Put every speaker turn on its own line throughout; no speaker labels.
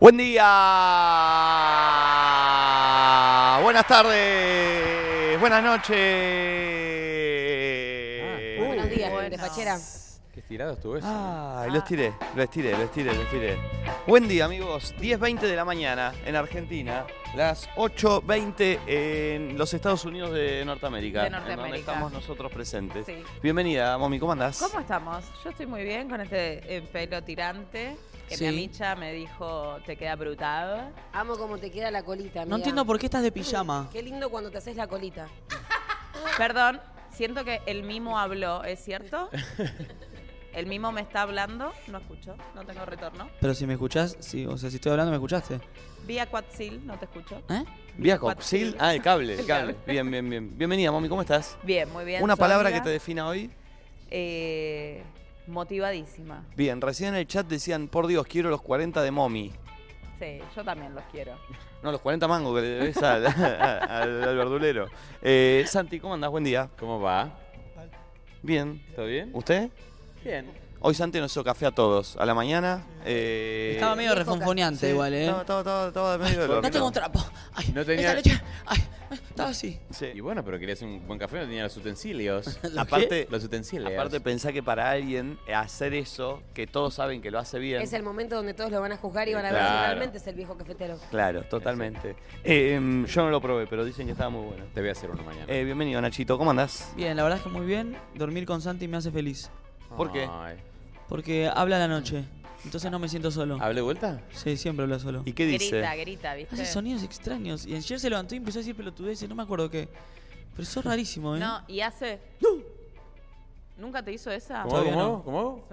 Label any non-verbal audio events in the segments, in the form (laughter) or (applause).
Buen día. Buenas tardes. Buenas noches.
Ah,
Buenos días,
Buenas.
gente fachera.
Qué estirado estuvo eso. ¿eh?
Ay, lo estiré, lo estiré, lo estiré, lo estiré. Buen día, amigos. 10.20 de la mañana en Argentina. Las 8.20 en los Estados Unidos de Norteamérica.
De
En donde
Norteamérica.
estamos nosotros presentes.
Sí.
Bienvenida, Momi, ¿cómo andás?
¿Cómo estamos? Yo estoy muy bien con este eh, pelo tirante que
Sí.
mi amicha me dijo te queda brutal.
Amo cómo te queda la colita,
No entiendo por qué estás de pijama.
Qué lindo cuando te haces la colita.
(laughs) Perdón, siento que el mimo habló, ¿es cierto? El mimo me está hablando, no escucho, no tengo retorno.
Pero si me escuchás, sí, o sea, si estoy hablando, ¿me escuchaste?
Vía Quatzil, no te escucho.
¿Eh?
Vía Coxil. Ah, el cable, el
El
cable.
cable.
Bien, bien, bien. Bienvenida, Momi, ¿cómo estás?
Bien, muy bien.
Una
su
palabra
amiga.
que te defina hoy.
Eh, motivadísima.
Bien, recién en el chat decían, por Dios, quiero los 40 de Momi.
Sí, yo también los quiero.
No, los 40 mangos que le (laughs) debes al, al- al verdulero. Eh, Santi, ¿cómo andás? Buen día.
¿Cómo va?
Bien.
¿Todo bien?
¿Usted?
Bien.
Hoy Santi nos hizo café a todos, a la mañana. eh,
Estaba medio
época.
refonfoneante
sí,
igual, ¿eh?
Estaba, estaba, estaba, estaba medio
(laughs)
del
No
horno.
tengo un trapo. Ay,
No tenía-
esta noche- ay, ay, estaba así.
Sí.
Y bueno, pero querías un buen café, no tenía los
(laughs)
utensilios.
Aparte,
los utensilios.
aparte pensá que para alguien hacer eso, que todos saben que lo hace bien.
Es el momento donde todos lo van a juzgar y van a ver si
Claro.
realmente es el viejo cafetero.
Claro, totalmente. Eh, em, yo no lo probé, pero dicen que estaba muy bueno.
Te voy a hacer uno mañana.
Eh, bienvenido, Nachito. ¿Cómo andás?
Bien, la verdad es que muy bien. Dormir con Santi me hace feliz.
¿por qué?
Ay.
Porque habla a la noche. Entonces no me siento solo.
¿Hable de vuelta?
Sí, siempre habla solo.
¿Y qué dice?
Grita, grita, ¿viste?
Hace sonidos extraños. Y ayer se levantó y empezó a decir pelotudeces, no me acuerdo qué. Pero eso es rarísimo, ¿eh?
No, y hace. ¿Nunca te hizo esa?
¿Cómo?
Todavía
¿Cómo?
no.
hago? ¿Cómo? hago?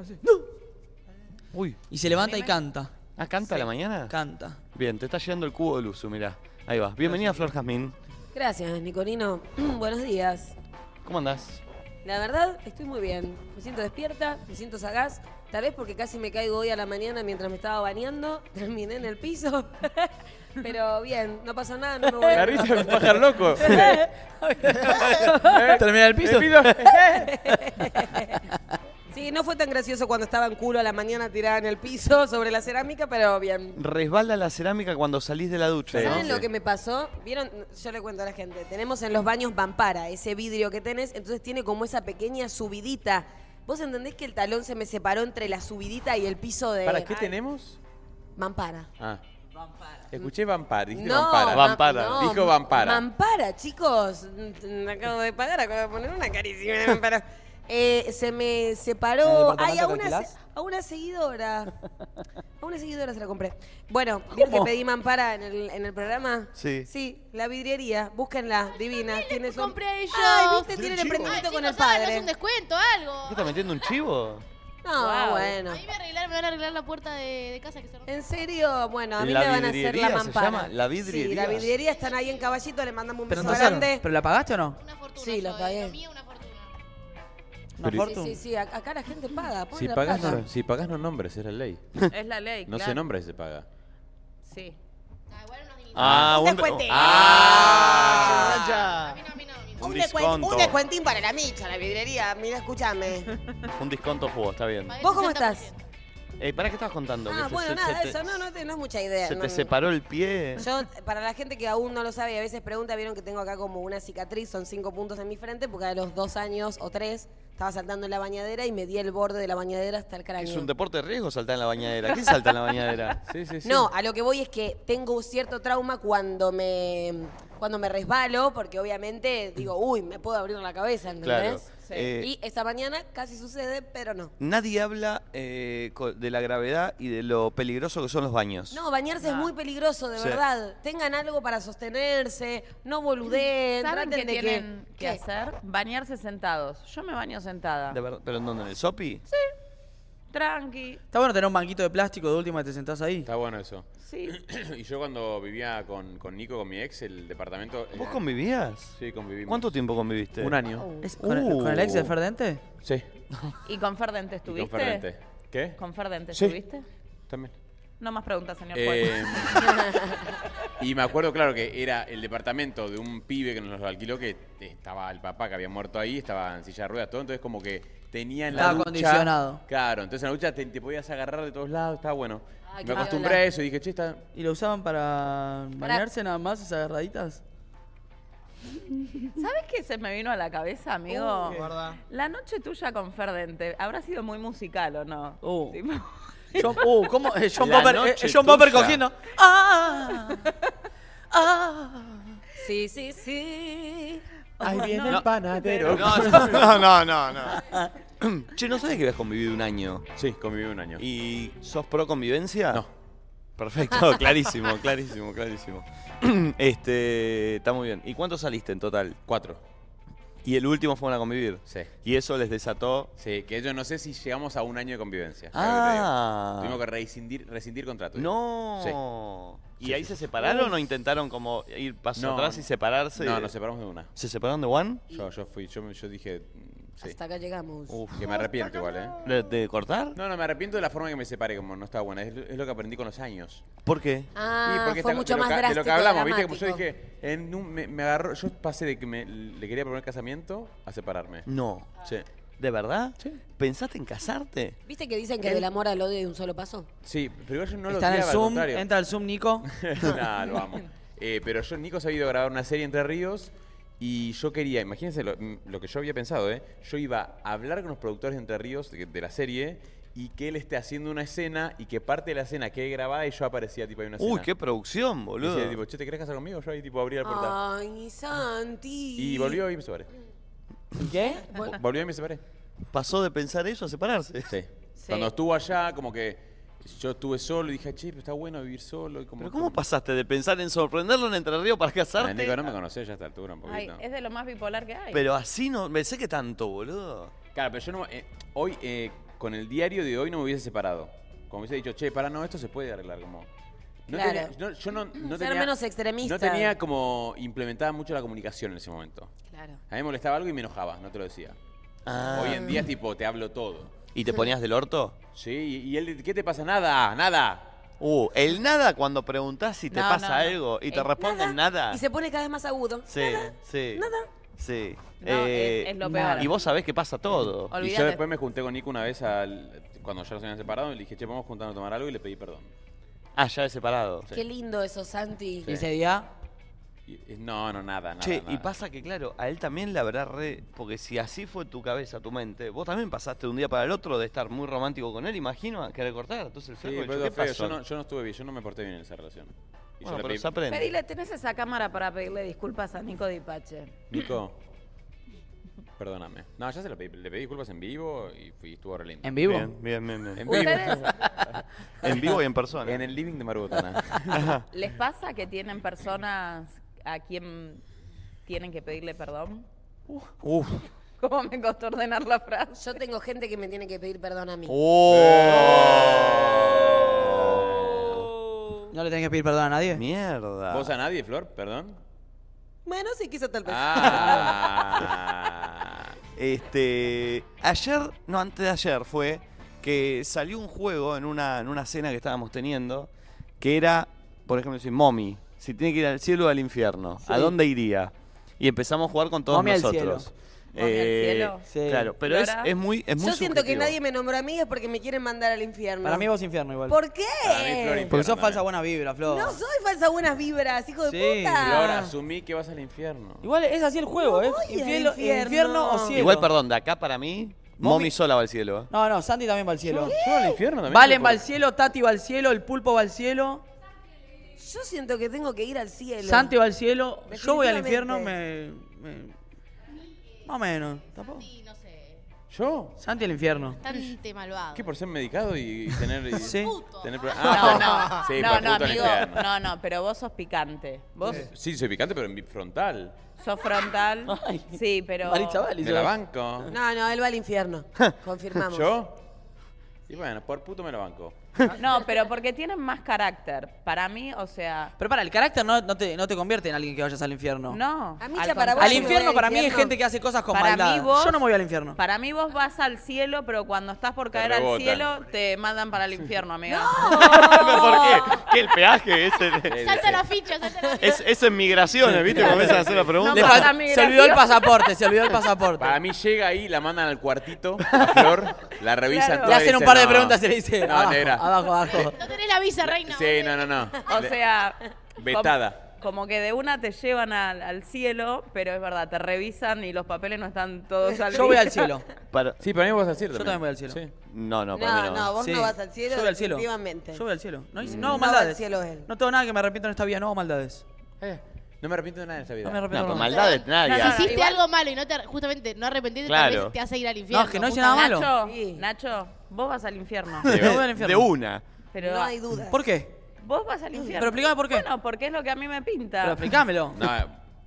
Uy,
Y se levanta y canta.
¿ah, canta a la mañana?
Canta.
Bien, te está llegando el cubo de Luzu, mirá. Ahí va. Bienvenida, Flor Jazmín.
Gracias, Nicolino. (clears throat) Buenos días.
¿Cómo andás?
La verdad, estoy muy bien. Me siento despierta, me siento sagaz. Tal vez porque casi me caigo hoy a la mañana mientras me estaba bañando. (laughs) Terminé en el piso. (laughs) Pero bien, no pasó nada, no me voy
La
a...
risa del
(laughs)
pájaro loco. Eh,
Termina el piso.
(laughs) Sí, no fue tan gracioso cuando estaba en culo a la mañana tirada en el piso sobre la cerámica, pero bien.
Resbalda la cerámica cuando salís de la ducha,
Sí.
¿no?
¿Saben
Sí.
lo que me pasó? Vieron, yo le cuento a la gente, tenemos en los baños vampara, ese vidrio que tenés, entonces tiene como esa pequeña subidita. ¿Vos entendés que el talón se me separó entre la subidita y el piso de
¿Para qué tenemos?
Vampara?
Ah. Escuché Vampara, dijiste
va-
Vampara.
Vampara.
Dijo Vampara.
Vampara, chicos. Mm, Me acabo de pagar, acabo de poner una carísima de Vampara. Eh, se me
¿En el
separó.
departamento
Ay, a una,
alquilás?
se- a una seguidora. A una seguidora se la compré. Bueno, ¿vieron que
¿Cómo?
pedí mampara en el, en el programa?
Sí.
Sí, la vidriería. Búsquenla, divina. Tiene su...
compré yo.
Ay, viste,
Pero
tiene el
chivo.
emprendimiento
Ay,
con el
chicos, háganos
padre.
un descuento, algo.
¿Qué está metiendo un chivo?
No,
Guau.
bueno.
A mí me, arreglaron, me van a arreglar la puerta de, de casa que se rompió.
En serio, bueno, a mí
¿La
me van a hacer
vidriería
la
se
mampara.
llama? ¿La
Sí,
vidriería?
la vidriería están ahí en caballito, le mandamos un
Pero,
beso
no
grande.
¿Pero la pagaste o no?
Una fortuna.
Sí, lo
yo, eh,
pagué.
mía, una fortuna.
Una
Pero-
Sí,
fortuna.
sí, sí, a- acá la gente paga. pone
Si
la
pagas,
plata.
no, si pagas no nombres, es la ley.
Es la ley.
No se
claro.
nombra y se paga.
Sí.
Ah, igual unos diminutos.
Ah,
un descuente.
¡Ah!
A mí no, a mí no, a mí no.
Un
Un,
descuento.
descuentín, un descuentín para la micha, la vidrería. Mira, (laughs) escúchame.
Un desconto jugo, está bien.
Pagué
¿Vos cómo
60%.
estás?
Eh, ¿Para qué estabas contando?
Ah,
Que se-
bueno,
se-
nada,
se te-
eso no, no, te- no es mucha idea.
¿Se
no,
te
no.
separó el pie?
Yo, para la gente que aún no lo sabe y a veces pregunta, vieron que tengo acá como una cicatriz, son cinco puntos en mi frente, porque a los dos años o tres estaba saltando en la bañadera y me di el borde de la bañadera hasta el cráneo.
Es un deporte de riesgo saltar en la bañadera. ¿Quién salta en
(laughs)
la bañadera?
Sí, sí, sí.
No, a lo que voy es que tengo cierto trauma cuando me cuando me resbalo, porque obviamente digo, uy, me puedo abrir la cabeza,
Claro.
¿entendés?
Sí.
Eh,
y esta mañana casi sucede, pero no.
Nadie habla eh, co- de la gravedad y de lo peligroso que son los baños.
No, bañarse es
No.
muy peligroso, de
Sí.
verdad. Tengan algo para sostenerse, no boludeen,
¿Saben
traten
qué
de
tienen que,
¿Qué?
hacer? Bañarse sentados. Yo me baño sentada.
De verdad, ¿Pero en dónde? ¿En el sopi?
Tranqui.
Está bueno tener un banquito de plástico, de última te sentás ahí.
Está bueno eso.
Sí.
(clears throat) Y yo cuando vivía con, con Nico, con mi ex, el departamento...
¿Vos
eh,
convivías?
Sí, convivimos.
¿Cuánto tiempo conviviste?
Un año.
Oh.
¿Es con, el,
Uh.
con el ex de Ah, Ferdente?
Sí.
(laughs)
¿Y con Ferdente
Y
estuviste?
Con Ferrente. ¿Qué?
¿Con Ferdente
Sí.
estuviste?
También.
No más preguntas, señor juez.
Eh, (laughs) y me acuerdo, claro, que era el departamento de un pibe que nos lo alquiló, que estaba el papá que había muerto ahí, estaba en silla de ruedas, todo. Entonces, como que tenía en la
Estaba
ducha-
acondicionado.
Claro, entonces en la ducha te, te podías agarrar de todos lados, estaba bueno.
Ah, qué
me acostumbré
piola.
a eso y dije, che, está.
¿Y lo usaban para bañarse nada más esas
(laughs)
agarraditas?
(laughs) ¿Sabes qué se me vino a la cabeza, amigo?
Uh,
la noche tuya con Ferdente, ¿habrá sido muy musical o no?
Uh.
Tipo,
John, uh, ¿cómo? Eh, John
La
Popper, eh,
noche
John Popper
tuya.
cogiendo. ¡Ah! ¡Ah!
Sí, sí, sí.
Ahí viene
No.
el panadero.
(laughs)
No, no, no, no. no. (clears throat) che, ¿no sabes que habías convivido un año?
Sí, conviví un año.
¿Y sos pro convivencia?
No. (laughs)
Perfecto, clarísimo, clarísimo, clarísimo. (clears throat) Este, está muy bien. ¿Y cuántos saliste en total?
Cuatro.
Y el último fueron a convivir.
Sí.
Y eso les desató.
Sí, que yo no sé si llegamos a un año de convivencia. ¿sabes lo que te digo? Tuvimos
Ah.
que rescindir, rescindir contrato.
No. ¿Y
Sí,
ahí
sí,
se
sí.
separaron o intentaron como ir paso
No,
atrás y
no.
separarse?
No, nos separamos de una.
¿Se separaron de Juan?
Yo, yo fui, yo, me- yo dije, mm, sí.
Hasta acá llegamos.
Uf.
Que me arrepiento igual, ¿eh?
¿De, de cortar?
No, no, me arrepiento de la forma que me separé, como no estaba buena. Es, lo- es lo que aprendí con los años.
¿Por qué?
Ah,
porque
fue
esta-
mucho
de lo
más
que-
drástico.
De lo que hablamos, ¿viste? Como
dramático.
yo dije, en un- me, me agarró, yo pasé de que me, le quería proponer casamiento a separarme.
No.
Sí.
¿De verdad? ¿Pensaste en casarte?
¿Viste que dicen que del amor al odio hay un solo paso?
Sí, pero igual yo no lo
Está en el
odiaba, al
Zoom,
contrario.
entra al Zoom Nico.
(laughs) Nah,
(laughs)
lo amo. Eh, pero yo, Nico se ha ido a grabar una serie Entre Ríos y yo quería, imagínense lo, mm, lo que yo había pensado, ¿eh? Yo iba a hablar con los productores de Entre Ríos de, de la serie y que él esté haciendo una escena y que parte de la escena quede grabada y yo aparecía tipo ahí en una escena.
Uy, qué producción,
Y decía,
boludo.
tipo, che, ¿te querés casar conmigo? Yo ahí tipo abría la puerta.
Ay, Santi.
Y volvió y me separé.
¿Qué?
Vol- Volvió y me separé.
Pasó de pensar eso a separarse.
Sí.
Sí.
Cuando estuvo allá, como que yo estuve solo y dije, che, pero está bueno vivir solo. Y como,
¿Pero cómo pasaste de pensar en sorprenderlo en Entre Ríos para
Ah,
casarte?
Nico no me conoció ya a esta altura un
Ay,
poquito.
eh,
es de lo más bipolar que hay.
Pero así no, me sé que tanto, boludo.
Claro, pero yo no. eh, hoy, eh, con el diario de hoy no me hubiese separado. Como hubiese dicho, che, para no, esto se puede arreglar. Como. No
Claro.
tenía- no- yo no, no
Ser
tenía.
menos extremista.
No tenía como implementada mucho la comunicación en ese momento.
Claro.
A mí me molestaba algo y me enojaba, no te lo decía.
Ah.
Hoy en día, tipo, te hablo todo.
¿Y te ponías del orto?
Sí, y- y él, ¿qué te pasa? Nada, nada.
Uh, el nada cuando preguntás si te
No,
pasa
no, no.
algo y te
El
responden nada.
Y se pone cada vez más agudo.
Sí, sí.
Nada.
Sí.
No, es- es lo peor.
eh, Y vos sabés que pasa todo.
Ol-
Y
Olvídate.
yo después me junté con Nico una vez al- cuando ya nos habían separado y le dije, che, vamos juntarnos a tomar algo y le pedí perdón.
Ah, ya es separado.
Qué lindo eso, Santi.
Ese día.
Y- y- Eh, no, no, nada, nada.
Che, y
nada.
pasa que, claro, a él también la verdad re. Porque si así fue tu cabeza, tu mente, vos también pasaste de un día para el otro de estar muy romántico con él, imagino, a querer cortar. Entonces el
Sí,
flaco,
pero
¿qué
feo,
pasó?
Yo, no, yo no estuve bien, yo no me porté bien en esa relación. Y yo
Bueno,
le
pero
pedí-
se aprende.
Pedile, tenés esa cámara para pedirle disculpas a Nico Di Pache.
Nico, perdóname. No, ya se lo pedí, le pedí disculpas en vivo y fui, estuvo re lindo.
¿En vivo?
Bien, bien, bien. bien.
En
¿Ustedes
En vivo y en persona.
En el living de Marbotana.
(laughs) les pasa que tienen personas a quien tienen que pedirle perdón?
Uf.
¿Cómo me costó ordenar la frase?
Yo tengo gente que me tiene que pedir perdón a mí.
¡Oh!
¿No le tenés que pedir perdón a nadie?
Mierda.
¿Vos a nadie, Flor? ¿Perdón?
Bueno, sí, quizá tal vez.
(laughs)
Ah.
Este, ayer, no, antes de ayer fue que salió un juego en una, en una cena que estábamos teniendo que era, por ejemplo, decir, Mommy, si tiene que ir al cielo o al infierno, ¿a dónde iría? Y empezamos a jugar con todos
Mommy al
nosotros. Eh,
cielo.
Mommy al cielo.
Sí.
Claro, pero es,
Flora.
es muy, es muy
Yo siento que
subjetivo.
nadie me nombró a mí es porque me quieren mandar al infierno.
Para mí vos infierno igual.
¿Por qué?
Para mí, Flor, infierno
Porque sos falsa
también.
buena vibra, Flor.
No soy falsa buenas vibras, hijo de
Sí,
puta.
Flor, asumí que vas al infierno.
Igual es así el juego, ¿eh?
voy al
Infierno,
infierno.
infierno o cielo.
Igual, perdón, de acá para mí, Mommy,
Mommy
sola va al cielo. ¿eh?
No, no, Santi también va al cielo.
Yo al infierno también.
Valen
no
va
puedo-
al cielo, Tati va al cielo, el pulpo va al cielo,
Yo siento que tengo que ir al cielo.
Santi va al cielo, yo voy al infierno, me.
Definitivamente.
me- Más o menos, tampoco.
Y no sé,
¿Yo?
Santi al infierno.
bastante malvado.
¿Qué por ser medicado y tener. y
Sí.
tener pro-
No,
Ah,
no,
sí,
no,
fue
no,
puto al
amigo,
infierno.
no, no, pero vos sos picante. Vos
Sí, soy picante, pero en mi frontal.
sos frontal.
Ay.
Sí, pero.
Maritza Vali,
Me
yo-
la banco.
(laughs)
No, no, él va al infierno. Confirmamos.
¿Yo? Y bueno, por puto me lo banco.
No, pero porque tienen más carácter. Para mí, o sea,
Pero para, el carácter no, no te, no te convierte en alguien que vayas al infierno.
no.
A mí,
al
ya para vos
Al
yo me voy
infierno
al
para mí es
infierno.
gente que hace cosas con
Para mí
maldad.
vos-
Yo no me voy al infierno.
Para mí vos vas al cielo, pero cuando estás por
Te
caer al
rebotan.
cielo, te mandan para el infierno, amiga. Oh. (laughs)
¿Por qué? ¿Qué el peaje? Es,
Eh,
Salta la ficha, salta la ficha.
(laughs) es, es en migraciones, ¿viste? Comienzan a hacer la pregunta.
Le
No,
fal-
para mí,
se olvidó el
gracioso.
pasaporte, se olvidó el pasaporte.
Para mí llega ahí, la mandan al cuartito, a Flor, la revisan
Claro.
toda
le
y
hacen un
dicen,
par de
"No".
preguntas y le dicen,
No,
abajo,
negra.
abajo, abajo.
No tenés la visa, reina.
Sí, no, no, no.
O
Le-
sea.
Vetada.
com- Como que de una te llevan al, al cielo, pero es verdad, te revisan y los papeles no están todos al
Yo voy
(laughs) día.
al cielo.
Para-
Sí, para mí vos vas al cielo.
Yo también voy al cielo.
Sí.
No, no, para mí
No,
no.
no, vos
Sí.
no vas al cielo.
Yo voy al cielo.
definitivamente. Mm.
Yo voy al cielo. No, hice- no
No
hago
va al
maldades.
cielo él.
No tengo nada que me arrepiento en esta vida, no hago maldades.
Eh, no me arrepiento de nada en esta vida.
No me arrepiento
No,
de
con
nada.
maldad de
Ah,
nadie.
No, no,
Si hiciste
igual-
algo malo y no te, ar- justamente no arrepentiste,
Claro.
tal vez te hace ir al infierno.
que no hice
justo.
nada malo.
Nacho,
Sí.
Nacho, vos vas al infierno.
Me voy al
de,
infierno.
de una.
Pero
No hay duda.
¿Por qué?
vos vas al infierno.
Pero explícame por qué.
Bueno, porque es lo que a mí me pinta.
Pero explicámelo.
No, eh,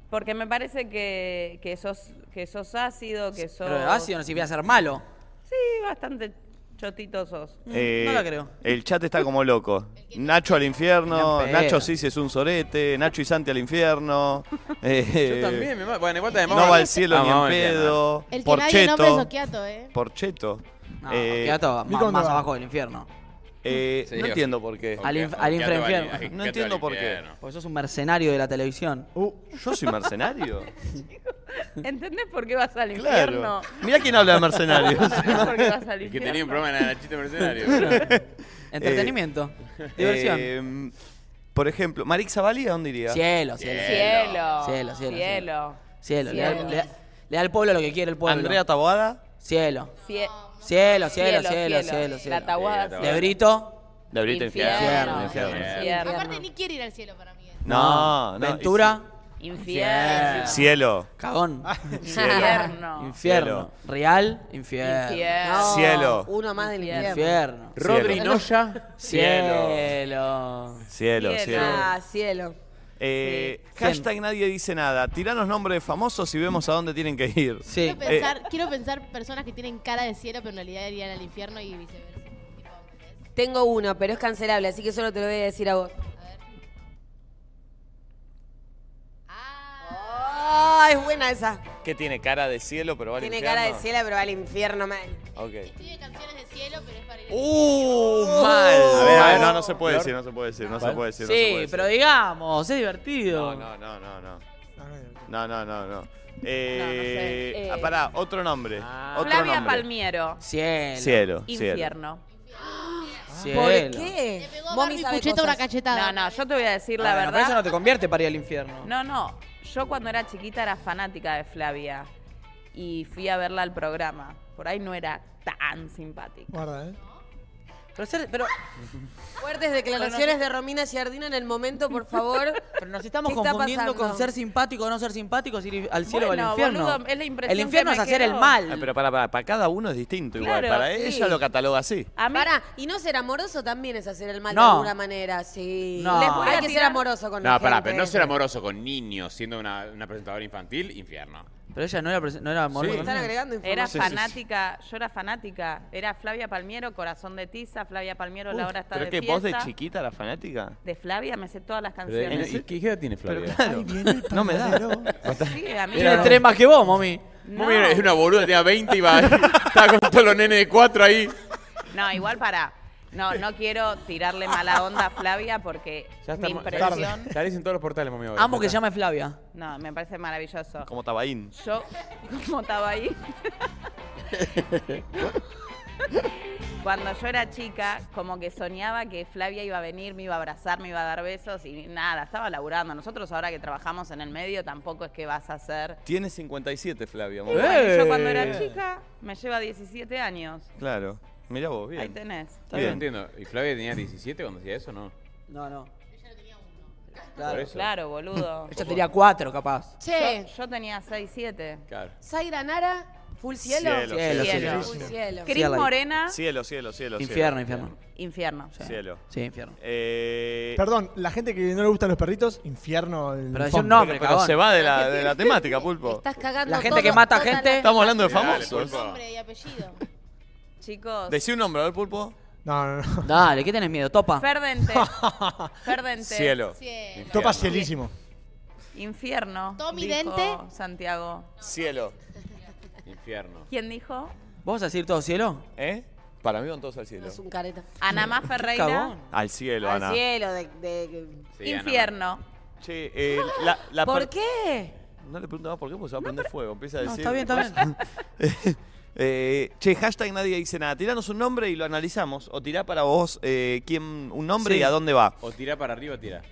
Porque me parece que, que sos que sos ácido, que sos
Pero ácido no si voy a ser malo.
Sí, bastante chotito sos.
Eh,
no la creo.
El chat está como loco. Nacho al infierno,
Gran pena.
Nacho sí es un sorete, Nacho y Santi al infierno. eh,
(laughs) yo también me ma- Bueno, igual te
No va al cielo ni en pedo.
El que nadie nombre es
Porcheto.
Okiato, eh.
Porcheto.
No,
Eh,
Ah, queda todo más, más abajo del infierno.
eh,
Sí,
no
ok.
entiendo por qué.
Al inf- al infrainfierno.
No entiendo por qué.
Porque sos un mercenario de la televisión.
Uh, ¿Yo soy mercenario?
¿Entendés por qué vas al infierno?
claro. Mirá quién habla de mercenarios.
¿Entendés (laughs) por qué vas al
El que tenía un
infierno?
programa era Nachito
(laughs)
Mercenario.
Entretenimiento. diversión.
Eh, por ejemplo, Marix Zavalía, ¿dónde iría?
cielo, cielo.
Cielo.
Cielo, cielo,
Cielo.
Cielo. Le, da,
Cielo.
le da- le da al pueblo lo que quiere el pueblo.
Andrea Taboada.
Cielo.
Cie-
Cielo, cielo, cielo, cielo,
La
cielo.
Eh,
Tahuada,
Sí, la
cielo.
De Brito.
De Brito Infierno.
Infierno,
Infierno.
infierno.
Aparte ni quiere ir al cielo para mí. eh.
No, no.
Ventura.
Infierno.
y- Cielo.
Cagón.
(laughs)
Infierno.
Infierno. Real. Infierno.
Infierno.
No,
Cielo.
Uno más del infierno.
Infierno.
Rodri Noya.
Cielo.
Cielo,
Cielo.
cielo.
Ah, cielo.
Eh,
Sí.
Hashtag nadie dice nada. Tiranos nombres de famosos y vemos a dónde tienen que ir. Eh,
Sí.
Quiero
eh.
pensar, quiero pensar personas que tienen cara de cielo, pero en realidad irían al infierno y viceversa. Tipo, ¿entendés?
Tengo uno, pero es cancelable, así que solo te lo voy a decir a vos.
Ah,
Ah, es buena esa.
Que tiene cara de cielo, pero vale.
Tiene cara de cielo, pero va al infierno, mal.
Ok.
escribe canciones de cielo, pero es para ir al
¡Uh! Mal. A ver, a ver, no, no se puede
Flor.
decir, no se puede decir, no se
¿Cuál?
puede decir. no se puede
Sí,
decir.
pero digamos, es divertido.
No, no, no, no, no. No, no, no, no. Eh,
No, no sé.
ah, pará, otro nombre.
Ah.
otro
Flavia
nombre.
Palmiero.
Cielo.
Cielo, cielo.
Infierno.
Cielo.
¿Por
Le
qué?
pegó
Mommy
Barbie
sabe
Pucheta
cosas.
una cachetada.
No, no, yo te voy a decir la
Ah, bueno, pero
verdad.
eso no te convierte para ir al infierno.
No, no. Yo cuando era chiquita era fanática de Flavia y fui a verla al programa. Por ahí no era tan simpática.
Guarda, ¿eh?
Pero, ser-
(laughs)
pero-
Fuertes declaraciones de Romina Giardino en el momento, por (laughs) favor.
pero nos estamos
¿Qué está
confundiendo con
pasando?
ser simpático o no ser simpático, si ir al cielo o
Bueno,
al infierno.
boludo, es la impresión
el infierno
que me
es hacer
quedó.
el mal.
Ah, pero para, para, para cada uno es distinto
Claro,
igual. Para
sí.
ella lo cataloga así.
A mí,
Pará, y no ser amoroso también es hacer el mal de
No.
alguna manera, sí.
No. Les voy
Hay
a
que ser
tirar-
amoroso con la
No, pará,
gente.
pero no ser amoroso con niños siendo una, una presentadora infantil, infierno.
Pero ella no era, presen- no era amor.
Sí.
Están agregando
era
información.
fanática, yo era fanática. Era Flavia Palmiero, Corazón de Tiza, Flavia Palmiero, la hora está
¿Pero
de
qué,
fiesta.
vos de chiquita la fanática?
De Flavia me sé todas las
¿En-
canciones.
¿Y qué qué edad tiene Flavia?
No me da.
Sí, a mí
Tiene
no.
tres más que vos, mami.
No.
Muy bien, es una boluda, tenía 20 y va. (laughs) estaba con todos los nenes de 4 ahí.
No, igual para. No, no quiero tirarle mala onda a Flavia porque mi impresión.
Tarde. Salís en todos los portales, mami. ahora.
Amo que llame Flavia.
No, me parece maravilloso.
Como Tabaín.
Yo, como estaba
(laughs)
ahí. Cuando yo era chica, como que soñaba que Flavia iba a venir, me iba a abrazar, me iba a dar besos y nada, estaba laburando. Nosotros ahora que trabajamos en el medio tampoco es que vas a hacer.
Tiene 57, Flavia.
Y
amor.
bueno, yo cuando
Eh.
era chica, me lleva 17 años.
Claro. Mirá vos,
Ahí
bien.
tenés.
Está bien, entiendo. ¿Y Flavia tenía 17 cuando hacía eso no?
No, no.
Por
Claro.
eso.
Claro, boludo.
(laughs) Ella tenía cuatro, capaz.
Yo,
Che,
yo tenía 6, 7.
Claro.
Zaira Nara, full cielo.
Cielo,
Cielo,
cielo.
Full cielo.
Cris
Cielo ahí.
Morena,
Cielo, cielo, cielo.
Infierno, infierno.
infierno.
Cielo.
Sí, infierno.
Eh,
Perdón, la gente que no le gustan los perritos, infierno. El
Pero es
fondo.
un nombre,
pero
cagón.
se va de la, de la temática, Pulpo.
Estás cagando
La gente
todo-
que mata
toda la-
gente.
Estamos hablando de
Dale,
famosos.
Pulpo.
Nombre y apellido.
Chicos,
Decí un nombre, a ver, Pulpo.
No, no, no.
Dale, ¿qué tenés miedo? Topa.
Ferdente.
(laughs)
Ferdente.
Cielo.
Cielo.
Topa cielísimo.
Infierno.
Tommy
dijo
Dente.
Santiago.
Cielo.
Infierno.
¿Quién dijo?
¿Vos vas a decir todo cielo?
¿Eh? Para mí van todos al cielo.
Es un careta.
Anamá
(laughs)
Ferreira.
cagón.
Al cielo,
Al
Ana.
cielo, de, de-
Sí, Ana.
Infierno.
Che, eh, la, la
¿Por
per-
qué?
No le preguntaba por qué, porque se va a prender fuego. Empieza a
No,
decir.
está bien, está bien.
(laughs) Eh, che, hashtag nadie dice nada. Tiranos un nombre y lo analizamos. O tirá para vos eh, quién, un nombre
Sí.
y a dónde va.
O tira para arriba, tira.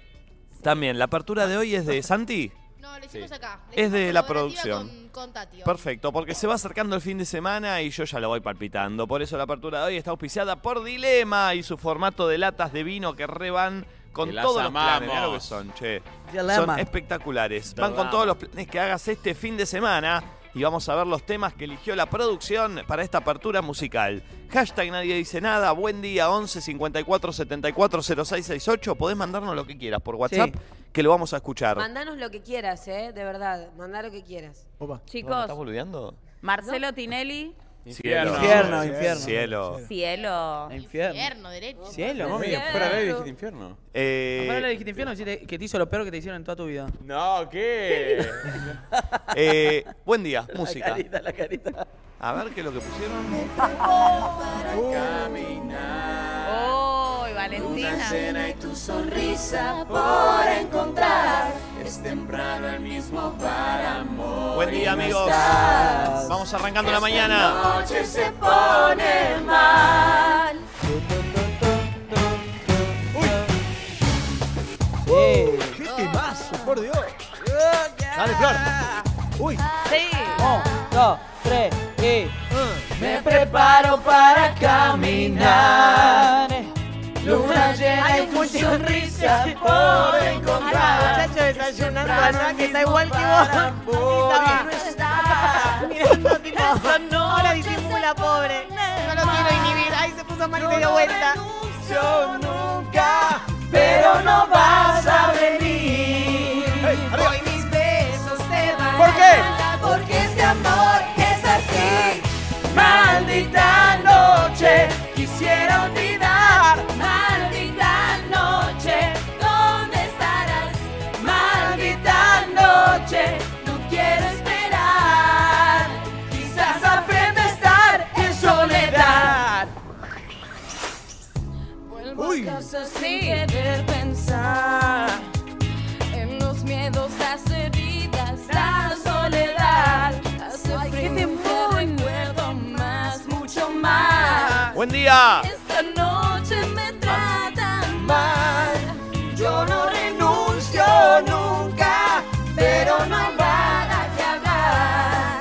También, la apertura de hoy
(laughs)
es de Santi.
No, lo hicimos
Sí.
acá.
Es de la
colaborativa
producción.
Con, con Tati, obvio.
Perfecto, porque se va acercando el fin de semana y yo ya lo voy palpitando. Por eso la apertura de hoy está auspiciada por Dilema y su formato de latas de vino que reban con
Que las
todos los planes.
amamos.
Mirá lo que son, che.
Dilema.
Son espectaculares. Van
Dilema.
con todos los planes que hagas este fin de semana y vamos a ver los temas que eligió la producción para esta apertura musical. Hashtag nadie dice nada. Buen día 11 54 74 0668. Podés mandarnos lo que quieras por WhatsApp
Sí.
que lo vamos a escuchar.
Mandanos lo que quieras, ¿eh? De verdad, mandá lo que quieras.
Opa.
Perdón, ¿me
Chicos,
¿Estás boludeando?
Marcelo Tinelli.
Infierno.
Infierno, infierno.
Cielo.
Cielo.
Infierno.
Infierno, derecho.
Cielo.
No, mira, fuera de aire dijiste infierno.
Eh,
Ahora le dijiste infierno que te- que te hizo lo peor que te hicieron en toda tu vida.
No,
(laughs)
¿qué?
eh, buen día, música.
la carita.
A ver qué es lo que pusieron.
Caminar.
Oh, y Valentina.
y tu sonrisa por encontrar. Es temprano el mismo para amor.
Buen día, amigos. Vamos arrancando la mañana.
Noche se pone mal.
¡Qué temazo, por Dios! Dale, Flor. Uy,
Sí.
Un,
Oh.
dos, tres
Eh.
y.
Me preparo para caminar. Luna llena y tu sonrisa por encontrar.
muchacho desayunando a Ana que está igual que
Para
vos. (laughs)
poder estar.
Mirando tipo, ahora disimula, pobre. No lo quiero inhibir. Ay, se puso mal y se dio vuelta.
Yo nunca, pero no vas a venir. Hoy mis besos te van ¿Por qué? porque este amor es así. Maldita noche, quisiera olvidar. Maldita noche, ¿dónde estarás? Maldita noche, no quiero esperar. Quizás aprenda a estar en soledad. Vuelvo
Uy.
a casa sin querer pensar en los miedos, las heridas, la soledad. Hace frío, te recuerdo más, mucho más.
Buen día.
Esta noche me tratan mal. Yo no renuncio nunca, pero no hay nada que hablar.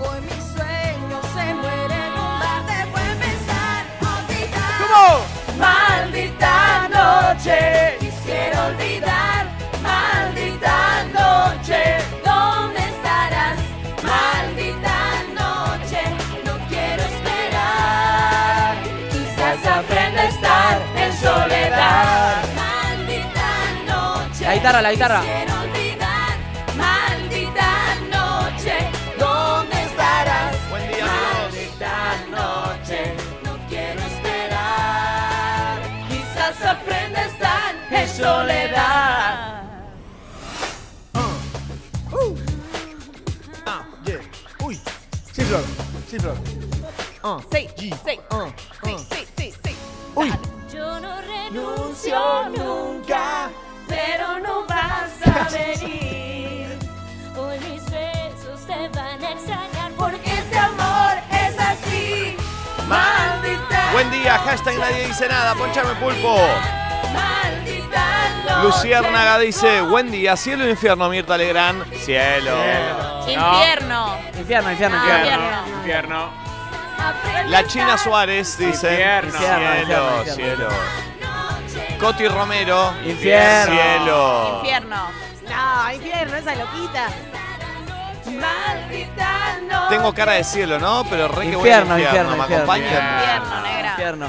Hoy mis sueños se mueren, no más te pueden pensar, olvidar. Maldita noche, quisiera olvidar. Maldita noche, ¿dónde estarás? Maldita noche, no quiero esperar. Quizás aprenda a estar en soledad. Maldita noche,
La guitarra, la guitarra.
Quisiera olvidar. Maldita noche, ¿dónde estarás?
Buen día, amigos.
Maldita noche, no quiero esperar. Quizás aprenda a estar en soledad.
ah, yeah. Uy. Sí, Flor. Sí, Flor. Ah,
Sí,
G.
sí.
Ah,
Sí,
ah.
sí, sí, sí.
Uy.
Yo no renuncio nunca, pero no vas a venir. Hoy mis besos te van a extrañar porque este amor es así. Maldita.
Buen día, hashtag nadie dice nada. Ponchame pulpo.
Maldita noche.
Luciérnaga dice, buen día, cielo e infierno, Mirta Legrand. Cielo.
Infierno. Ah,
Infierno, infierno, infierno.
Infierno.
Infierno. Infierno.
La China Suárez dice,
Infierno.
cielo,
Infierno, infierno.
cielo. Coti Romero.
Infierno.
Cielo.
Infierno.
No, infierno, esa loquita. Maldita noche.
Tengo cara de cielo, ¿no? Pero re que
Infierno,
voy al infierno.
infierno,
¿Me
infierno.
acompañan?
Infierno, negra.
Infierno.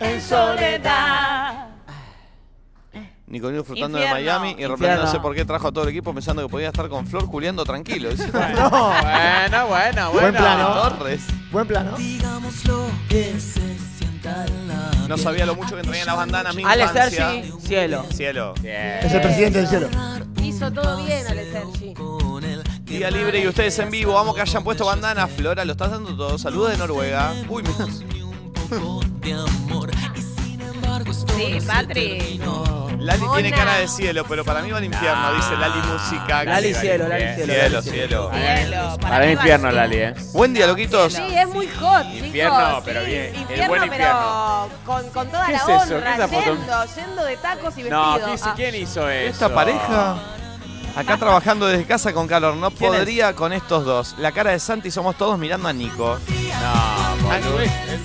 en soledad.
Nicolino disfrutando de
Infierno.
Miami y repente no sé
Infierno.
por qué trajo a todo el equipo pensando que podía estar con Flor culiando tranquilo. Es una
Bueno, bueno, bueno.
Buen plano.
Torres.
Buen plano.
Digamos lo que se sienta en la
No sabía lo mucho que entregué en las bandanas mi
Ale
infancia.
Sergi, cielo.
Cielo.
Es el presidente del cielo.
Hizo todo bien, Ale Sergi.
Día libre y ustedes en vivo. Vamos que hayan puesto bandana. Flora, lo estás dando todo. Saludos de Noruega. Uy, mira.
Sí, Patri.
Lali tiene cara de cielo, pero para mí va al infierno, dice Lali Música.
Lali
Sí,
cielo, Lali
Bien.
cielo.
Cielo,
Lali
cielo.
Cielo.
Para el
mí va
infierno,
así.
Lali, ¿eh?
Buen día, loquitos.
Sí, es muy hot,
Infierno,
chicos.
pero
sí.
bien. el
Infierno,
buen infierno.
pero con, con toda
¿Qué
la
es eso? ¿Qué
honra,
es la foto?
yendo, yendo de tacos y
eh,
No,
vestido.
¿quién, hizo-
Ah.
quién hizo eso?
Esta pareja,
(laughs)
acá trabajando desde casa con calor, no
¿Quién es?
podría con estos dos. La cara de Santi somos todos mirando a Nico.
No, boludo.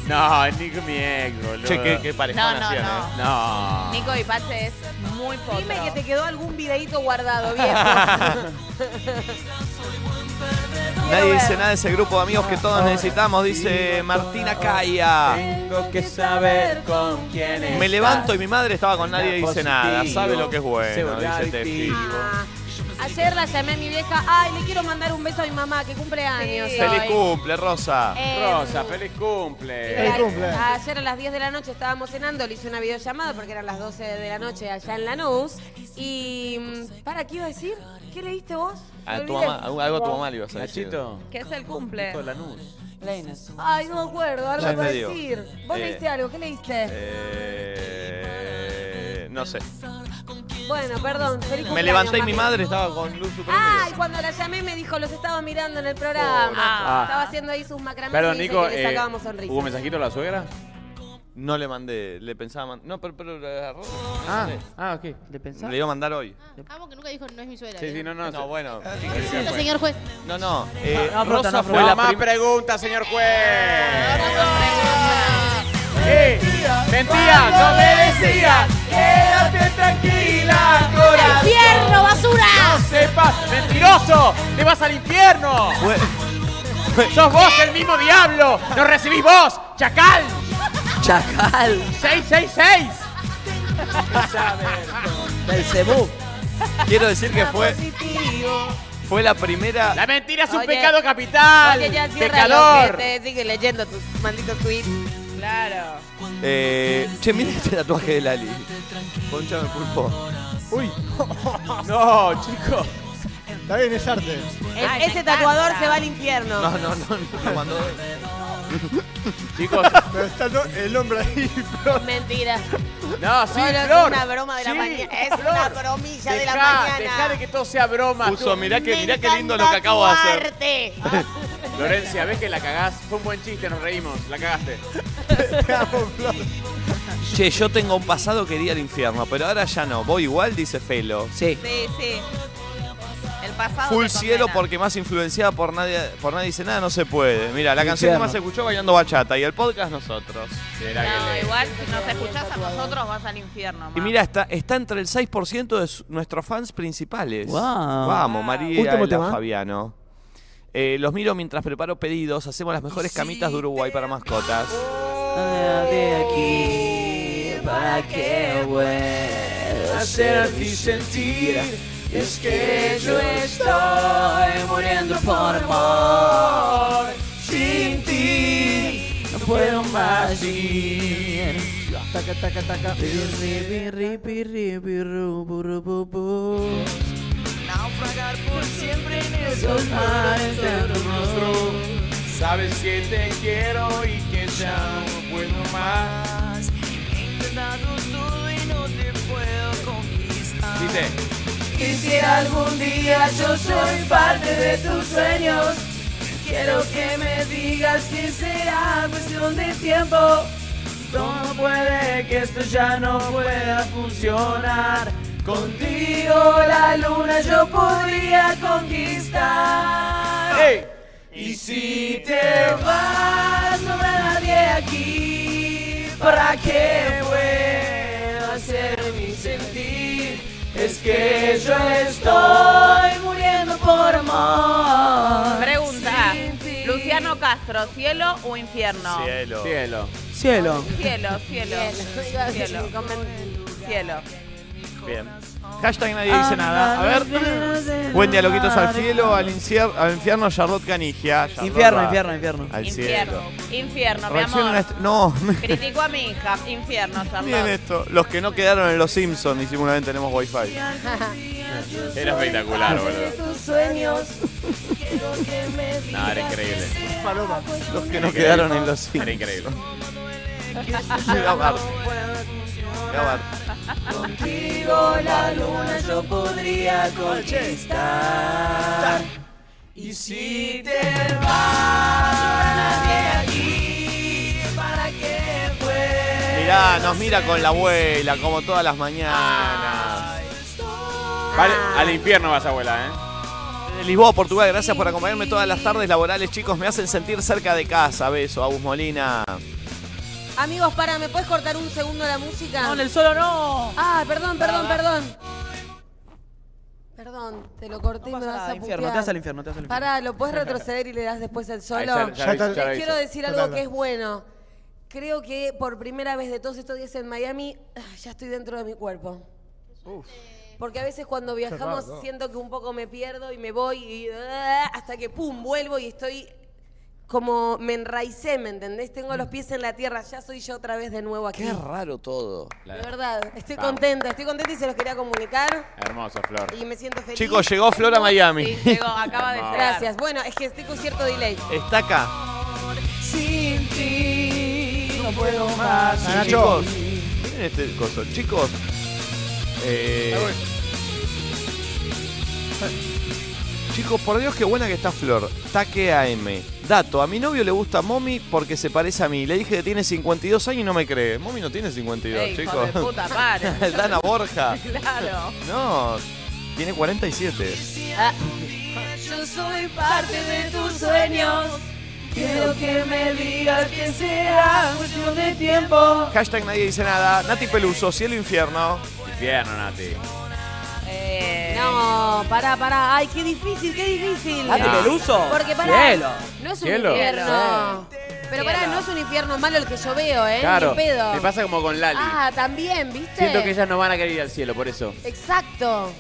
No, es Nico mi ex, boludo.
Ah, Che, qué, qué parejón
No, no,
hacían,
no.
¿eh?
No.
Nico y Pache es muy poco.
Dime que te quedó algún videíto
(laughs)
guardado, viejo.
Nadie dice nada de ese grupo de amigos que todos necesitamos, dice Martina Calla.
Tengo que saber con quién es.
Me levanto y mi madre estaba con nadie dice nada. Sabe lo que es bueno, dice Tefi.
Ah, Ayer la llamé a mi vieja. Ay, le quiero mandar un beso a mi mamá que cumple años.
Sí.
Feliz
Ay.
cumple, Rosa.
Eh,
Rosa, feliz cumple.
Feliz cumple.
Ayer a las 10 de la noche estábamos cenando, le hice una videollamada porque eran las 12 de la noche allá en Lanús. Y. mm, ¿Para qué iba a decir? ¿Qué leíste vos?
A
Me
Ah, tu
olvidé.
mamá, algo a tu mamá le ibas a decir.
Nachito.
Que es el cumple.
Nico Lanús.
Ay, no me acuerdo, algo
Ya
iba a
te digo.
decir. Vos
Eh.
leíste algo, ¿qué leíste?
este, Eh, no sé.
Bueno, perdón. feliz
Me
cumpleaños,
levanté y
mami.
mi madre estaba con luz suprema.
Ay, cuando la llamé me dijo, los estaba mirando en el programa.
Ah.
Estaba haciendo ahí sus macramés
Oh, Perdón,
y dice
Nico.
que le
eh,
sacábamos sonrisas.
¿Hubo
(laughs)
mensajito a la suegra?
No le mandé, le pensaba. man- No, pero, pero la agarró.
Ah, ah, ok.
¿Le pensás?
Le iba a mandar hoy.
Ah, porque nunca dijo no es mi suegra.
Sí, sí, no, no.
No, Ah, bueno.
Siento, señor juez.
No, no. eh,
No, no,
Rosa
Prota, no,
fue
Prota.
No
la primera.
más preguntas, señor juez. ¿Qué? Mentira, no me decías. Quédate tranquila, corazón.
¡Infierno, basura!
sepas, mentiroso, te vas al infierno.
Fue,
Sos vos el mismo diablo, no recibís vos, chacal.
Chacal.
666.
Del Cebú.
quiero decir
Ah,
que
pues
fue. Fue la primera.
La mentira es un
Oye,
pecado capital.
Oye, ya cierra los
pecador.
lentes, sigue leyendo tus malditos tweets.
Claro.
eh, che, mira este tatuaje de Lali. Ponchame el pulpo.
Uy,
No, chicos.
está bien, es arte.
El-
Ay, me
ese tatuador
encanta.
se va al infierno.
No, no, no, no lo mandó hoy.
Chicos,
Pero está to- el hombre ahí. pero-
Mentira.
no, Ah, sí,
Solo es
Flor.
una broma de la
Sí,
mañana. Es
Flor.
una bromilla de la
Dejá,
mañana.
dejá de que todo sea broma.
Puso, mirá que,
Me
mirá qué lindo lo
encanta
que acabo de
tu
hacer.
arte.
Florencia, ves que la cagás. Fue un buen chiste, nos reímos. La cagaste.
Te amo, Flor.
Che, yo tengo un pasado que iría al infierno, pero ahora ya no. Voy igual, dice Felo.
Sí.
Sí, sí. El pasado.
Full
te
cielo
condena.
porque más influenciada por nadie, por nadie dice nada, no se puede. Mira, la canción que
Infierno.
más se escuchó bailando bachata y el podcast nosotros.
Será
No,
que le-
igual si nos escuchás a nosotros vas al infierno.
Y
ma.
mira, está, está entre el 6% de su- nuestros fans principales.
Guau.
Vamos, María
Último
Ela
tema.
Fabiano. Eh, los miro mientras preparo pedidos, hacemos las mejores camitas de Uruguay para mascotas.
De aquí, para que
Hacerte sentir es que yo
estoy muriendo por amor. Sin ti no puedo más ir.
Taca, taca, taca.
Pirri, pirri, pirri, pirru, burru, bu, bu. Esos mares de tu rostro.
Sabes que te quiero y que ya no puedo más. Dice,
Y si algún día yo soy parte de tus sueños, quiero que me digas que será cuestión de tiempo. ¿Cómo puede que esto ya no pueda funcionar? Contigo la luna yo podría conquistar.
¡Ey!
Y si te vas, no habrá nadie aquí para que pueda hacer mi sentir. Es que yo estoy muriendo por amor.
Pregunta. Luciano Castro, ¿cielo o infierno?
Cielo.
Cielo.
Cielo.
Cielo, cielo.
Bien, iba a decir un
Cielo.
comentario.
Cielo.
Bien. Hashtag nadie dice nada. A ver. Buen día, loquitos al cielo, al, incier- al infierno, Charlotte Canigia. Charlotte
Infierno,
va
infierno, infierno.
Al
Infierno,
cielo.
infierno, mi
Reacciona
amor.
a esto- (laughs) No,
Critico a mi hija, infierno,
miren
Charlotte.
esto. Los que no quedaron en Los Simpsons y seguramente tenemos wifi.
Era espectacular, boludo.
Tus sueños, quiero que me digas.
No, era increíble.
Paloma.
Los que no quedaron en Los
Era
Simpsons.
increíble.
Gabardo. Gabardo.
Contigo la luna yo podría conquistar. Y si te vas, no habrá nadie aquí para que vuelvas.
Mirá, nos mira con la abuela, como todas las mañanas.
Vale, al infierno vas, abuela, ¿eh?
De Lisboa, Portugal, gracias por acompañarme todas las tardes laborales, chicos. Me hacen sentir cerca de casa. Beso, Agus Molina.
Amigos, para, ¿me puedes cortar un segundo la música?
No, en el solo no.
Ah, perdón, perdón, perdón. Perdón, te lo corté y me vas a
al infierno, te
putear.
vas al infierno, te vas al infierno.
Pará,
(laughs)
lo puedes retroceder y le das después el
¿eh?
solo.
Ahí ya- ya lo hizo, ya lo
Les
hizo.
quiero decir
Ya
algo
tarda.
que es bueno. Creo que por primera vez de todos estos días en Miami, ah, ya estoy dentro de mi cuerpo. Porque a veces cuando viajamos
bárbaro.
siento que un poco me pierdo y me voy y ah, hasta que pum, vuelvo y estoy como me enraicé, ¿me entendés? Tengo los pies en la tierra, ya soy yo otra vez de nuevo aquí.
raro todo.
La-
De verdad, estoy
Vamos.
contenta, estoy contenta y se los quería comunicar
Hermoso, Flor.
y me siento feliz.
Chicos, llegó Flor a Miami.
Sí, llegó, acaba de llegar.
Gracias. Bueno, es que estoy con cierto delay.
Está acá.
Sin ti no puedo más.
Ah, Nacho.
Chicos, miren este coso. Chicos, eh,
Ah, bueno.
chicos, por Dios, qué buena que está Flor. Taque AM. Dato, a mi novio le gusta Momi porque se parece a mí. Le dije que tiene 52 años y no me cree. Momi no tiene 52,
Ey, hijo
chicos.
de puta, pare.
(laughs) Dana Borja.
Claro.
No, tiene 47.
Ah.
Yo soy parte de tus sueños.
Quiero que me digas que será cuestión de tiempo.
Hashtag nadie dice nada. Nati Peluso, cielo infierno.
Infierno, Nati.
Eh,
No, pará, pará. Ay, qué difícil, qué difícil.
Date
Ah.
Peluso.
Porque pará,
Cielo.
no es un
Cielo.
infierno. Pero pará,
Cielo.
no es un infierno malo el que yo veo, ¿eh?
Claro.
Ni pedo.
Me pasa como con Lali.
Ah, también, ¿viste?
Siento que ellas no van a querer ir al cielo, por eso.
Exacto.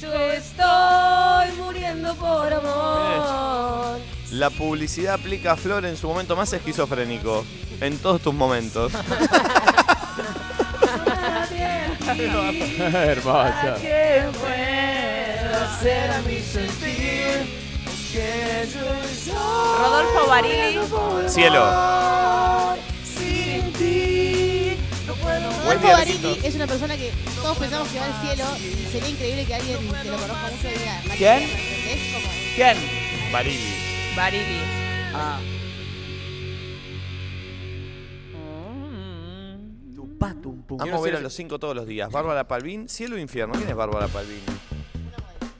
Yo estoy muriendo por amor.
La publicidad aplica a Flor en su momento más esquizofrénico. En todos tus momentos.
(laughs) Hermoso.
que pueda ser a mi sentir. Es que yo soy
Rodolfo Barili.
Cielo.
sin ti. No puedo más.
Buen
Rodolfo
día,
Barili
besitos.
es una persona que todos pensamos que va al cielo y sería increíble que alguien que lo conozca mucho diga. "María,
¿Quién?
¿entendés? Como-
¿Quién?
Barili.
Barili.
Ah.
Vamos a ver a los cinco todos los días. Bárbara Palvin, cielo e infierno. ¿Quién es Bárbara Palvin?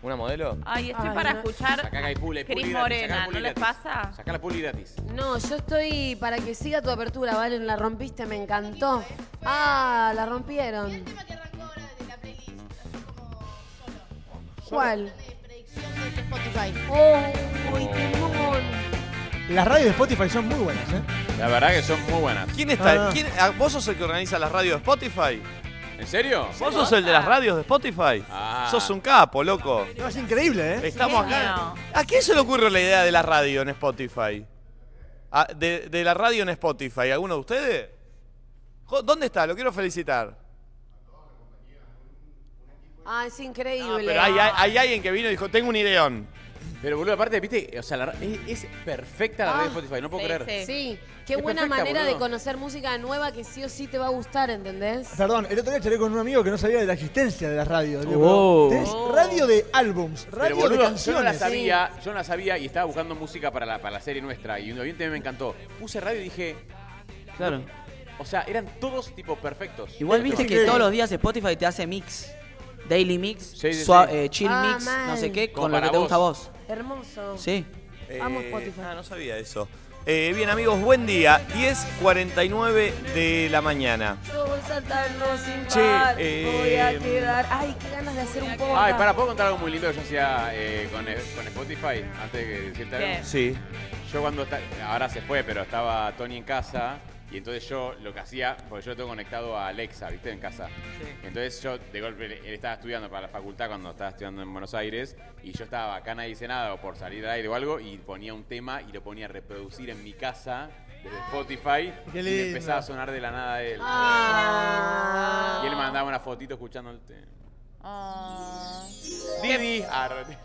Una modelo.
Ay, estoy para escuchar
Sacá que hay puli, puli
Cris
gratis, sacá
Morena,
puli
¿no les
gratis.
pasa?
Sacá la puli gratis.
No, yo estoy para que siga tu apertura, ¿vale? La rompiste, me encantó. Ah, la rompieron.
tema que arrancó ahora de la playlist, así como solo,
¿Cuál?
de predicción de Spotify.
Oh, uy, temón.
Las radios de Spotify son muy buenas, ¿eh?
La verdad que son muy buenas.
¿Quién está?
Ah.
¿Quién- ah, ¿Vos sos el que organiza las radios de Spotify?
¿En serio?
¿Vos sos el de las radios de Spotify?
Ah.
Sos un capo, loco.
No, es increíble, ¿eh?
Estamos acá.
Genio.
¿A quién se le ocurre la idea de la radio en Spotify? Ah, de, de la radio en Spotify, ¿alguno de ustedes? Jo- ¿Dónde está? Lo quiero felicitar.
Ah, es
Ah,
increíble.
pero hay, hay- hay alguien que vino y dijo, tengo un ideón.
Pero boludo, aparte, viste, o sea, la ra- es, es perfecta la red de Spotify, no puedo
Ah, sí,
creer.
sí.
Ah. Sí, qué
Es
buena
perfecta,
manera de
boludo.
conocer música nueva que sí o sí te va a gustar, ¿entendés?
Perdón, el otro día charlé con un amigo que no sabía de la existencia de las radios. Le digo,
Oh.
"Tenés radio de álbums,
Pero
radio de
boludo, yo no la
canciones.
sabía, yo no la sabía y estaba buscando música para la, para la serie nuestra y un oyente me encantó. Puse radio y dije,
Claro.
o sea, eran todos tipo perfectos.
Igual
Los
viste
temas.
que todos los días Spotify te hace mix. Daily mix,
Sí, sí,
sua-
sí.
eh, chill
Ah,
mix, no
mal.
sé qué,
Como
con lo que
para
te gusta a vos.
vos.
Hermoso.
Sí.
Vamos, Spotify.
Ah, no sabía eso. Eh, bien, amigos, buen día. 10.49 de la mañana.
Todos saltando sin
Che,
par,
eh,
voy a quedar. Ay, qué ganas de hacer un poco.
Ay, para, ¿puedo contar algo muy lindo que yo hacía eh, con, con Spotify antes de decirte
¿Qué?
algo?
Sí.
Yo cuando esta- ahora se fue, pero estaba Tony en casa Y entonces yo lo que hacía, porque yo lo tengo conectado a Alexa, ¿viste? En casa. Entonces yo, de golpe, él él estaba estudiando para la facultad cuando estaba estudiando en Buenos Aires y yo estaba acá, nadie dice nada, o por salir al aire o algo, y ponía un tema y lo ponía a reproducir en mi casa desde Spotify
Qué
y
lindo.
me empezaba a sonar de la nada de él. Y él mandaba una fotito escuchando el tema. Didi. Arre.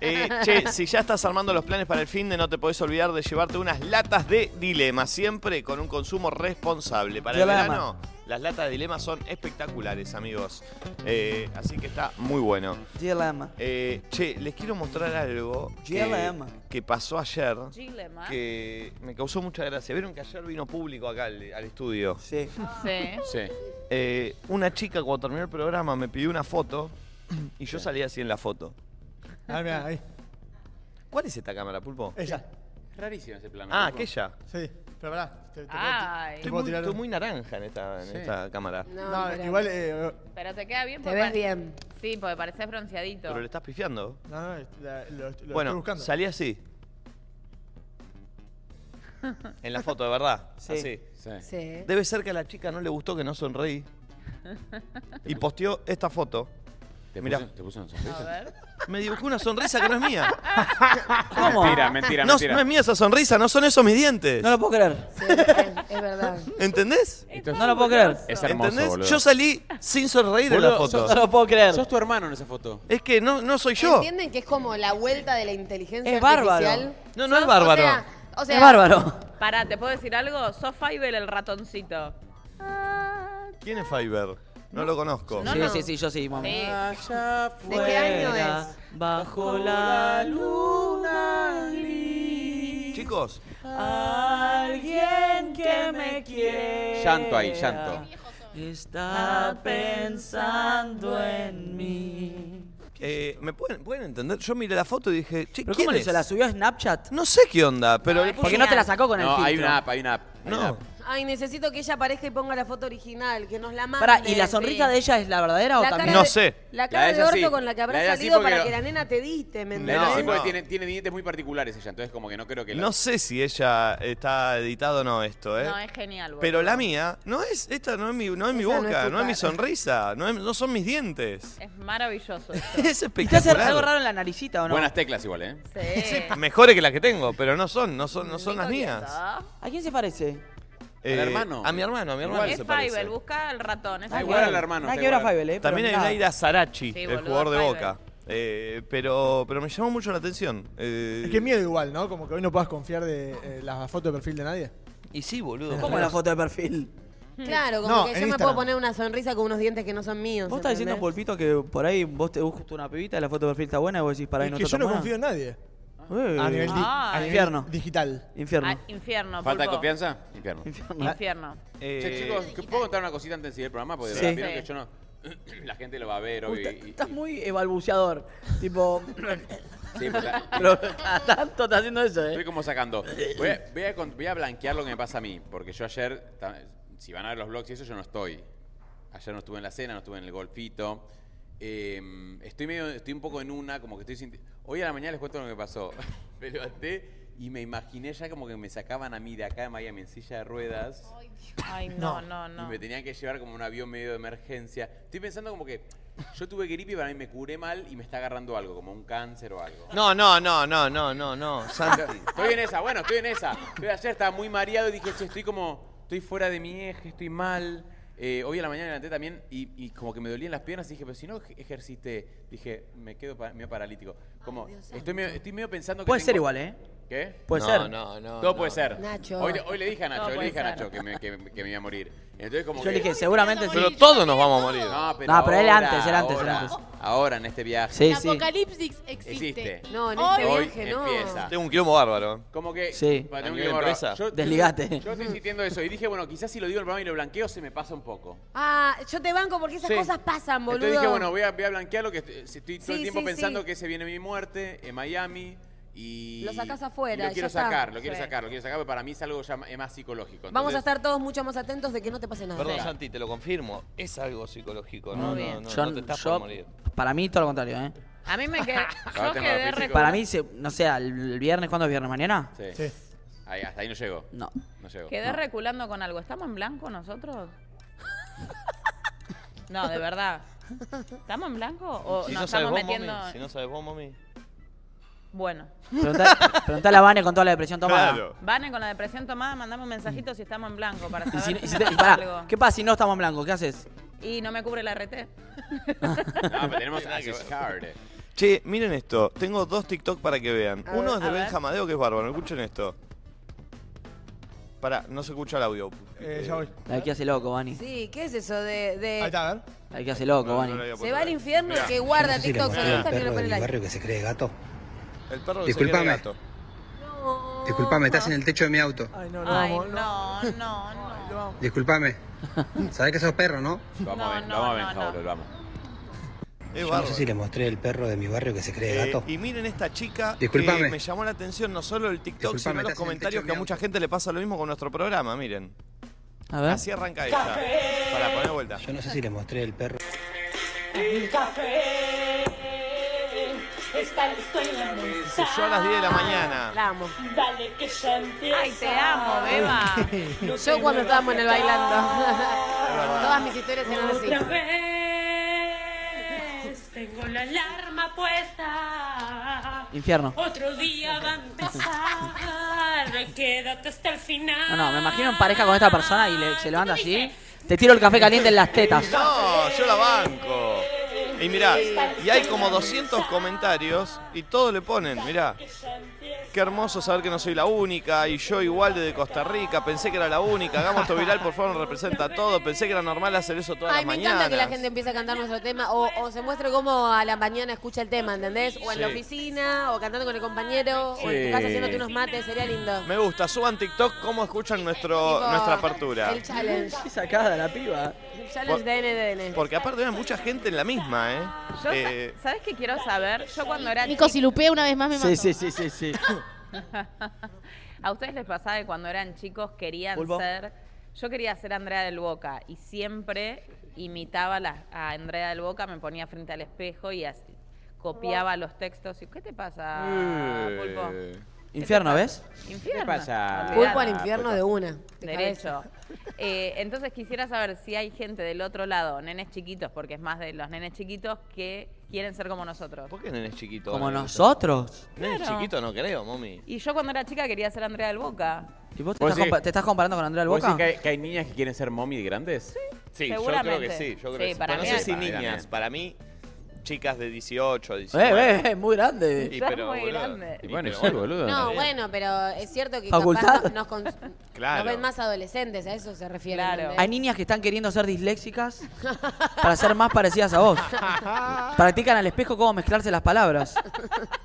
Eh, che, si ya estás armando los planes para el fin de no te podés olvidar de llevarte unas latas de dilema, siempre con un consumo responsable. Para
Dilema.
el verano, las latas de dilema son espectaculares, amigos. Eh, así que está muy bueno.
Dilema.
Eh, che, les quiero mostrar algo que,
Dilema.
que pasó ayer
Dilema.
que me causó mucha gracia. Vieron que ayer vino público acá al, al estudio.
Sí.
Sí.
(laughs)
Sí.
Eh, una chica cuando terminó el programa me pidió una foto y yo salí así en la foto.
Ah, mirá, ahí.
¿Cuál es esta cámara, Pulpo?
Ella.
Rarísimo ese plano.
Ah,
loco.
aquella.
Sí. Pero pará. Te, te puedo-
Ay.
Estoy
puedo
muy,
tirar
estoy
un-
muy naranja en esta, en
Sí.
esta cámara.
No,
No,
pero-
igual. eh,
Pero te queda bien
Te
porque
ves
pare-
bien.
Sí, porque pareces bronceadito.
Pero le estás pifiando.
no, no, la- lo, lo estoy
bueno,
buscando.
salí así. En la foto, de verdad.
Sí.
Así.
Sí.
Sí.
Debe ser que a la chica no le gustó que no sonreí. Y posteó esta foto.
¿Te
Mirá.
puso- ¿Te puso una
A
Ah.
sonrisa?
ver.
Me dibujó una sonrisa que no es mía.
(laughs) ¿Cómo?
Mentira, mentira,
No,
mentira.
no es mía esa sonrisa, no son esos mis dientes.
No lo puedo creer.
Sí, es, es verdad.
¿Entendés?
Esto es-
No lo puedo creer.
Es hermoso,
¿Entendés?
boludo.
Yo salí sin sonreír en la
Boludo,
foto.
No lo puedo creer.
Sos tu hermano en esa foto.
Es que no, no soy yo.
¿Entienden que es como la vuelta de la inteligencia
Es bárbaro.
artificial?
No, no es bárbaro.
O sea, o sea,
Es bárbaro.
Pará, ¿te puedo decir algo? Sos Fiverr el ratoncito.
¿Quién es Fiverr? No lo conozco.
No,
sí,
no.
sí, sí, yo sí, mami.
Sí.
Allá
¿De qué año es?
Bajo la luna
Chicos,
Alguien que me quiere.
Llanto ahí, llanto.
Está pensando en mí.
eh, ¿me pueden, pueden entender? Yo miré la foto y dije, che,
¿Pero
¿quién
cómo le
es?
hizo? ¿La subió a Snapchat?
No sé qué onda, pero le
Porque
puse...
no te la sacó con el
No,
filtro.
hay una app, hay una app. hay una
No.
app.
Ay, necesito que ella aparezca y ponga la foto original, que nos la mande.
Pará, ¿y la sonrisa de ella es la verdadera o
La
también?
cara
No
de-
sé.
(laughs)
La
La
cara
de
de
ella
orto
sí.
con la que habrá
La de ella sí,
salido
porque
para
lo-
que la nena te diste, ¿me
La
No,
nena
entendés?
sí, porque
no.
tiene, tiene dientes muy particulares ella, entonces como que no creo que la...
No sé si ella está editado o no esto, ¿eh?
No, es genial, boludo.
Pero la mía, no es, esta no es mi, no es mi
Esa no
boca,
es
no
tu
es, mi
cara.
sonrisa, no, es- no son mis dientes.
Es
(laughs)
maravilloso esto.
Es
¿Y te hace
espectacular.
algo raro en la naricita o no?
Buenas teclas igual, ¿eh?
Sí.
Mejores que las que tengo, pero no son, no son, no son las
Rico
mías.
queso.
¿A quién se parece?
Eh,
hermano?
A mi hermano, a mi hermano
Igual.
Es
se parece.
Fiverr, busca el ratón. Es
Ah,
el
igual
ratón.
al hermano.
Nada
está
que ver a
igual.
Fiverr, eh,
También hay
pero nada.
Naira Sarachi,
Sí,
el
boludo,
jugador de
Fiverr.
Boca. Eh, pero, pero me llamó mucho la atención. Eh,
Es que miedo igual, ¿no? Como que hoy no puedas confiar de eh, la foto de perfil de nadie.
Y sí, boludo.
¿Cómo la foto de perfil?
(laughs)
Mm.
Claro, como
No,
que
en
yo me
Instagram.
puedo poner una sonrisa con unos dientes que no son míos.
¿Vos estás diciendo,
¿entendés?
Polpito, que por ahí vos te buscas una pibita y la foto de perfil está buena y vos decís, para ahí
es
no
que
está
yo no
tan
confío en nadie.
buena"? Eh,
A nivel, di- a
Ay.
nivel
Infierno.
digital.
Infierno.
Ah, infierno,
¿Falta de
pulpo.
confianza? Infierno.
Infierno.
Infierno.
Eh,
Che, chicos, ¿que- ¿puedo contar una cosita antes de seguir el programa? Porque de
Sí.
verdad, vieron
Sí.
que yo no... (clears throat) La gente lo va a ver,
Uy,
obvio.
ta-
y-
Estás
y-
muy eh, balbuceador.
(laughs)
Tipo,
Sí,
(laughs)
pues, la-
pero cada tanto estás haciendo eso,
Estoy
¿eh?
como sacando. Voy a, voy a con- voy a blanquear lo que me pasa a mí, porque yo ayer, ta- si van a ver los vlogs y eso, yo no estoy. Ayer no estuve en la cena, no estuve en el golfito. Eh, estoy medio, estoy un poco en una, como que estoy sinti- Hoy a la mañana les cuento lo que me pasó. (laughs) Me levanté y me imaginé ya como que me sacaban a mí de acá de Miami en silla de ruedas.
Ay, no, no,
Y
no.
me tenían que llevar como un avión medio de emergencia. Estoy pensando como que yo tuve gripe y para mí me curé mal y me está agarrando algo, como un cáncer o algo.
No, no, no, no, no, no, no. Santi.
(laughs) Estoy en esa, bueno, estoy en esa. Yo ayer estaba muy mareado y dije, "Che, estoy como, estoy fuera de mi eje, estoy mal. Eh, hoy a la mañana me levanté también y, y como que me dolían las piernas y dije, pero si no ej- ejercité, dije, me quedo pa- medio paralítico. Como, estoy medio, estoy medio pensando que
Puede ser
tengo-
igual, ¿eh?
¿Qué?
Puede
no,
ser.
No, no,
Todo
no.
puede ser.
Nacho.
Hoy, le- hoy le dije a Nacho,
Todo
hoy le
puede
dije a
ser.
Nacho que me, que me- que me iba a morir. Entonces como
Yo
que...
le dije, seguramente sí.
Pero todos nos vamos a morir.
No, pero,
No, pero él
ahora,
antes, él antes, él
ahora,
antes.
Ahora, en este viaje.
Sí,
El
sí.
apocalipsis existe.
Existe.
No, en
Hoy-
este
Hoy
viaje no.
empieza.
Tengo un quilombo bárbaro.
Como que.
Sí.
Para
¿A
tener un
nivel
tiempo
empresa?
raro. Yo-
Desligate.
Yo estoy sintiendo eso. Y dije, bueno, quizás si lo digo en el programa y lo blanqueo, se me pasa un poco.
Ah, yo te banco porque esas
Sí.
cosas pasan, boludo.
Entonces dije, bueno, voy a, voy a blanquearlo, que estoy, estoy todo
Sí,
el tiempo
sí,
pensando
sí.
que se viene mi muerte en Miami. Y
Lo sacás afuera,
y
ya
Lo quiero
está.
sacar, lo quiero
Sí.
sacar, lo quiero sacar, porque para mí es algo ya ma- es más psicológico.
Vamos a
Entonces,
estar todos mucho más atentos de que no te pase nada.
Perdón,
Sí.
Santi, te lo confirmo. Es algo psicológico.
Muy
No, no,
bien.
no,
Yo,
no te estás
yo-
por morir.
para mí todo lo contrario, ¿eh?
A mí me quedé.
Ahora
Yo
tengo
quedé
la física.
re-
Para mí, se- no sé, el viernes, ¿cuándo es viernes? ¿Mañana?
Sí.
Sí.
Ahí, hasta ahí no llego.
No.
No llego.
Quedé
No.
reculando con algo. ¿Estamos en blanco
(laughs)
nosotros? No, de verdad. ¿Estamos en blanco? ¿O
si
nos
no sabes
estamos
vos,
metiendo.?
mami. Si no sabes vos, mami.
Bueno.
Preguntá- Preguntale a Vane con toda la depresión tomada.
Claro.
Vane, con la depresión tomada, mandame un mensajito si estamos en blanco para
Y
saber
si-
si
y si te- y
pasa
pará,
algo.
¿Qué pasa si no estamos en blanco? ¿Qué haces?
Y no me cubre la RT.
No, pero tenemos a Card.
Che, miren esto. Tengo dos TikTok para que vean.
A
Uno
ver.
es de
A ver.
Ben Jamadeo, que es bárbaro. Escuchen esto. Pará, no se escucha el audio.
Eh, ya voy.
La que hace loco, Vani.
Sí, ¿qué es eso de. de-
Ahí está, a ver.
La que hace loco,
No, no
Vani.
lo voy a
se
poner.
va al infierno
Mirá,
el que guarda
No sé si le
TikTok
conocen al
solista que no
perro
pone
del
like.
barrio que se cree gato.
El perro que se
Disculpame.
quiere gato.
Disculpame, estás en el techo de mi auto.
Ay, no, no,
Ay,
vamos, no.
no, no, no.
Disculpame. Sabés que sos perro, ¿no?
Lo vamos
No,
a ver,
no,
lo vamos a ver,
no, no.
Jauro, lo vamos.
Yo
Es
no
bárbaro.
sé si le mostré el perro de mi barrio que se cree
Eh,
gato.
y miren esta chica que
Disculpame.
me llamó la atención no solo el TikTok,
Disculpame,
sino los
estás en el
comentarios
techo de
que a
mi
mucha gente le pasa lo mismo con nuestro programa, miren.
A ver.
Así arranca esta. Para poner vuelta.
¿Ah? Yo no sé si le mostré el perro.
Se yo a las 10 de la mañana.
La amo.
Ay, te amo,
(laughs)
Beba.
Yo cuando estábamos en el bailando.
Todas mis historias eran así.
Pues Tengo la alarma puesta.
Infierno.
Otro día va a empezar. Quédate hasta el final.
No, no, me imagino en pareja con esta persona y le- se levanta así. Te tiro el café caliente en las tetas.
No, yo la banco. Y mirá, y hay como 200 comentarios y todos le ponen, mirá. Qué hermoso saber que no soy la única y yo igual desde Costa Rica. Pensé que era la única. Hagamos esto viral, por favor, nos representa todo. Pensé que era normal hacer eso todas
Ay,
las
me
mañanas.
encanta que la gente empiece a cantar nuestro tema o, o se muestre cómo a la mañana escucha el tema, ¿entendés? O en la
Sí.
oficina, o cantando con el compañero, o en
Sí.
tu casa haciéndote unos mates, sería lindo.
Me gusta, suban TikTok cómo escuchan nuestro,
Tipo,
nuestra apertura.
El challenge.
Qué sacada la piba.
El challenge de NDN.
Porque aparte había mucha gente en la misma, ¿eh?
Yo,
Eh,
sa- ¿Sabes qué quiero saber? Yo cuando era
Nico,
chica.
si lupea una vez más me mató.
Sí, sí, sí, sí, sí.
(laughs) ¿A ustedes les pasaba que cuando eran chicos querían
Pulpo.
ser... Yo quería ser Andrea del Boca y siempre imitaba la- a Andrea del Boca, me ponía frente al espejo y as- copiaba los textos. y, ¿Qué te pasa,
Mm.
Pulpo?
Eh, Infierno, ¿ves?
Infierno.
Ah, ¿Qué pasa?
Pulpo al infierno
Ah,
de una. de
Derecho. (laughs) Eh, entonces quisiera saber si hay gente del otro lado, nenes chiquitos, porque es más de los nenes chiquitos, que quieren ser como nosotros.
¿Por qué nenes chiquitos?
Como
Ahora,
nosotros.
Nenes
Claro.
chiquitos no creo, mami.
Y yo cuando era chica quería ser Andrea del Boca.
¿Y vos te
Vos
estás,
decís-
compa- te estás comparando con Andrea del
¿Vos
Boca?
decís que hay, que hay niñas que quieren ser mommy de grandes?
Sí, yo creo que
Seguramente.
sí. Yo creo
Sí,
que sí.
para
Pero
mí
no sé
hay-
si
Para mí
niñas,
también.
para mí, chicas de 18,
Eh,
19.
eh, muy grande.
Y
Ya es
pero,
muy
boludo.
grande.
Y
Y bueno,
pero,
sí, boludo.
No, bueno, pero es cierto que
¿Facultad?
capaz no- nos, con-
Claro.
nos ven más eh. adolescentes, a eso se refiere.
Claro.
¿entendés?
Hay niñas que están queriendo ser disléxicas para ser más parecidas a
(laughs)
vos. Practican al espejo cómo mezclarse las palabras.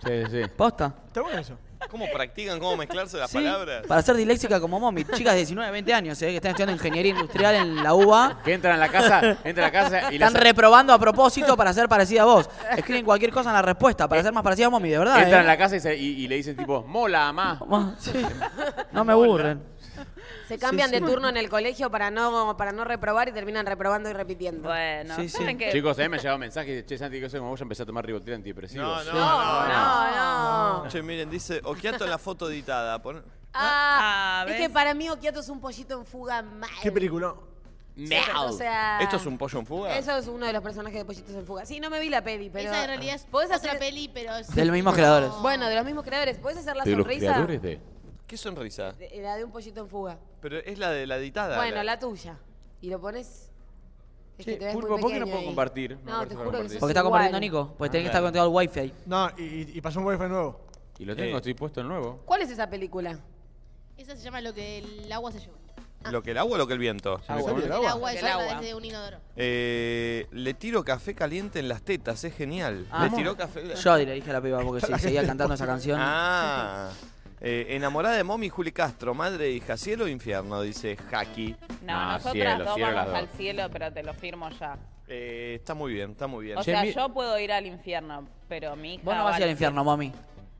Sí, sí.
¿Posta?
Está bueno eso.
¿Cómo practican cómo mezclarse las
Sí,
palabras?
Para ser disléxica como mommy. Chicas de 19, 20 años, eh, que están estudiando ingeniería industrial en la UBA.
Que entran a la casa, entran a la casa y las,
Están reprobando a propósito para ser parecida a vos. Escriben cualquier cosa en la respuesta para ser más parecida a mommy, de verdad.
entran
eh.
a la casa y, se- y- y le dicen tipo, mola, mamá.
Ma- sí. No me aburren.
Se cambian
Sí, sí.
de turno en el colegio para no, para no reprobar y terminan reprobando y repitiendo.
Bueno,
Sí, sí.
¿saben qué?
Chicos, a mí me llegado mensaje y dice, che, Santi, que sé como vos ya empecé a tomar ribotril antidepresivo.
No, no,
no,
no,
no.
Che, miren, dice Ojiato en la foto editada. Pon-
Ah,
Ah,
es
¿ves?
que para mí Okiato es un pollito en fuga mal.
Qué película.
O sea,
¿Esto es un pollo en fuga?
Eso es uno de los personajes de Pollitos en Fuga. Sí, no me vi la peli, pero.
Esa en realidad es
¿Podés
otra
hacer-
peli, pero... es-
De los mismos creadores.
Bueno, de los mismos creadores, ¿puedes hacer la
De los
sonrisa?
creadores de...
¿Qué sonrisa?
De- eh, La de un pollito en fuga.
Pero es la de la editada.
bueno, la... tuya. Y lo pones. Es
Che,
que te ves muy
Pulpo, ¿por qué no
pequeño
puedo
ahí.
compartir? No me
No,
parece
te
que
juro que
compartir.
sos
Porque está compartiendo
igual.
Nico.
Ah,
Porque tenés que estar conectado al wifi.
No, y, y pasó un wifi nuevo. Eh.
Y lo tengo, estoy puesto en nuevo.
¿Cuál es esa película?
Esa se llama lo que el agua se llevó.
¿Lo que el agua o lo que el viento?
Ya me
Agua.
comí.
El
El agua
El
se lleva
agua.
desde un inodoro.
Eh, le tiro café caliente en las tetas, es genial.
Ah,
le tiró
bueno.
café.
Yo le dije a la piba porque sí, seguía cantando esa canción.
Ah. Eh, enamorada de Momi Juli Castro, madre e hija, cielo o infierno, dice Jaki.
No,
Ah,
nosotras
cielo,
dos
cielo las
vamos
dos.
al cielo, pero te lo firmo ya.
Eh, está muy bien, está muy bien.
O
Che,
sea,
mi-
yo puedo ir al infierno, pero mi hija.
Vos no
va
vas a ir al infierno, mami.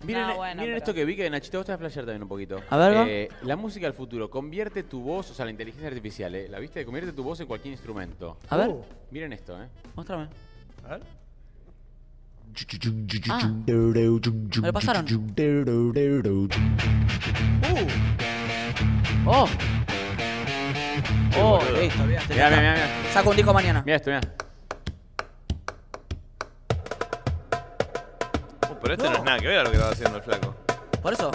Miren,
Ah,
e-
No, bueno,
miren
pero-
esto que vi que Nachito, vos te vas a flashear también un poquito.
A ver, va.
Eh, la música del futuro convierte tu voz, o sea, la inteligencia artificial, eh, ¿la viste? Convierte tu voz en cualquier instrumento.
A ver,
Uh,
Miren esto, ¿eh?
muéstrame.
a ver.
Ah, me lo pasaron.
Uh,
Oh. Oh,
boludo.
listo, bien.
Mirá, mirá, mirá, mirá.
Saco un disco mañana.
Mira esto, mira. pero este no. es nada que ver a lo que estaba haciendo el flaco.
Por eso.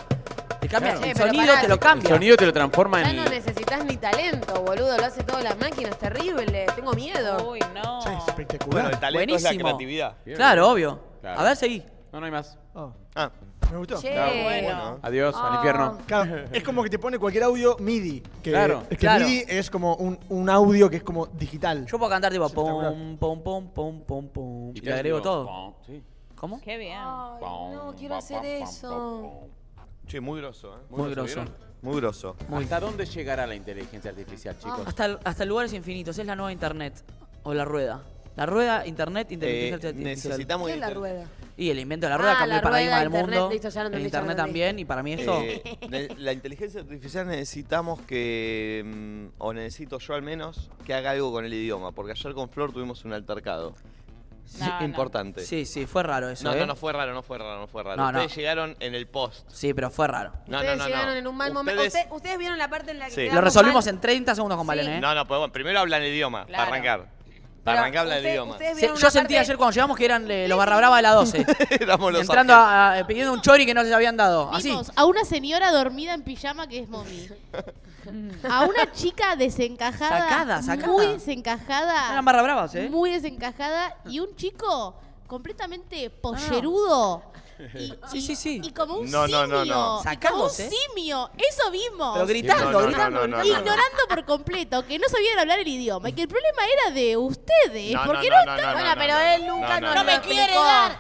Te cambia
Claro.
el
Che, Eh, pero
sonido,
pará,
te lo cambia.
El sonido te lo transforma
Ya
en.
no necesitas ni talento, boludo. Lo hace todas las máquinas. Es terrible. Tengo miedo.
Uy, no.
Bueno, el talento es la
Buenísimo.
creatividad.
Claro, obvio. A ver, seguí.
No, no hay más.
Ah, me gustó.
Che. Está bueno.
Adiós,
Ah.
al infierno.
Claro, es como que te pone cualquier audio MIDI. Que,
Claro.
Es que
Claro.
MIDI es como un, un audio que es como digital.
Yo puedo cantar tipo
espectacular.
pom, pom, pom, pom, pom, pom. Y
te
le agrego
hace
todo.
pom, sí.
¿Cómo?
Qué bien.
no,
quiero hacer eso.
Che, muy grosso, ¿eh?
Muy grosso.
¿vieron? Muy grosso.
¿Hasta dónde llegará la inteligencia artificial, chicos? (laughs)
Hasta, el- hasta lugares infinitos. Es la nueva internet. O la rueda. La rueda, internet,
Eh,
inteligencia artificial.
necesitamos...
¿Qué es la
inter-
rueda?
Y el invento de la rueda
Ah,
cambió el
la
paradigma
rueda,
del
internet,
mundo.
listo, ya lo
el
entendí, ya lo
internet
entendí.
también. Y para mí eso.
Eh, ne- la inteligencia artificial necesitamos que, mm, o necesito yo al menos, que haga algo con el idioma, porque ayer con Flor tuvimos un altercado.
No, no.
Importante.
Sí, sí, fue raro eso.
No,
¿eh?
no, no fue raro, no fue raro, no fue raro.
No, no.
Ustedes llegaron en el post.
Sí, pero fue raro.
No,
Ustedes
no, no, no.
llegaron en un mal momento.
Ustedes-
Usted- ustedes vieron la parte en la que
Sí. Lo
Lo
quedamos
resolvimos
mal.
en 30 segundos con Valen, ¿eh?
No, no, pero bueno, primero hablan el idioma,
Claro.
para arrancar.
Pero
Para arrancar hablan el
usted-
idioma.
ustedes
Se-
vieron
yo
una
sentí
parte-
ayer cuando llegamos que
(laughs)
eran eh, los barra brava de la 12.
(laughs) Éramos los
entrando
argentinos.
a, a- pidiendo un chori que no les habían dado.
Ah,
Así.
Vimos a una señora dormida en pijama que es mommy. A una chica desencajada.
Sacada, sacada.
Muy desencajada.
Eran barra bravas, ¿eh?
Muy desencajada. Y un chico completamente pollerudo. Y,
Sí,
y-
sí, sí.
Y como un
No, no,
simio.
no, no.
y como
Sacándose.
un simio. Eso vimos.
Pero gritando,
No, no, no,
gritando.
no, no,
gritando.
Ignorando por completo que no sabían hablar el idioma y que el problema era de ustedes.
No, no,
porque
no,
no,
no,
estaban-
no,
Bueno,
no,
pero
no,
él
no, no,
nunca nos
no.
lo
No me
explicó.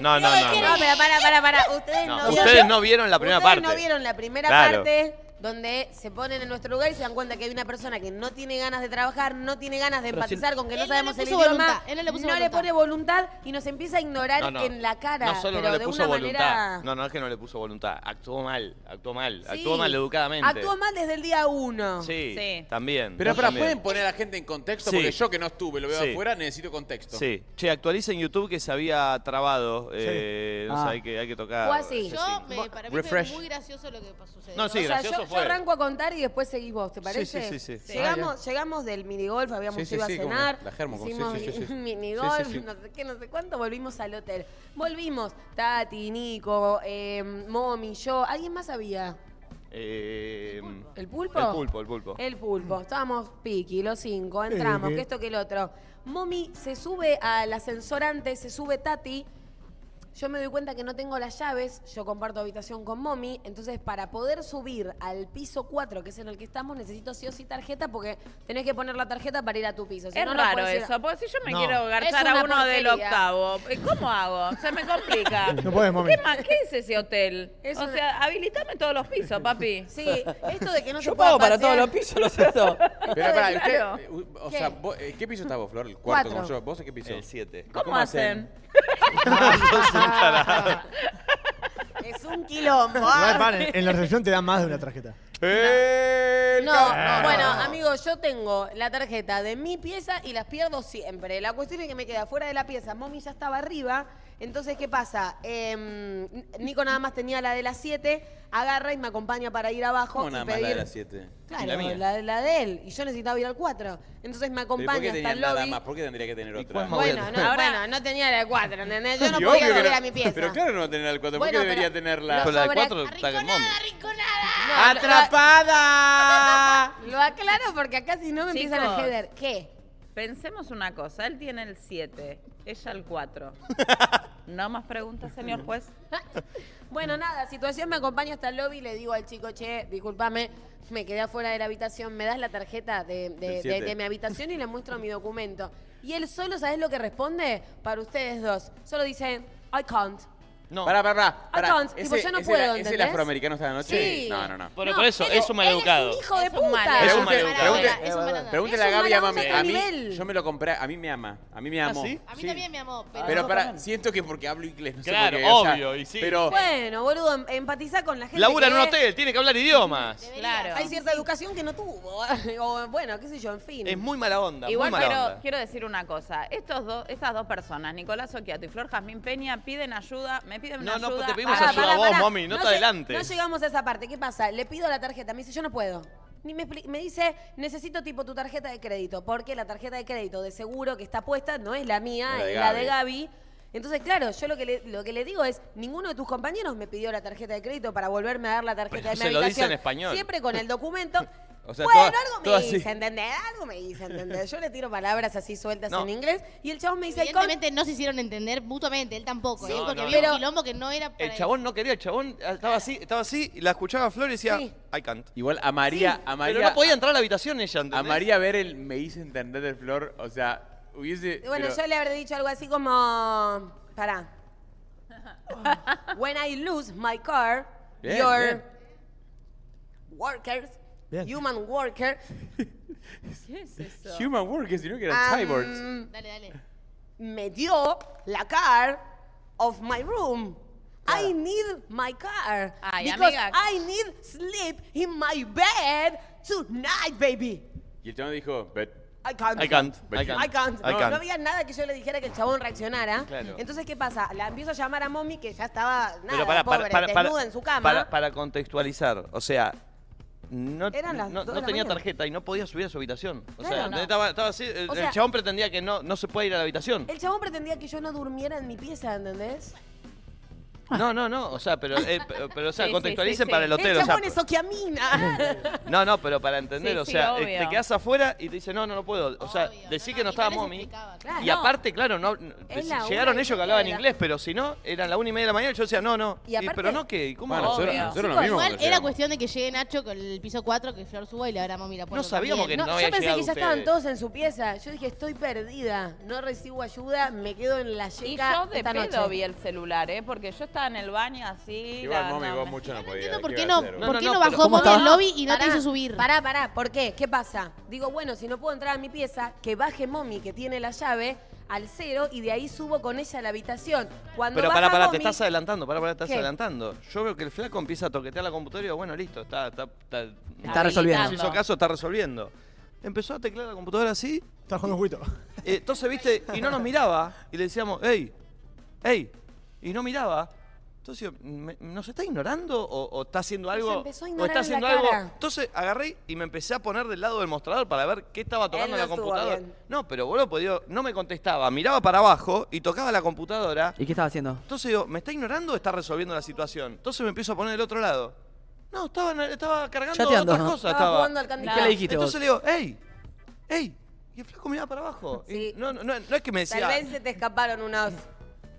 No, no, no.
No, pero para, para, para. Ustedes no,
No,
vieron-
ustedes no vieron la primera
ustedes
parte.
no vieron la primera
Claro.
parte donde se ponen en nuestro lugar y se dan cuenta que hay una persona que no tiene ganas de trabajar, no tiene ganas de
Pero si-
empatizar con que no
Él no le
sabemos el
puso
idioma,
voluntad, él no le puso voluntad.
pone voluntad y nos empieza a ignorar
No, no.
en la cara,
No solo
pero
no
de
le puso
una
voluntad.
manera
No, no es que no le puso voluntad. Actuó mal, actuó mal,
Sí.
actuó mal educadamente.
Actuó mal desde el día uno.
Sí,
Sí.
también.
Pero para,
también.
¿pueden poner a la gente en contexto?
Sí.
Porque yo que no estuve, lo veo
Sí.
afuera, necesito contexto.
(laughs)
Sí. Che, actualiza en YouTube que se había trabado. eh, no sé,
Ah.
hay que, hay que tocar.
Fue así.
Yo, me, para mí
Refresh.
fue muy gracioso lo que sucedió.
No, sí,
O sea,
gracioso
yo, yo
fue.
arranco a contar y después seguís vos, ¿te parece?
sí, sí, sí.
Llegamos, llegamos del minigolf, habíamos
Sí, sí,
ido
sí,
a
como
cenar,
la germo, como- sí,
hicimos
sí, sí,
(laughs)
sí.
minigolf,
Sí, sí, sí.
no sé qué, no sé cuánto, volvimos al hotel. Volvimos, Tati, Nico, eh, Momi, yo, ¿alguien más había?
Eh,
¿El pulpo?
El pulpo, el pulpo.
El pulpo. Estábamos piqui, los cinco, entramos,
Eh.
que esto, que el otro. Momi se sube al ascensor antes, se sube Tati. Yo me doy cuenta que no tengo las llaves, yo comparto habitación con Momi, entonces para poder subir al piso 4, que es en el que estamos, necesito sí o sí tarjeta porque tenés que poner la tarjeta para ir a tu piso. Pues si
Es
no, no
raro
podés ir a-
eso, porque si yo me
No.
quiero garchar
Es
a
una
uno del
porquería.
octavo, ¿eh, ¿cómo hago? Se me complica.
(laughs) No podés, mami.
¿Qué, más- qué es ese hotel?
Es
o
una-
sea, habilitame todos los pisos, papi.
Sí, esto de que no se
Yo
pueda
pago para todos
pasear-
los pisos, lo siento.
Pero pará, usted,
Claro.
eh, u- o
¿Qué?
sea, vos- eh, ¿qué piso estás vos, Flor? El cuarto
Cuatro.
como yo. ¿Vos en qué piso?
El 7.
¿Cómo, hacen?
(laughs)
(laughs)
(laughs) Es un quilombo.
Igual, pan, en, en la recepción te dan más de una tarjeta.
No, bueno, amigo, yo tengo la tarjeta de mi pieza y las pierdo siempre. La cuestión es que me queda fuera de la pieza. Mommy ya estaba arriba. Entonces, ¿qué pasa? Em, Nico nada más tenía la de las 7, agarra y me acompaña para ir abajo
¿Cómo
y
nada más
pedir.
la de las 7?
Claro,
Y
la,
la mía.
de- la de él. Y yo necesitaba ir al 4. Entonces me
¿Pero por
acompaña
qué
hasta el
tenían nada
lobby.
más? ¿Por qué tendría que tener otra?
cuál más?
Bueno, no,
Ahora-
bueno, no tenía la de 4, ¿entendés? Yo no
Y
podía
obvio que
volver
no.
a mi pieza.
Pero claro no va a tener la del 4. ¿Por qué
Bueno,
debería
pero-
tener la...?
Con la de
Sobre-
4 está en
¡Arrinconada, arrinconada!
No, lo-
¡Atrapada!
Lo aclaro porque acá si (laughs) no me empiezan a
Chicos.
jeder. ¿Qué?
Pensemos una cosa, él tiene el 7, ella
(laughs)
el 4. ¿No más preguntas, señor juez?
Bueno, nada, situación me acompaña hasta el lobby y le digo al chico, che, discúlpame, me quedé afuera de la habitación, me das la tarjeta de, de-
Del
de-
siete.
de mi habitación y le muestro mi documento. Y él solo, ¿sabes lo que responde? Para ustedes dos. Solo dice, I can't.
No.
Pará, pará, pará.
Acá, tipo, yo no
ese
puedo,
era- ¿Es el
¿entendés?
afroamericano esta noche?
Sí.
No, no, no.
Pero por eso,
él
es un maleducado.
Él es un hijo de
Es un
puta.
maleducado.
Es un
Pregunte-
maleducado.
pregunte-
Es un maleducado.
Pregúntele
Es
a
un
Gaby y a
mala
mami.
onda
A mí,
nivel.
yo me lo compré, a mí me ama. A mí me amó.
sí?
A mí también me amó, pero...
Pero
Ah,
para,
también.
siento que porque hablo inglés, no
Claro,
sé por qué. o sea,
obvio, y sí.
Pero,
Bueno, boludo, em- empatiza con la gente.
Labura en
que
un hotel, tiene que hablar idiomas.
Claro.
Hay cierta educación que no tuvo. (laughs) o bueno, qué sé yo, en fin.
Es muy mala onda.
Igual
muy mala
quiero,
onda.
quiero decir una cosa. Estos dos, estas dos personas, Nicolás Oquiato y Flor Jazmín Peña, piden ayuda, me me piden
No,
una
no,
pues
ayuda.
te pedimos ayuda a vos, mami, no te
lle-
adelantes.
No llegamos a esa parte. ¿Qué pasa? Le pido la tarjeta. Me dice, yo no puedo. Ni me, expli- me dice, necesito tipo tu tarjeta de crédito. Porque la tarjeta de crédito de seguro que está puesta no es la mía,
La de
es la de
Gaby.
Gaby. Entonces, claro, yo lo que, le, lo que le digo es, ninguno de tus compañeros me pidió la tarjeta de crédito para volverme a dar la
Pero
tarjeta de mi
se lo dice
habitación.
en español.
Siempre con el documento.
(laughs) O sea,
bueno,
toda-
algo me
toda
dice,
así.
¿entendés? Algo me dice, ¿entendés? Yo le tiro palabras así sueltas
No.
en inglés y el chabón me dice...
Evidentemente no se hicieron entender mutuamente, él tampoco,
Sí,
¿eh?
no,
porque
no,
vio
no.
un quilombo que no era para
El chabón no quería, el chabón estaba así, estaba así, y la escuchaba a Flor y decía, I can't.
Igual a María, a María.
Pero no podía entrar a la habitación ella,
A
¿entendés?
María ver el me hice entender el flor, o sea, hubiese.
Bueno,
pero-
yo le habré dicho algo así como,
(laughs)
pará. When I lose my car,
Bien,
your
bien.
workers,
Bien.
human
(laughs)
worker,
¿Qué es eso?
Human work, que si no que era
um,
cyborgs.
Dale, dale.
me dio la car of my room. I need my car
Ay,
because
amiga.
I need sleep in my bed tonight, baby.
Y el chabón dijo, but
I can't.
I can't.
I
I
can't.
can't.
No,
I can't.
no había nada que yo le dijera que el chabón reaccionara.
Claro.
Entonces, ¿qué pasa? La empiezo a llamar a mommy que ya estaba nada,
Pero pará,
pobre,
para, para, para,
desnuda en su cama.
Para, para contextualizar, o sea, no,
Eran las
no,
dos de
no
la
tenía
mañana.
tarjeta y no podía subir a su habitación. O
Claro.
sea,
No.
estaba, estaba así, el,
O
el
sea-
chabón pretendía que no, no se puede ir a la habitación.
El chabón pretendía que yo no durmiera en mi pieza, ¿entendés?
No, no, no, o sea, pero, eh, pero, pero, o
(laughs)
sea,
Sí, sí, sí,
contextualicen
sí.
para el hotel.
El
o sea,
chabón es oquiamina.
No, no, pero para entender,
Sí,
o
sí,
sea, eh,
obvio.
te quedas afuera y te dice, no, no, no puedo. O sea, decís que no estaba mommy.
Claro.
Y
Ah, No.
aparte, claro, no, no,
Es
si
la una
llegaron
y
ellos que
media
hablaban
de la-
inglés, pero si no, eran la una y media de la mañana y yo decía, no, no.
Y
Y
aparte-
pero no, ¿qué? ¿Y ¿Cómo?
Bueno, nosotros- Obvio. nosotros lo
Chicos,
mismo
igual
cuando
era
llegamos.
cuestión de que llegue Nacho con el piso 4, que Flor suba y le abra mami la puerta.
No sabíamos
también.
que no
yo
había
pensé
llegado
que ya
ustedes.
estaban todos en su pieza. Yo dije, estoy perdida, no recibo ayuda, me quedo en la
Y
yeca
yo de
esta
pedo
noche.
vi el celular, ¿eh? Porque yo estaba en el baño así.
Igual,
la-
mami,
no,
vos
me-
mucho no podías.
entiendo por
¿qué
qué
iba a
no-
hacer?
por No, qué no, no pero bajó ¿cómo Mommy al estaba? lobby y no te hizo subir?
Pará, pará, ¿por qué? ¿Qué pasa? Digo, bueno, si no puedo entrar a mi pieza, que baje mommy que tiene la llave al cero y de ahí subo con ella a la habitación. Cuando
Pero
baja
pará, pará, te
mommy-
estás adelantando, pará, pará, te estás
¿Qué?
adelantando. Yo veo que el flaco empieza a toquetear la computadora y digo, bueno, listo, está, está, está,
Está resolviendo.
Si hizo caso, está resolviendo. Empezó a teclear la computadora así. Está jugando un juguito. entonces, viste, y no nos miraba. Y le decíamos, hey, hey. Y no miraba. Entonces, ¿me- ¿nos está ignorando o, o está haciendo algo?
empezó a
o
ignorar
está
en
haciendo
la
algo.
cara.
Entonces agarré y me empecé a poner del lado del mostrador para ver qué estaba tocando
Él no
la
estuvo
computadora.
bien.
No, pero boludo, pues, digo, no me contestaba. Miraba para abajo y tocaba la computadora.
¿Y qué estaba haciendo?
Entonces digo, ¿me está ignorando o está resolviendo la situación? Entonces me empiezo a poner del otro lado. No, estaba, en- estaba cargando
Chateando.
otras cosas.
Estaba
Estaba
jugando al Candy ¿Y qué le dijiste
Entonces
vos?
le digo, ¡ey! ¡ey! Y el flaco miraba para abajo. Y no, no, no, no es que me
Tal
decía.
vez se te escaparon unos...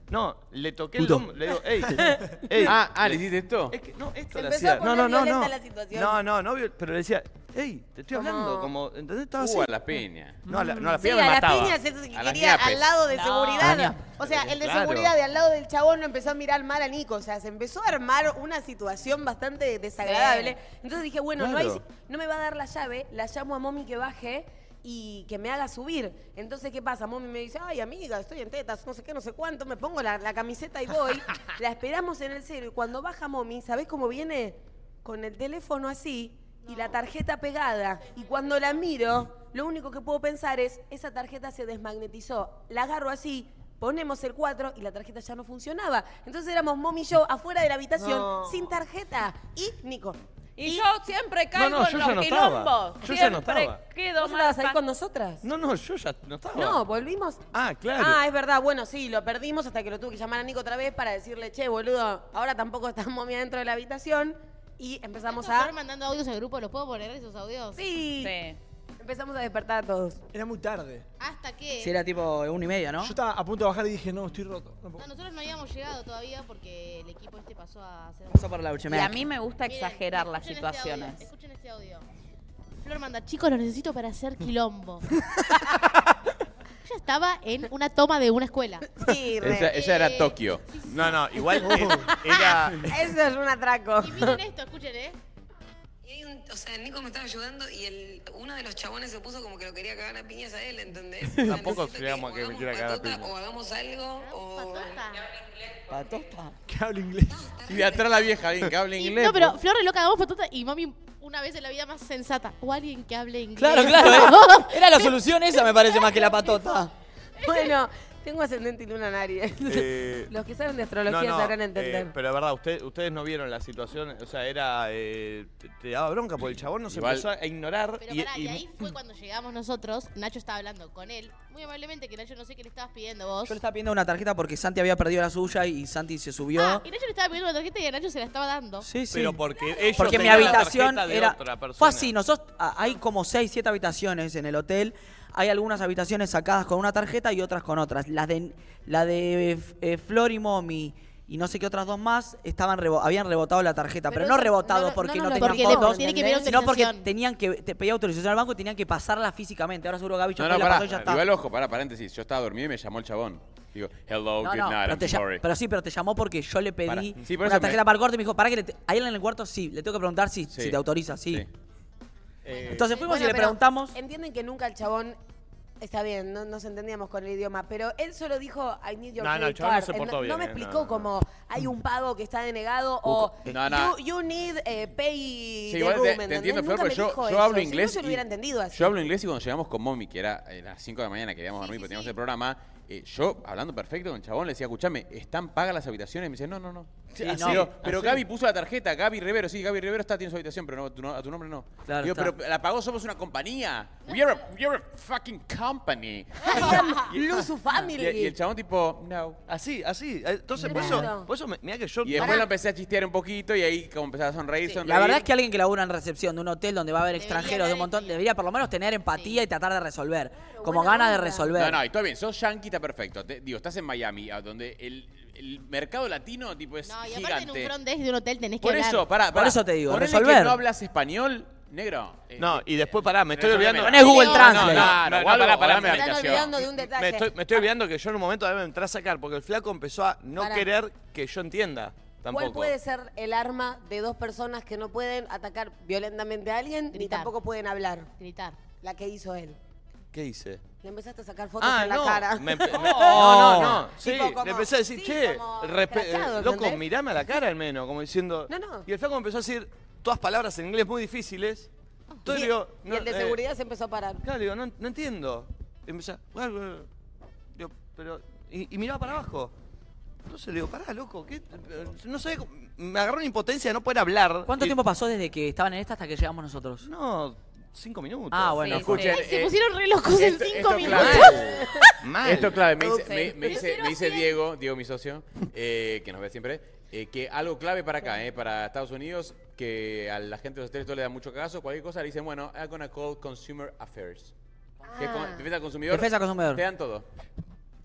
No, le toqué
Puto.
el hombro. Le digo, ¡ey! (laughs) ey".
Ah, ah, ¿le hiciste esto?
Es que no, esto
Se
le
empezó
hacía.
a poner
no, no, no,
violenta
no.
la situación.
No, no, no, viol- pero le decía, ¡ey! Te estoy hablando. Como, ¿entendés? Estaba así.
Uh, a la piña.
No, a la, no, a la
Sí,
piña
a
me
las
mataba.
piñas
es el que
A las
quería
ñapes.
al lado de
No. A las
seguridad.
ñapes.
O sea, el de
Claro.
seguridad de al lado del chabón lo empezó a mirar mal a Nico. O sea, se empezó a armar una situación bastante desagradable. Entonces dije, bueno, no, hay,
Claro.
no me va a dar la llave, la llamo a mommy que baje y que me haga subir. Entonces, ¿qué pasa? Mommy me dice, ay, amiga, estoy en tetas, no sé qué, no sé cuánto, me pongo la, la camiseta y
(laughs)
voy. la esperamos en el cero y cuando baja mommy, ¿sabés cómo viene? Con el teléfono así y la tarjeta pegada. Y cuando la miro, lo único que puedo pensar es, esa tarjeta se desmagnetizó. La agarro así. Ponemos el 4 y la tarjeta ya no funcionaba. Entonces éramos mommy y yo afuera de la habitación
No.
sin tarjeta y Nico.
Y, yo siempre caigo
No, no, yo
en
ya
los
no estaba.
quilombos.
Yo ya no
siempre
estaba.
quedo
¿Vos
mal
estabas ahí
pa-
con nosotras?
No, no, yo ya no estaba.
No, volvimos.
Ah, claro.
Ah, es verdad. Bueno, sí, lo perdimos hasta que lo tuve que llamar a Nico otra vez para decirle, che, boludo, ahora tampoco está momia dentro de la habitación. Y empezamos a...
Flor mandando audios al grupo, ¿los puedo poner esos audios?
Sí. Empezamos a despertar a todos.
Era muy tarde.
¿Hasta qué?
Si era tipo una y media, ¿no?
Yo estaba a punto de bajar y dije, no, estoy roto. No puedo.
No, nosotros no habíamos llegado todavía porque el equipo este pasó a hacer...
Pasó por la
Y a mí me gusta exagerar las
escuchen este
situaciones.
audio, escuchen este audio. Flor manda, chicos, los necesito para hacer
(laughs)
quilombo. Ella estaba en una toma de una escuela.
Sí,
Ella, ella era Tokio.
No, no,
eh,
igual
era.
Eso es un atraco.
Miren esto, escuchen, ¿eh?
Y hay un- o sea, Nico me estaba ayudando y el, uno de los chabones se puso como que lo quería cagar a piñas a él, ¿entendés?
Tampoco creamos que me quiera cagar a piña.
O hagamos algo, o...
Patota.
Que hable inglés.
Y de atrás la vieja, alguien que hable inglés. pues.
No, pero
po.
Flor es loca, damos patota y mami una vez en la vida más sensata. O alguien que hable inglés.
(laughs)
Claro, claro. ¿eh? Era la solución esa, me parece, más que la patota.
Bueno, Tengo ascendente y luna en Aries.
Eh,
Los que saben de astrología sabrán entender.
eh, pero de verdad, usted- ustedes no vieron la situación. O sea, era. eh, te, te daba bronca porque el chabón nos
Igual-
empezó a ignorar.
Pero
y,
pará,
y-
y ahí fue cuando llegamos nosotros. Nacho estaba hablando con él. Muy amablemente, que Nacho no sé qué le estabas pidiendo vos.
Yo le estaba pidiendo una tarjeta porque Santi había perdido la suya y Santi se subió.
Ah, y Nacho le estaba pidiendo una tarjeta y a Nacho se la estaba dando.
Sí, sí.
Pero porque ellos
Porque mi
tenían la
habitación
tarjeta de
era.
otra
Fue
persona.
así, nosotros. ah, Hay como 6, 7 habitaciones en el hotel. Hay algunas habitaciones sacadas con una tarjeta y otras con otras. Las de, la de eh, Flor y Momi y no sé qué otras dos más estaban rebo- habían rebotado la tarjeta, pero,
Pero
no
eso-
rebotado
no, no,
porque
no
no,
nos lo
tenían
explicó,
fotos,
tiene que pedir
sino porque
autorización.
tenían que te pedía autorización al banco y tenían que pasarla físicamente. Ahora seguro Gaby ya fue
No, no,
y la
pará.
pasó y ya está.
Igual, ojo, pará, paréntesis. Yo estaba dormido y me llamó el chabón. Digo, hello,
No,
good
no,
night,
pero,
I'm
te llam-
sorry.
pero sí, pero te llamó porque yo le
Pará.
pedí
Sí, por eso
una
me-
tarjeta para el corte y me dijo, para que le te- ahí en el cuarto sí, le tengo que preguntar si, si te autoriza, sí.
Eh,
Entonces fuimos
Bueno,
y le
pero
preguntamos.
Entienden que nunca el chabón. Está bien, no nos entendíamos con el idioma, pero él solo dijo, I need your
No, no, el
credit
chabón no
card".
se
Él
portó
no,
bien,
me
eh,
explicó
no, no.
como hay un pago que está denegado o
No, no.
You, you need eh, pay
Sí,
the
igual
room,
te, te
¿entendés?
entiendo, Flor,
Nunca
pero
me
yo,
dijo
yo
eso,
hablo
si no,
inglés.
yo lo
y-
hubiera entendido así.
Yo hablo inglés y cuando llegamos con Momi, que era a las 5 de la mañana, queríamos dormir, pero teníamos el programa, eh, yo hablando perfecto con el chabón le decía, escuchame, ¿están pagas las habitaciones? Y me dice, no, no, no.
Sí,
Así,
no,
digo,
así.
pero Gaby puso la tarjeta, Gaby Rivero, sí, Gaby Rivero está, tiene su habitación, pero no, a tu no- a tu nombre no.
Claro,
Digo,
está.
pero la pagó, somos una compañía. We are a, we are a fucking company.
Ah, Luzu
(laughs) Y, y el chabón tipo, no.
Así, así. Entonces, por eso, por eso me- mirá que yo.
Y después lo empecé a chistear un poquito y ahí como empezaba a sonreír, sonreír.
La verdad es que alguien que labura en recepción de un hotel donde va a haber extranjeros de un montón, debería por lo menos tener empatía y tratar de resolver. como ganas de resolver.
No, no, y todo bien, sos yankee, está perfecto. Te- digo, estás en Miami, a donde el, el mercado latino tipo es
No, y aparte en un
gigante.
front desk de un hotel tenés que
Por
hablar.
eso, pará,
Por
pará.
eso te digo,
Ponele
resolver.
que no hablas español, negro. Eh,
No, y después pará, me estoy
Resolveme.
olvidando.
Ponés Google
No,
Translate.
No, no,
Claro,
no,
o algo,
pará,
o dame
pará, me-
habitación. Están olvidando
de un detalle. Ah.
Me estoy, me estoy olvidando que yo en un momento a ver, me entré a sacar porque el flaco empezó a no
Pará.
querer que yo entienda
¿Cuál
tampoco.
puede ser el arma de dos personas que no pueden atacar violentamente a alguien ni tampoco pueden hablar?
Gritar.
La que hizo él.
¿Qué hice?
Le empezaste a sacar fotos
Ah,
en la
no.
cara. Oh. (laughs)
me empe- me- no, no, no. Sí,
Tipo como-
le empecé a decir,
sí,
che,
como
respe- eh,
escrachado,
loco,
¿entendés?
mirame a la cara al menos, como diciendo.
No, no.
Y el flaco empezó a decir todas palabras en inglés muy difíciles. Entonces
Ah, Y-
digo,
y el de
eh,
seguridad se empezó a parar.
Claro, digo, no, no entiendo. Y empecé, "Guau, guau". Digo, pero. Y, y miraba para abajo. Entonces le digo, pará, loco, ¿qué? No sé, me agarró una impotencia de no poder hablar.
¿Cuánto
Y-
tiempo pasó desde que estaban en esta hasta que llegamos nosotros?
No, cinco minutos.
Ah, bueno,
sí. escuchen, Ay, se eh, pusieron
re
este,
locos en
Esto
cinco
es
minutos.
(laughs) clave.
Mal.
Esto es clave. Me dice,
Ups.
me- me dice- me dice Diego, Diego, mi socio, eh, que nos ve siempre, eh, que algo clave para acá, eh, para Estados Unidos, que a la gente de los hoteles no le da mucho caso, cualquier cosa le dicen, bueno, I'm gonna call Consumer Affairs.
Ah.
Que es con- defensa del consumidor.
Defensa del consumidor.
Te dan todo.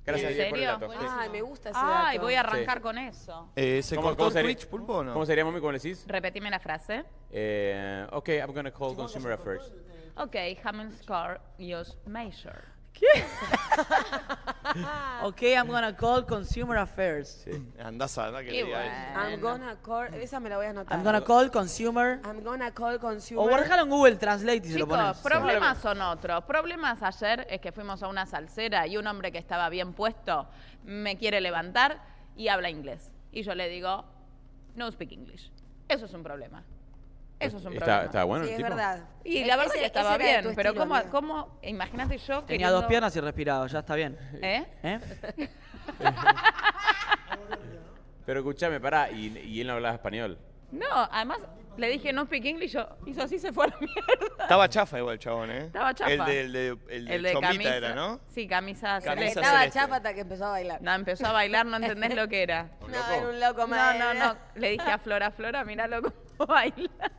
Gracias,
¿En
Diego, por el
serio?
dato. Sí.
Ay, me gusta ese
Ay,
dato.
voy a arrancar con eso.
Eh, ¿Se
¿Cómo-
cortó
cómo
el
sería-
Twitch, Pulpo, o no?
¿Cómo sería, mami, cómo le decís?
Repetime la frase.
Eh, ok, I'm gonna call Consumer Affairs.
Ok, Hammond Score, Use Measure.
(laughs) Ok, I'm gonna call Consumer Affairs.
Andás a andar que le diga eso.
I'm gonna call. Esa me la voy a anotar.
I'm gonna call Consumer.
I'm gonna call consumer.
O guardalo en Google Translate y se lo pones.
Chicos, problemas son otros. Problemas ayer es que fuimos a una salsera y un hombre que estaba bien puesto me quiere levantar y habla inglés. Y yo le digo, no speak English. Eso es un problema. Eso es un
Está-
problema.
está bueno el Sí, es tipo.
verdad.
Y
E-
la verdad
ese-
que estaba
ese era de
bien,
tu
pero
estilo,
¿cómo,
amiga.
cómo? Imagínate yo que.
Tenía dos piernas y respiraba, ya está
(laughs)
bien.
¿Eh?
¿Eh?
Pero escúchame, pará, y, y él no hablaba español.
No, además le dije no speak English, yo hizo así, se fue a la mierda.
Estaba chafa igual, chabón, ¿eh?
Estaba chafa.
El de, el de, el de chomita era, ¿no?
Sí, camisa,
Camisa
celeste.
Estaba chapa hasta que empezó a bailar.
No, empezó a bailar, no entendés lo que
(laughs)
era.
No, era un loco más.
No, no, no. Le dije a Flora, Flora, míralo cómo baila.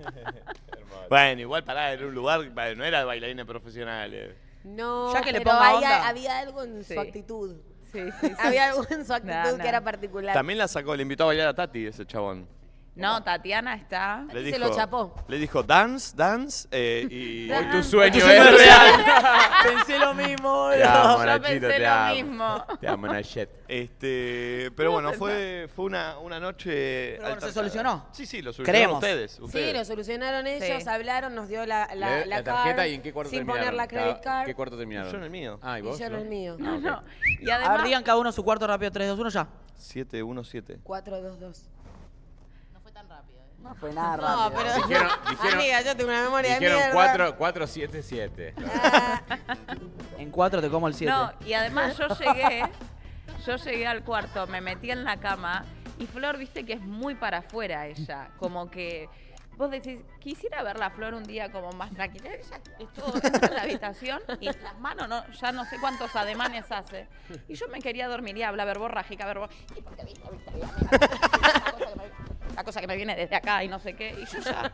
Bueno, igual pará, era un lugar, vale, no era de bailarines profesionales.
No,
Ya que le
pero
ponga
ahí
onda.
había algo en
Sí.
su actitud.
Sí,
(laughs)
sí, sí.
Había algo
(laughs)
en su actitud
No, no.
que era particular.
También la sacó, le invitó a bailar a Tati ese chabón.
No, Tatiana está.
Le dijo, Le dijo, dance, dance, eh,
(laughs)
y...
Hoy tu
Dance.
sueño es
(laughs)
real.
Pensé lo mismo.
Te amo,
Yo
Nachito,
pensé
te
lo
amo.
mismo.
Te amo, Nachet.
(laughs)
Este, pero bueno, fue, fue una, una noche...
bueno,
altercada.
se solucionó.
Sí, sí, lo solucionaron
Creemos.
ustedes,
Sí,
ustedes.
lo solucionaron ellos,
Sí.
hablaron, nos dio la, la,
Le-
la
la tarjeta
card,
y en qué cuarto
Sin
terminaron.
poner la credit
Cada-
card.
¿Qué cuarto terminaron?
Yo en el mío.
Ah, ¿y
Y
vos?
yo en
Flor?
el mío.
Ah, ok.
Y
A ver,
además,
digan cada uno su cuarto rápido, 3, 2, 1 ya.
717.
422.
No fue nada
No, pero. (laughs)
Dijeron- dijeron-
Amiga, yo tengo una memoria
Dijeron
de mierda.
4, 4, 7, 7.
En 4 te como el 7.
no, y además yo llegué Yo llegué al cuarto, me metí en la cama y Flor, viste que es muy para afuera ella. Como que vos decís, quisiera verla a Flor un día como más tranquila. Ella estuvo dentro de la habitación y las manos no, ya no sé cuántos ademanes hace. Y yo me quería dormir y habla verborrágica, verbo. y porque, viste, viste, viste, La cosa que me viene desde acá y no sé qué. Y yo ya.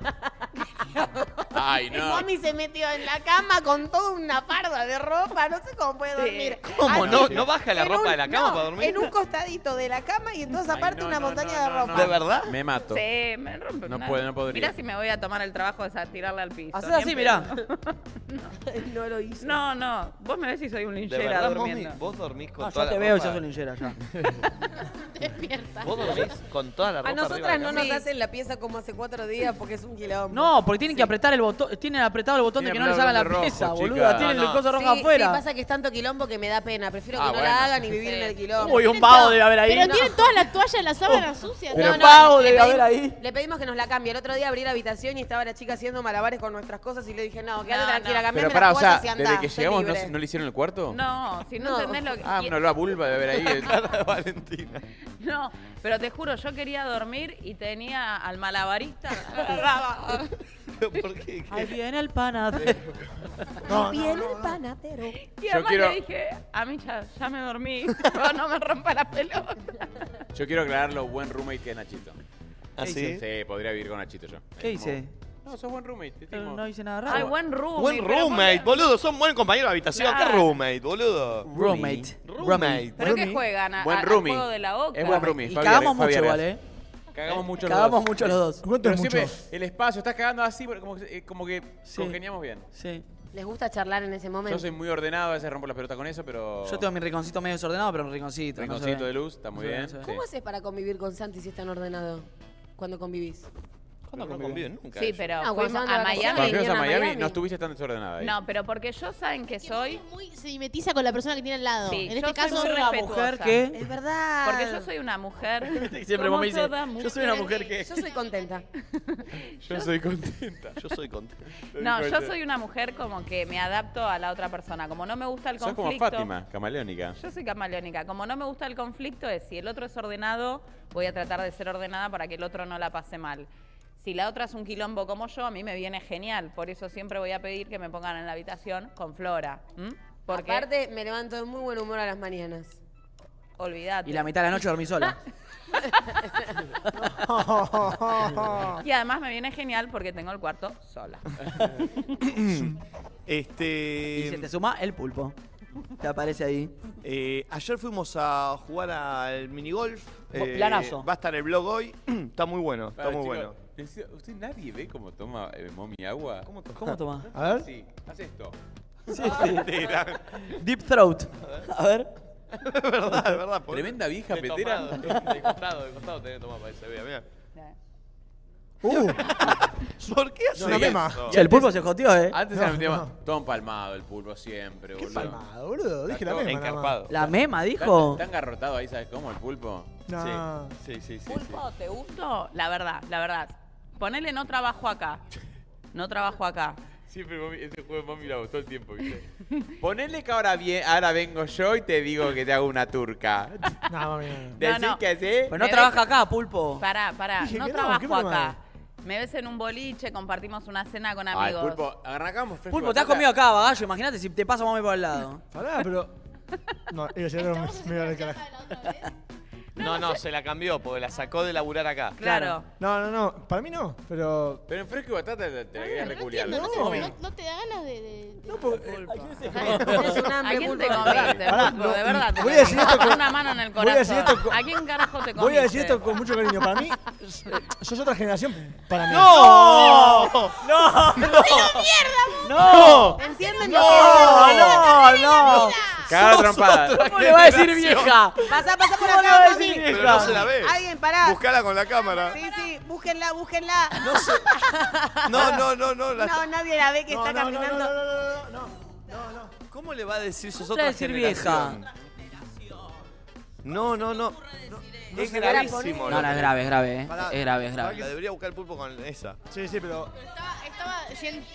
(laughs)
Ay,
no.
Mami se metió en la cama con toda una farda de ropa, no sé cómo puede dormir.
Ah,
¿Cómo?
Así,
¿No, ¿No baja la
en
ropa
un-
de la cama
no,
para dormir?
En
(laughs)
un costadito de la cama y entonces aparte una montaña de ropa.
¿De verdad?
Me mato.
Sí, me rompe
No
una-
puede, no podría.
Mirá si me voy a tomar el trabajo de sa- tirarla al piso.
Haced así,
Ni en
mirá.
pedo. (laughs) no. lo hice. No, no. Vos me ves si soy un
¿De
linchera
verdad, mami?
durmiendo.
¿Vos dormís con
Ah,
toda
yo
la
te veo,
ropa?
ya soy linchera ya.
Despierta.
¿Vos dormís con toda
Ah,
la ropa
A
arriba
nosotras
de la
no
cama?
nos hacen la pieza como hace cuatro días porque es un quilombo.
No, porque tienen que apretar el botón, tienen apretado el botón de que
Tienen
no les hagan la
apretado el botón
pieza,
rojo,
boluda.
chica.
Tienen el
No, no.
coso rojo
sí, Sí,
afuera.
pasa que es tanto quilombo que me da pena. Prefiero que
Ah,
no
bueno.
la hagan y vivir en el quilombo.
Uy, un vago debe haber ahí.
Pero
No. Oh,
tienen toda la toalla, la sábana sucia.
Pero
todo.
vago
le
debe haber
pedimos-
ahí.
Le pedimos que nos la cambie. El otro día abrí la habitación y estaba la chica haciendo malabares con nuestras cosas y le dije, no, quédate
No,
tranquila,
no.
cambiame
Pero
las
pará, o sea,
cosas y andá.
desde que
sé
llegamos, ¿no,
libre".
no le hicieron el cuarto?
No, si no,
No.
entendés lo que.
Ah,
y-
no, la vulva de haber ahí. eh.
(laughs) Valentina.
(laughs) No, pero te juro, yo quería dormir y tenía al malabarista.
(laughs)
¿Por qué?
Ahí viene el panadero.
Ahí viene el panadero.
Y además
quiero-
le dije, a mí ya, ya me dormí, (laughs) no, no me rompa la pelota.
Yo quiero aclarar lo buen roommate que es Nachito.
¿Ah, sí?
Sí, podría vivir con Nachito yo.
¿Qué
Es como-
hice?
No, sos buen roommate. te
No,
estimo.
no hice nada raro.
Ay, buen room.
Buen roommate, boludo. Son buen compañero de habitación. ¿Qué
Claro.
roommate, boludo?
Roommate.
Roommate.
Ah. ¿Pero qué juegan? A,
Buen
a- al
roomie.
juego de la boca.
Es buen roomie.
Y
Fabián,
cagamos mucho
Fabián.
igual, eh.
Cagamos mucho
Cagamos
los dos.
mucho los dos.
Pero siempre el espacio, estás cagando así, pero como, que- eh, como que
Sí.
congeniamos bien.
Sí.
Les gusta charlar en ese
Yo
momento.
soy muy ordenado, a veces rompo la pelota con eso, pero...
Yo tengo mi rinconcito medio desordenado, pero un rinconcito. no se
Rinconcito
ve.
de luz, está muy
No se ve,
bien.
no se ve.
¿Cómo haces para convivir con Santi si es tan ordenado? Cuando convivís.
¿Cuándo no conviven nunca?
Sí,
ellos.
pero
No,
fuimos
cuando
a
van de
Miami.
Cuando fuimos a
Vinieron a
Miami,
Miami.
no estuviste tan desordenada ahí.
No, pero porque yo saben que soy.
Muy se mimetiza con la persona que tiene al lado.
Sí,
en
yo
este
soy
caso,
muy
Una
respetuosa.
mujer que...
Es verdad.
Porque yo soy una mujer.
Siempre
como
vos me dices,
toda
yo soy una mujer que...
Yo soy contenta.
Yo soy contenta.
Yo soy contento.
No, yo soy una mujer como que me adapto a la otra persona. Como no me gusta el
Sos como
conflicto.
Fátima, camaleónica.
Yo soy camaleónica. Como no me gusta el conflicto, es si el otro es ordenado, voy a tratar de ser ordenada para que el otro no la pase mal. Si la otra es un quilombo como yo, a mí me viene genial. Por eso siempre voy a pedir que me pongan en la habitación con Flora. ¿m? Porque,
Aparte, me levanto de muy buen humor a las mañanas.
olvídate.
Y la mitad de la noche
(laughs)
dormí sola.
Y además me viene genial porque tengo el cuarto sola.
Y se
Este.
te suma el pulpo. Te aparece ahí.
eh, ayer fuimos a jugar al minigolf.
Bu-
Eh,
planazo.
Va a estar el blog hoy. (clears throat) está muy bueno, Ah, está
Para,
muy
chicos,
bueno.
necesito- ¿Usted nadie ve cómo toma eh, mommy agua? ¿Cómo
¿Cómo tomás?
A ver.
Sí, haz esto. (laughs) Ah,
Mentira.
Deep Throat. A ver.
(laughs) Es verdad, es verdad. por-
Tremenda vieja
De
petera.
(laughs) tomado, De costado, de costado tenés que tomar para que se vea, mirá.
Uh,
(laughs) ¿Por qué haces
no, tema.
eso?
Che, el pulpo se joteó, eh.
Antes
No,
era un tema.
no.
Todo empalmado el pulpo siempre,
qué
boludo.
palmado, boludo.
Está
Dije la
todo
misma. nada más.
Encarpado.
La mema,
Está
dijo.
tan garrotado ahí, ¿sabes cómo? El pulpo.
No.
Sí, sí, sí. sí.
Pulpo, ¿te gusto? La verdad, la verdad. Ponele no trabajo acá. No trabajo acá.
Siempre mami- ese juego mami la todo el tiempo, ¿viste? Ponele que ahora, bien, ahora vengo yo y te digo que te hago una turca.
No, mami, no, no.
(laughs) Decís
no.
que
Pero
sí.
no
Me
trabaja
ves-
acá, pulpo.
Pará, pará,
Dije
no
que no,
trabajo
¿qué problema?
acá. Me ves en un boliche, compartimos una cena con
Ay,
amigos.
pulpo, arrancamos fresco.
Pulpo, te has
Batata.
comido acá, bagallo. Imagínate si te pasa mami por el lado.
Pará, pero. No, iba a llegar un- me iba a dar el carajo.
No, no, se la cambió porque la sacó de laburar acá.
Claro.
No, no, no. Para mí no, pero.
Pero en fresco y batata te, te la querías
no,
reculiar.
entiendo, no, te-
No.
no- no te da ganas de. de- de-
Tenés un
¿A
hambre,
quién
pulpo.
te comiste,
Pará,
Pulpo?
no,
de verdad. te
voy a
lo
decir
digo.
esto con-
Pon una mano en el
voy a
corazón.
decir esto con-
¿A quién carajo te comiste?
Voy a decir esto con mucho cariño. Para mí, sos otra generación. Para mí.
¡No!
¡No!
¡No!
¿Entienden lo que digo?
¡No! ¡No! no.
Cagada
(laughs)
trompada.
¿Cómo le va a decir vieja?
Pasá, pasá por
¿Cómo le va
acá,
a decir
mami.
Pero no se la ve.
Alguien, pará.
Buscala con la cámara.
Sí, sí, búsquenla, búsquenla. (laughs)
No se... No, no, no, no. la-
No, nadie la ve que
No,
está
no, no, no,
caminando.
no, no, no, no, no, no.
¿Cómo le va a decir sus
¿Cómo le va a
otras
decir vieja?
No, no, no.
No
Es
se la
gravísimo.
No,
pone.
lo
no,
que-
es grave, es grave, eh.
Pará,
Es grave, es
La
grave.
debería buscar el pulpo con esa.
Sí, sí, pero.
Estaba, estaba yendo.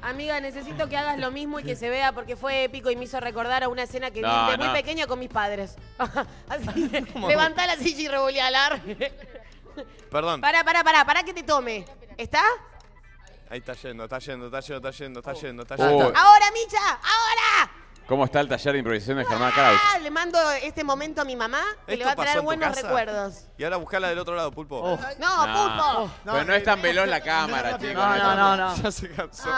Amiga, necesito que hagas lo mismo y que se vea porque fue épico y me hizo recordar a una escena que
No,
vi de muy
no.
pequeña con mis padres. (laughs) Así
(laughs)
que levantá la silla y revoleala.
Perdón,
Pará, pará, pará, pará que te tome. ¿Está?
ahí está yendo, está yendo, está yendo, está yendo, está yendo, está
Oh.
yendo.
¡Ahora, Micha! ¡Ahora!
¿Cómo está el taller de improvisación de Germán (laughs) Kraus?
Ah, le mando este momento a mi mamá que le va a
pasó
traer
en tu
buenos
casa?
recuerdos. Oh.
Y ahora buscala del otro lado, pulpo.
No,
Oh.
No.
pulpo.
Pero
eh,
no es tan veloz la cámara, chicos.
No,
es
no,
tan-
no, no.
Ya se cansó.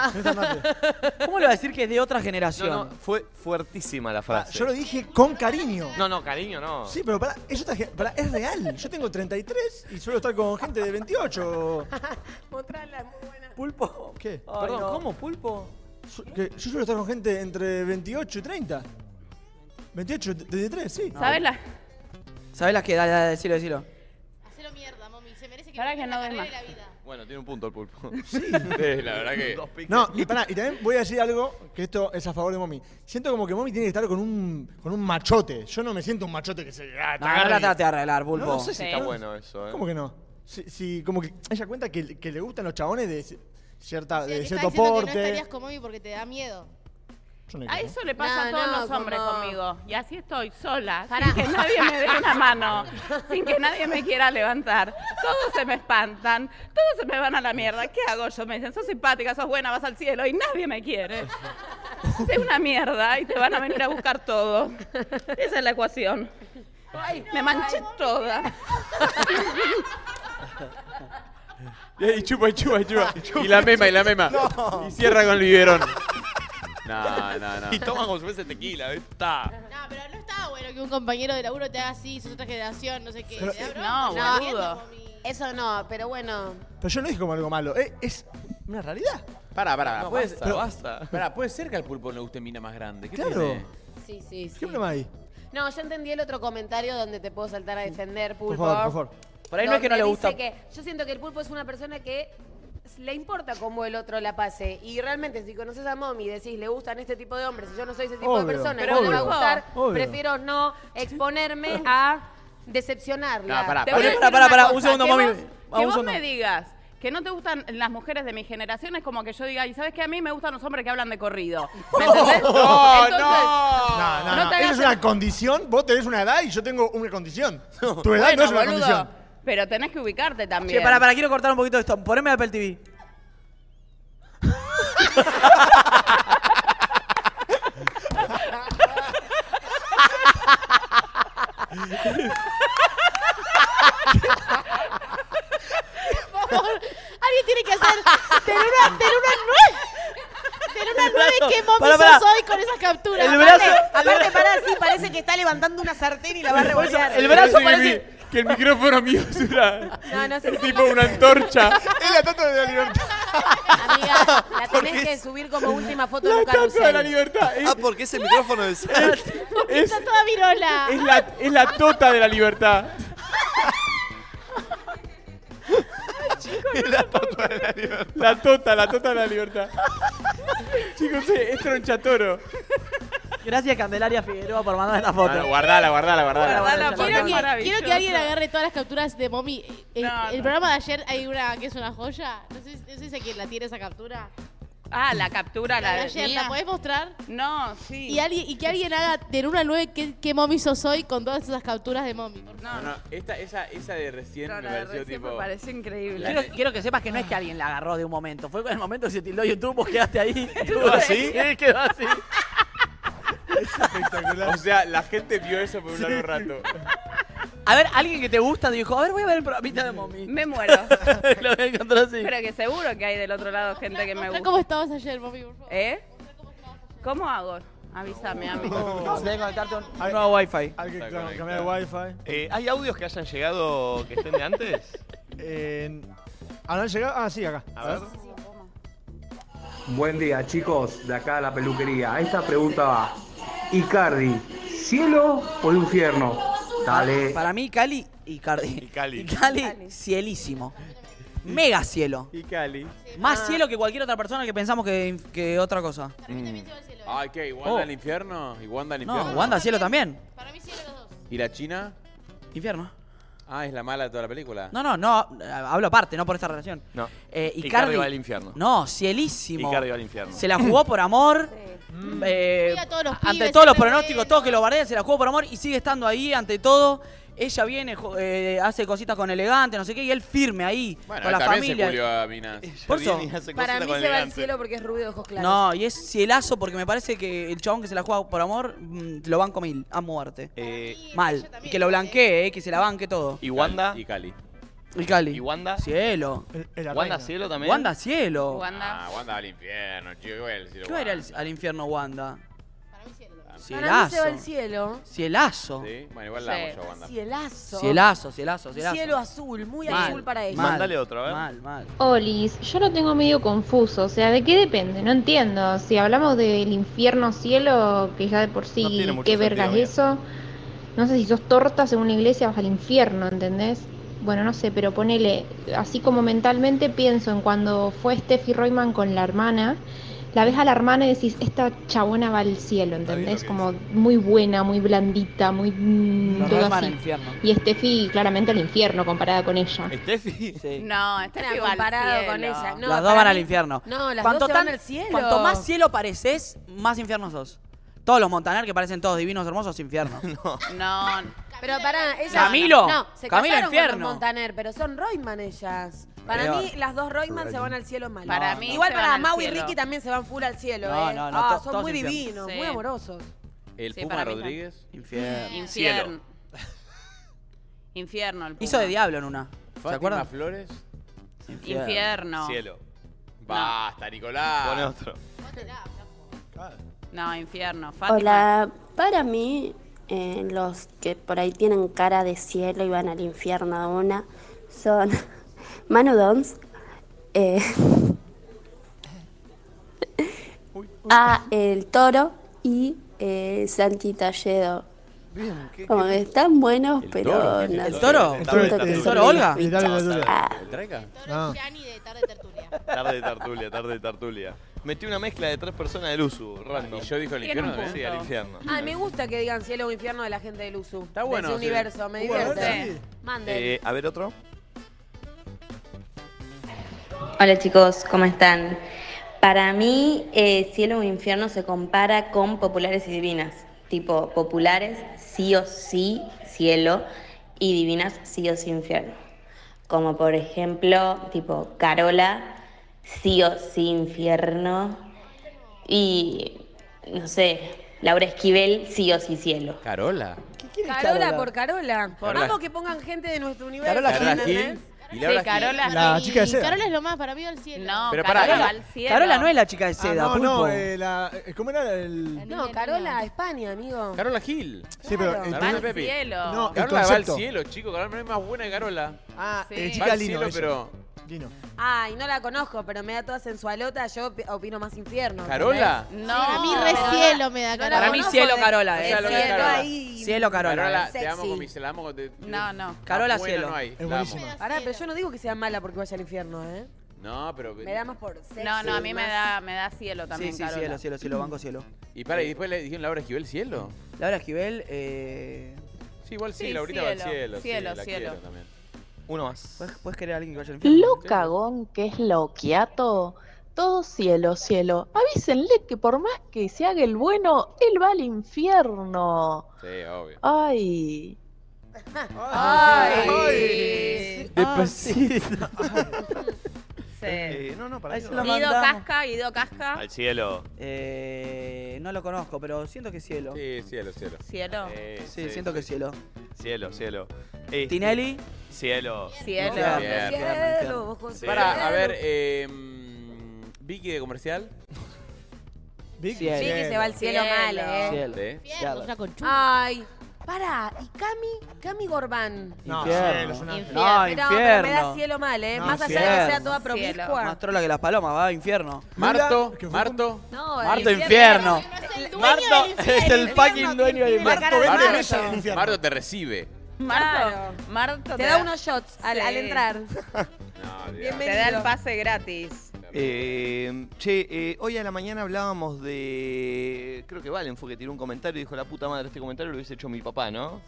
¿Cómo le va a decir que es de otra generación?
No, no, fue fuertísima la frase.
Yo lo dije con cariño.
No, no, cariño, no.
Sí, pero para, es, otra ge- pará, es real. Yo tengo 33 y suelo estar con gente de
(laughs)
28.
Mostrala, muy buena.
¿Pulpo?
¿Qué?
Ay,
Perdón,
no.
¿cómo?
¿Pulpo?
Su- que yo suelo estar con gente entre 28 y 30. 28 y 33, sí.
¿Sabes la...?
¿Sabés las que? Dale, dale, decilo, decilo.
Hacelo mierda, mami. Se merece que
Ahora
le
que
la
no doy
carrera y la vida.
Bueno, tiene un punto el pulpo. Sí. la verdad que.
No, y pará, y también voy a decir algo que esto es a favor de Momi. Siento como que Momi tiene que estar con un, con un machote. Yo no me siento un machote que se. Ah, te
No, no
agarra
la
y-
trate de arreglar, Pulpo.
No, no sé si está
bueno eso, ¿eh?
¿Cómo (laughs) que no? Si, si como que ella cuenta que, que le gustan los chabones de ci- cierta,
O sea,
de
que estás
cierto
diciendo
porte.
que no estarías con mami porque te da miedo.
Yo no
A
creo.
eso le pasa
No,
a todos
no,
los hombres
como-
conmigo. Y así estoy sola, sin que nadie me dé
(laughs)
una mano, sin que nadie me quiera levantar. Todos se me espantan, todos se me van a la mierda. ¿Qué hago yo? Me dicen, sos simpática, sos buena, vas al cielo y nadie me quiere. Sé una mierda y te van a venir a buscar todo. Esa es la ecuación. me manché toda.
Y chupa, y chupa,
(laughs)
y chupa.
Ah,
Y la mema, y la mema. Y cierra con el biberón. No, no, no.
Y toma como si fuese tequila, ¿está?
No, pero no está bueno que un compañero de laburo te haga así, sos otra generación, no sé qué.
Pero-
Te da bronca,
No,
no entiendo,
boludo.
mami.
Eso no,
(laughs)
pero bueno.
Pero yo no dije como algo malo. eh, Es, una realidad.
Pará, pará.
No,
puedes-
basta, basta.
Pará, puede ser que al pulpo le guste mina más grande. ¿Qué
Claro.
tiene?
Sí, sí, sí.
¿Qué problema hay?
No, yo entendí el otro comentario donde te puedo saltar a defender,
Por
pulpo.
favor, por favor.
Por ahí no es que no le
Donde
gusta.
dice que- yo siento que el pulpo es una persona que le importa cómo el otro la pase. Y realmente, si conoces a Momi y decís, le gustan este tipo de hombres, y yo no soy ese tipo
Obvio,
de persona,
pero
no me va a
obvio,
gustar,
obvio.
prefiero no exponerme
(laughs)
a decepcionarla.
No, pará,
Te voy a
pará.
Pará,
decir
pará,
una
pará,
cosa,
un segundo,
que
mami.
vos-
Vamos,
que vos
un
me
segundo.
digas que no te gustan las mujeres de mi generación es como que yo diga, y sabes que a mí me gustan los hombres que hablan de corrido.
(laughs)
¿Me entendés? (laughs)
No,
Entonces,
no.
No, no,
No
no.
te
Eso
hagas
es
el-
una condición. Vos tenés una edad y yo tengo una
(laughs)
condición. Tu edad
bueno,
no es una
boludo,
condición.
Pero tenés que ubicarte también.
Che, para, para, quiero cortar un poquito esto. Poneme Apple TV.
Por favor, alguien tiene que hacer del 1 al 9. Del 1 al 9 que mami
Pará, pará.
sos hoy con esas capturas.
El
Aparte,
brazo.
Aparte, pará, sí, parece que está levantando una sartén y la va a revolver.
El brazo
Parece que
parece.
mi- Que el micrófono mío es una.
No, no sé.
(laughs) Es tipo una antorcha.
(laughs) Es la estatua de la libertad.
Amiga, la
Porque
tenés que
es-
subir como última foto de un
La estatua de la
carrusel.
libertad. Es,
Ah, porque ese micrófono del Sara.
es-
Está toda (laughs) virola.
es la, es la tota de la libertad.
Es la estatua de la libertad.
La tota, la tota de la libertad. Chicos, eh, es tronchatoro.
Gracias, Candelaria Figueroa, por mandar esta foto.
Ah, guardala, guardala, guardala.
Guardala,
Quiero
porque
Quiero
es
que,
maravilloso.
quiero que alguien agarre todas las capturas de mommy. Eh, eh,
No,
el
no.
programa de ayer hay una que es una joya. No sé, no sé si a quién la tiene esa captura.
Ah, la captura, la,
La de
de
ayer, ¿la podés mostrar?
No, sí.
Y, alguien, y que alguien
(laughs)
haga del 1 al 9 qué, qué mommy sos hoy con todas esas capturas de mommy.
No,
No, no, esta, esa, esa de recién
no,
me
la de
pareció
recién
tipo.
me pareció increíble.
Quiero, quiero que sepas que no es que alguien la agarró de un momento. Fue con el momento que se tildó YouTube, vos quedaste
(laughs)
ahí.
¿Quedó así?
(laughs) Sí, quedó así.
(laughs) O sea, la gente vio eso por un largo rato.
A ver, alguien que te gusta dijo, a ver, voy a ver el programita de mommy.
Me muero.
(laughs) Lo voy a encontrar así.
Pero que seguro que hay del otro lado gente que me
Mostrá
gusta.
cómo estabas ayer, mommy, por favor.
¿Eh? ¿Cómo hago? Avísame, amigo.
(laughs) Tenés que conectarte a un un nuevo wifi.
Hay que
Está
cam- cambiar el
conectado.
wifi.
Eh, ¿Hay audios que hayan llegado que estén de antes?
(laughs) Eh, ¿Habrán llegado? Ah, sí, acá.
A ver.
Buen día, chicos, de acá de la peluquería. Esta pregunta va. Icardi, ¿cielo o infierno? Dale.
Para mí, Cali y
(laughs)
Cardi.
Y Cali.
(laughs) Y Cali, cielísimo. Mega cielo.
Y Cali.
Más
Ah.
cielo que cualquier otra persona que pensamos que, que otra cosa.
Para
Mm.
mí también se va al cielo. ¿eh?
Ay, ¿qué? ¿Y ¿Wanda
Oh.
al infierno? ¿Y Wanda al
No,
infierno?
Wanda cielo también.
Para mí cielo los dos.
¿Y la China?
Infierno.
Ah, es la mala de toda la película.
No, no, no, eh, hablo aparte, no por esta relación.
No.
Eh,
Icardi
Icardi
va al infierno.
No, cielísimo.
Icardi va al infierno.
Se la
(laughs)
jugó por amor. eh,
Cuida a todos los
ante
pibes,
todos
se
los pronósticos, todos que lo bardean, se la jugó por amor y sigue estando ahí ante todo. Ella viene, jo- eh, hace cositas con elegante, no sé qué, y él firme ahí,
Bueno,
con
él
la
también se
familia. Eh,
pulió a Minas.
Por eso.
Para mí se va al cielo porque es rubio de ojos claros.
No, y es cielazo porque me parece que el chabón que se la juega por amor mm, lo banco mil, a muerte. Mal. Y que lo blanquee, eh, que se la banque todo.
¿Y Wanda?
Y Cali.
Y Cali.
¿Y Wanda?
Cielo.
¿Wanda Cielo también?
Wanda Cielo.
Ah, Wanda al infierno, chico. igual el cielo
¿Qué va a ir
Wanda.
al, al infierno Wanda?
Para mí se va
Cielazo.
al cielo.
Cielazo.
Sí, bueno, igual
Sí. Cielazo.
Cielazo, cielazo,
Un
cielazo.
Cielo azul, muy
Mal,
azul para ella.
mal.
otro, a ver.
Mal, mal.
Olis, yo lo tengo medio confuso, o sea, ¿de qué depende? No entiendo. Si hablamos del infierno cielo, que ya de por sí,
No tiene mucho
qué verga
sentido,
es eso. No sé si sos torta según la iglesia vas al infierno, ¿entendés? Bueno, no sé, pero ponele, así como mentalmente pienso en cuando fue Steffi Royman con la hermana, la ves a la hermana y decís, esta chabona va al cielo, ¿entendés? Como muy buena, muy blandita, muy... mm,
La
todo
hermana
así.
al infierno.
Y Steffi claramente al infierno comparada con ella.
¿Steffi?
(laughs)
No,
Era
está
comparado
comparado
con ella. No,
las dos
para
van al
mí-
infierno.
No, las
Cuanto
dos se van
tan-
al cielo.
Cuanto más cielo pareces, más infierno sos. Todos los Montaner que parecen todos divinos, hermosos, infierno.
No, no.
Pero pará, ellas...
Camilo,
No, se
Camilo
casaron con
Infierno.
los Montaner, pero son Royman ellas. Para
Peor.
mí, las dos Royman se van al cielo mal.
Para No, mí
Igual
se
para
van al
Mau y
cielo.
Ricky también se van full al cielo,
No,
¿eh?
no, no,
Ah,
to-
son
todos
muy
infierno.
divinos,
Sí.
muy amorosos.
El
Sí,
Puma
para mí también.
Rodríguez.
Infierno.
Infierno. (laughs) Infierno. El
Hizo
Puma.
de diablo en una. ¿Se
Fátima
acuerdan?
Flores.
Infierno.
Cielo. Basta, Nicolás.
Pon otro.
No, infierno. Fátima.
Hola, para mí, eh, los que por ahí tienen cara de cielo y van al infierno de una son (laughs) Manu Dons, eh, (laughs) a ah, El Toro y eh, Santi Talledo.
Bien, ¿qué-
Como que están buenos, pero.
Toro, ¿El
no sé,
Toro?
no
¿El Toro-
siento
el
que
Toro
son
Olga?
unos
Y dale, dale,
bichos.
dale.
Ah,
¿El Treca?
No.
Tarde de tertulia, tarde de tertulia. Metí una mezcla de tres personas del USU, random.
yo dijo el
Tiene infierno un
Sí,
también.
al
punto.
infierno.
Ah, me gusta que digan cielo o infierno de la gente del Usu. Está
bueno,
De
sí.
ese universo, me
Bueno,
divierte.
sí.
Manden.
Eh, a ver otro.
Hola chicos, ¿cómo están? Para mí, eh, cielo o infierno se compara con populares y divinas. Tipo, populares sí o sí cielo y divinas sí o sí infierno. Como por ejemplo, tipo, Carola sí o sí infierno. Y, no sé, Laura Esquivel sí o sí cielo.
Carola.
Carola,
Carola?
por Carola.
Carola.
Vamos que pongan gente de nuestro universo.
Carola
¿entendés?
Gil. Y Laura
Sí, Carola
Gil.
La Gil. chica de seda.
Carola es lo más, para mí va al cielo.
No,
Pero pará, Carola-
al cielo.
Carola no es la chica de
Ah,
seda,
no,
pulpo.
no, eh, la- eh, ¿cómo era el...?
No, Carola, España, amigo.
Carola Gil.
Sí, pero...
Claro.
eh,
Va al
Pepe.
cielo.
No, el
Carola va al
concepto.
cielo, chico. Carola no es más buena que Carola.
Ah, Sí.
eh,
Va
chica
al
Lino,
cielo,
ella.
pero.
Lino.
Ay, no la conozco, pero me da toda sensualota. Yo opi- opino más infierno.
¿Carola?
¿entendés?
No.
A mí re cielo me da
No la
Carola.
Para mí
conozco
cielo
de-
Carola,
de
eh.
cielo ahí.
Cielo Carola.
Carola,
eh.
te amo con mi la amo con- te-
No, no.
Carola
más buena
cielo.
No, hay,
Es
la
buenísima.
amo.
Pará, pero yo no digo que sea mala porque vaya al infierno, ¿eh?
no, pero.
Me da más por sexy,
No, no, a mí me
más-
da, me da cielo también,
Sí, sí,
Carola.
cielo, cielo, cielo, banco cielo.
Y para, y después le dijeron Laura Esquivel cielo.
Laura Esquivel, eh...
Sí, igual sí,
Sí,
Laurita va al
cielo,
cielo. sí,
cielo,
la
cielo.
quiero también.
Uno más.
¿Puedes, puedes querer a alguien que vaya al infierno?
Lo cagón que es lo quiato. Todo cielo, cielo. Avísenle que por más que se haga el bueno, él va al infierno.
Sí, obvio.
Ay.
Ay.
Despacito.
Eh,
no, no,
para Ahí
que
se la
Guido
mandamos.
Casca, Guido Casca.
Al cielo.
Eh, no lo conozco, pero siento que es cielo.
Sí, cielo, cielo.
Cielo.
Eh,
Sí, siento que es cielo.
Cielo, cielo. Este-
Tinelli.
Cielo.
Cielo.
Infierno,
Bien.
infierno, infierno. Sí.
Para, a ver, eh, mm, Vicky de comercial.
Vicky.
Vicky se va al cielo mal, ¿eh?
Cielo.
Sí.
Cielo.
Ay, pará. ¿Y Cami? Cami Gorbán.
No,
cielo,
infierno.
es una-
No,
Pero, pero me da
infierno.
cielo mal, ¿eh?
No,
Más allá de que
infierno.
sea toda
Más
promiscua.
trola que las palomas, va, infierno.
Marto, Marto.
No, el
Marto, infierno.
Marto
es el fucking dueño del
la cara de
Marto,
Marto.
Marto, Marto te recibe.
Marto, Marto
Te da unos shots al,
Sí.
al entrar.
(laughs)
No, Dios.
Te da el pase gratis.
Eh, che, eh, hoy a la mañana hablábamos de. Creo que Valen fue que tiró un comentario y dijo: La puta madre, este comentario lo hubiese hecho mi papá, ¿no?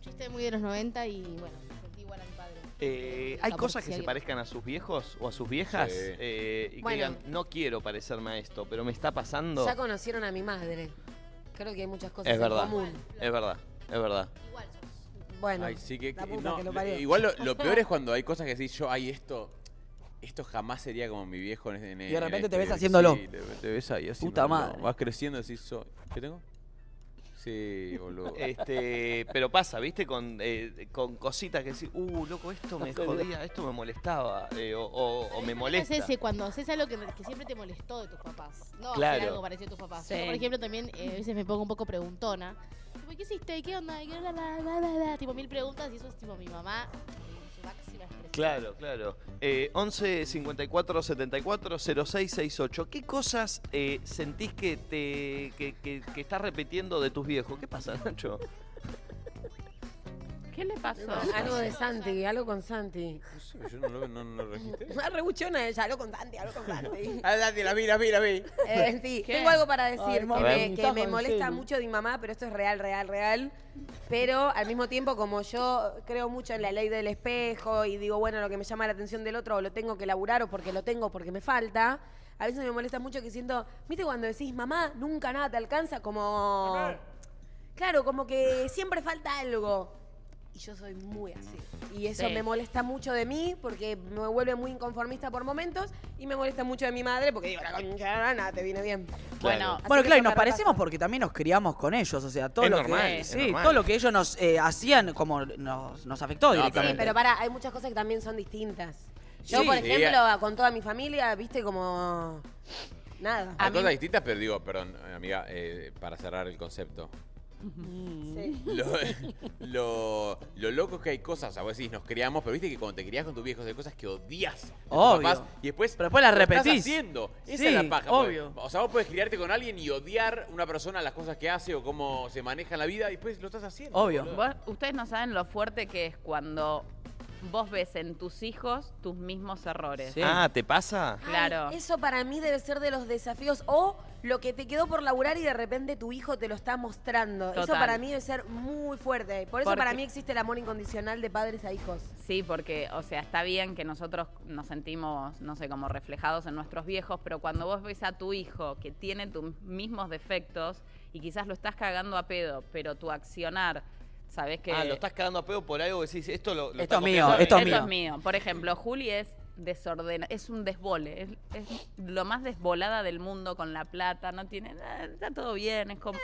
Chiste muy de los 90 y bueno, me sentí
igual a mi padre.
Eh, ¿Hay cosas que se parezcan a sus viejos o a sus viejas?
Sí.
Eh, y que
Bueno.
digan, no quiero parecerme a esto, pero me está pasando.
Ya conocieron a mi madre. Creo que hay muchas cosas
Es verdad,
en común.
es verdad, es verdad.
Bueno,
Ay, sí, que-
la
que-
puta
no,
que lo
lo-
parió.
igual lo,
(laughs)
lo peor es cuando hay cosas que decís yo, ay, esto esto jamás sería como mi viejo en, en-
Y de
en
repente te
esto".
ves
Sí,
haciéndolo.
te, te ves ahí
Puta
haciéndolo.
madre.
Vas creciendo y decís, "Soy- ¿qué tengo? Sí, boludo.
Eh.
Este, pero pasa, ¿viste? Con, eh, con cositas que decís, uh, loco, esto me jodía, esto me molestaba, eh, o, o- o me
Es
molesta.
ese cuando haces algo que, que siempre te molestó de tus papás. No hacer
Claro.
algo parecido a tus papás.
Sí.
Yo, por ejemplo, también eh, a veces me pongo un poco preguntona. Tipo, ¿qué hiciste? ¿Qué onda? ¿Qué la, la, la, la, la? Tipo, mil preguntas y eso es tipo mi mamá en su máxima expresión.
Claro, claro. Eh, 11 54 74 06 68. ¿Qué cosas eh, sentís que te que, que- que estás repitiendo de tus viejos? ¿Qué pasa, Nacho?
¿Qué le pasó?
Algo de Santi, algo con Santi.
Yo no lo, no, no lo registré.
(laughs) Una rebuchona ella, algo con Santi, algo con Santi.
(laughs) Ah, Dati, la vi, la vi, la vi.
Eh, sí,
¿Qué?
tengo algo para decir
Ay,
que,
mami,
me, que
estás
me
con
molesta
celu.
mucho de mi mamá, pero esto es real, real, real. Pero al mismo tiempo, como yo creo mucho en la ley del espejo y digo, bueno, lo que me llama la atención del otro o lo tengo que laburar o porque lo tengo, porque me falta, a veces me molesta mucho que siento, ¿viste cuando decís, mamá, nunca nada te alcanza?
Oh.
Como. Claro, como que siempre falta algo. Y yo soy muy así. Y eso
Sí.
me molesta mucho de mí porque me vuelve muy inconformista por momentos y me molesta mucho de mi madre porque digo, la concha, de la lana, te viene bien.
Bueno,
así
bueno
que
claro, y
eso
nos
me
parecemos
repasa.
porque también nos criamos con ellos, o sea, todo
Es
lo
normal,
que
es
sí,
normal.
todo lo que ellos nos eh, hacían como nos, nos afectó
Sí,
directamente.
pero para, hay muchas cosas que también son distintas. Yo,
Sí.
por
Sí,
ejemplo,
a-
con toda mi familia, viste como. Nada.
Hay cosas distintas, pero digo, perdón, eh, amiga, eh, para cerrar el concepto.
Sí.
Lo,
(laughs)
lo, lo loco es que hay cosas, o sea, vos decís, nos criamos, pero viste que cuando te criás con tus viejos hay cosas que odias. de tus
Obvio.
papás, y después,
Pero después las
lo estás
repetís.
haciendo. Esa
Sí,
es la paja. porque-
obvio.
o sea, vos podés criarte con alguien y odiar una persona las cosas que hace o cómo se maneja en la vida y después lo estás haciendo. boludo.
Vos- ustedes no saben lo fuerte que es cuando vos ves en tus hijos tus mismos errores.
Ah, ¿te pasa?
Ay,
Claro.
eso para mí debe ser de los desafíos o lo que te quedó por laburar y de repente tu hijo te lo está mostrando. Eso
Total.
para mí debe ser muy fuerte. Por eso
Porque-
para mí existe el amor incondicional de padres a hijos.
Sí, porque, o sea, está bien que nosotros nos sentimos, no sé, como reflejados en nuestros viejos, pero cuando vos ves a tu hijo que tiene tus mismos defectos y quizás lo estás cagando a pedo, pero tu accionar, sabes que...
Ah, lo estás cagando a pedo por algo que decís, esto lo, lo
Esto es
estamos
mío,
pensando.
esto es
Esto es mío. Por ejemplo, Juli es desordena, es un desbole, es, es lo más desbolada del mundo con la plata, no tiene nada, está todo bien, es como...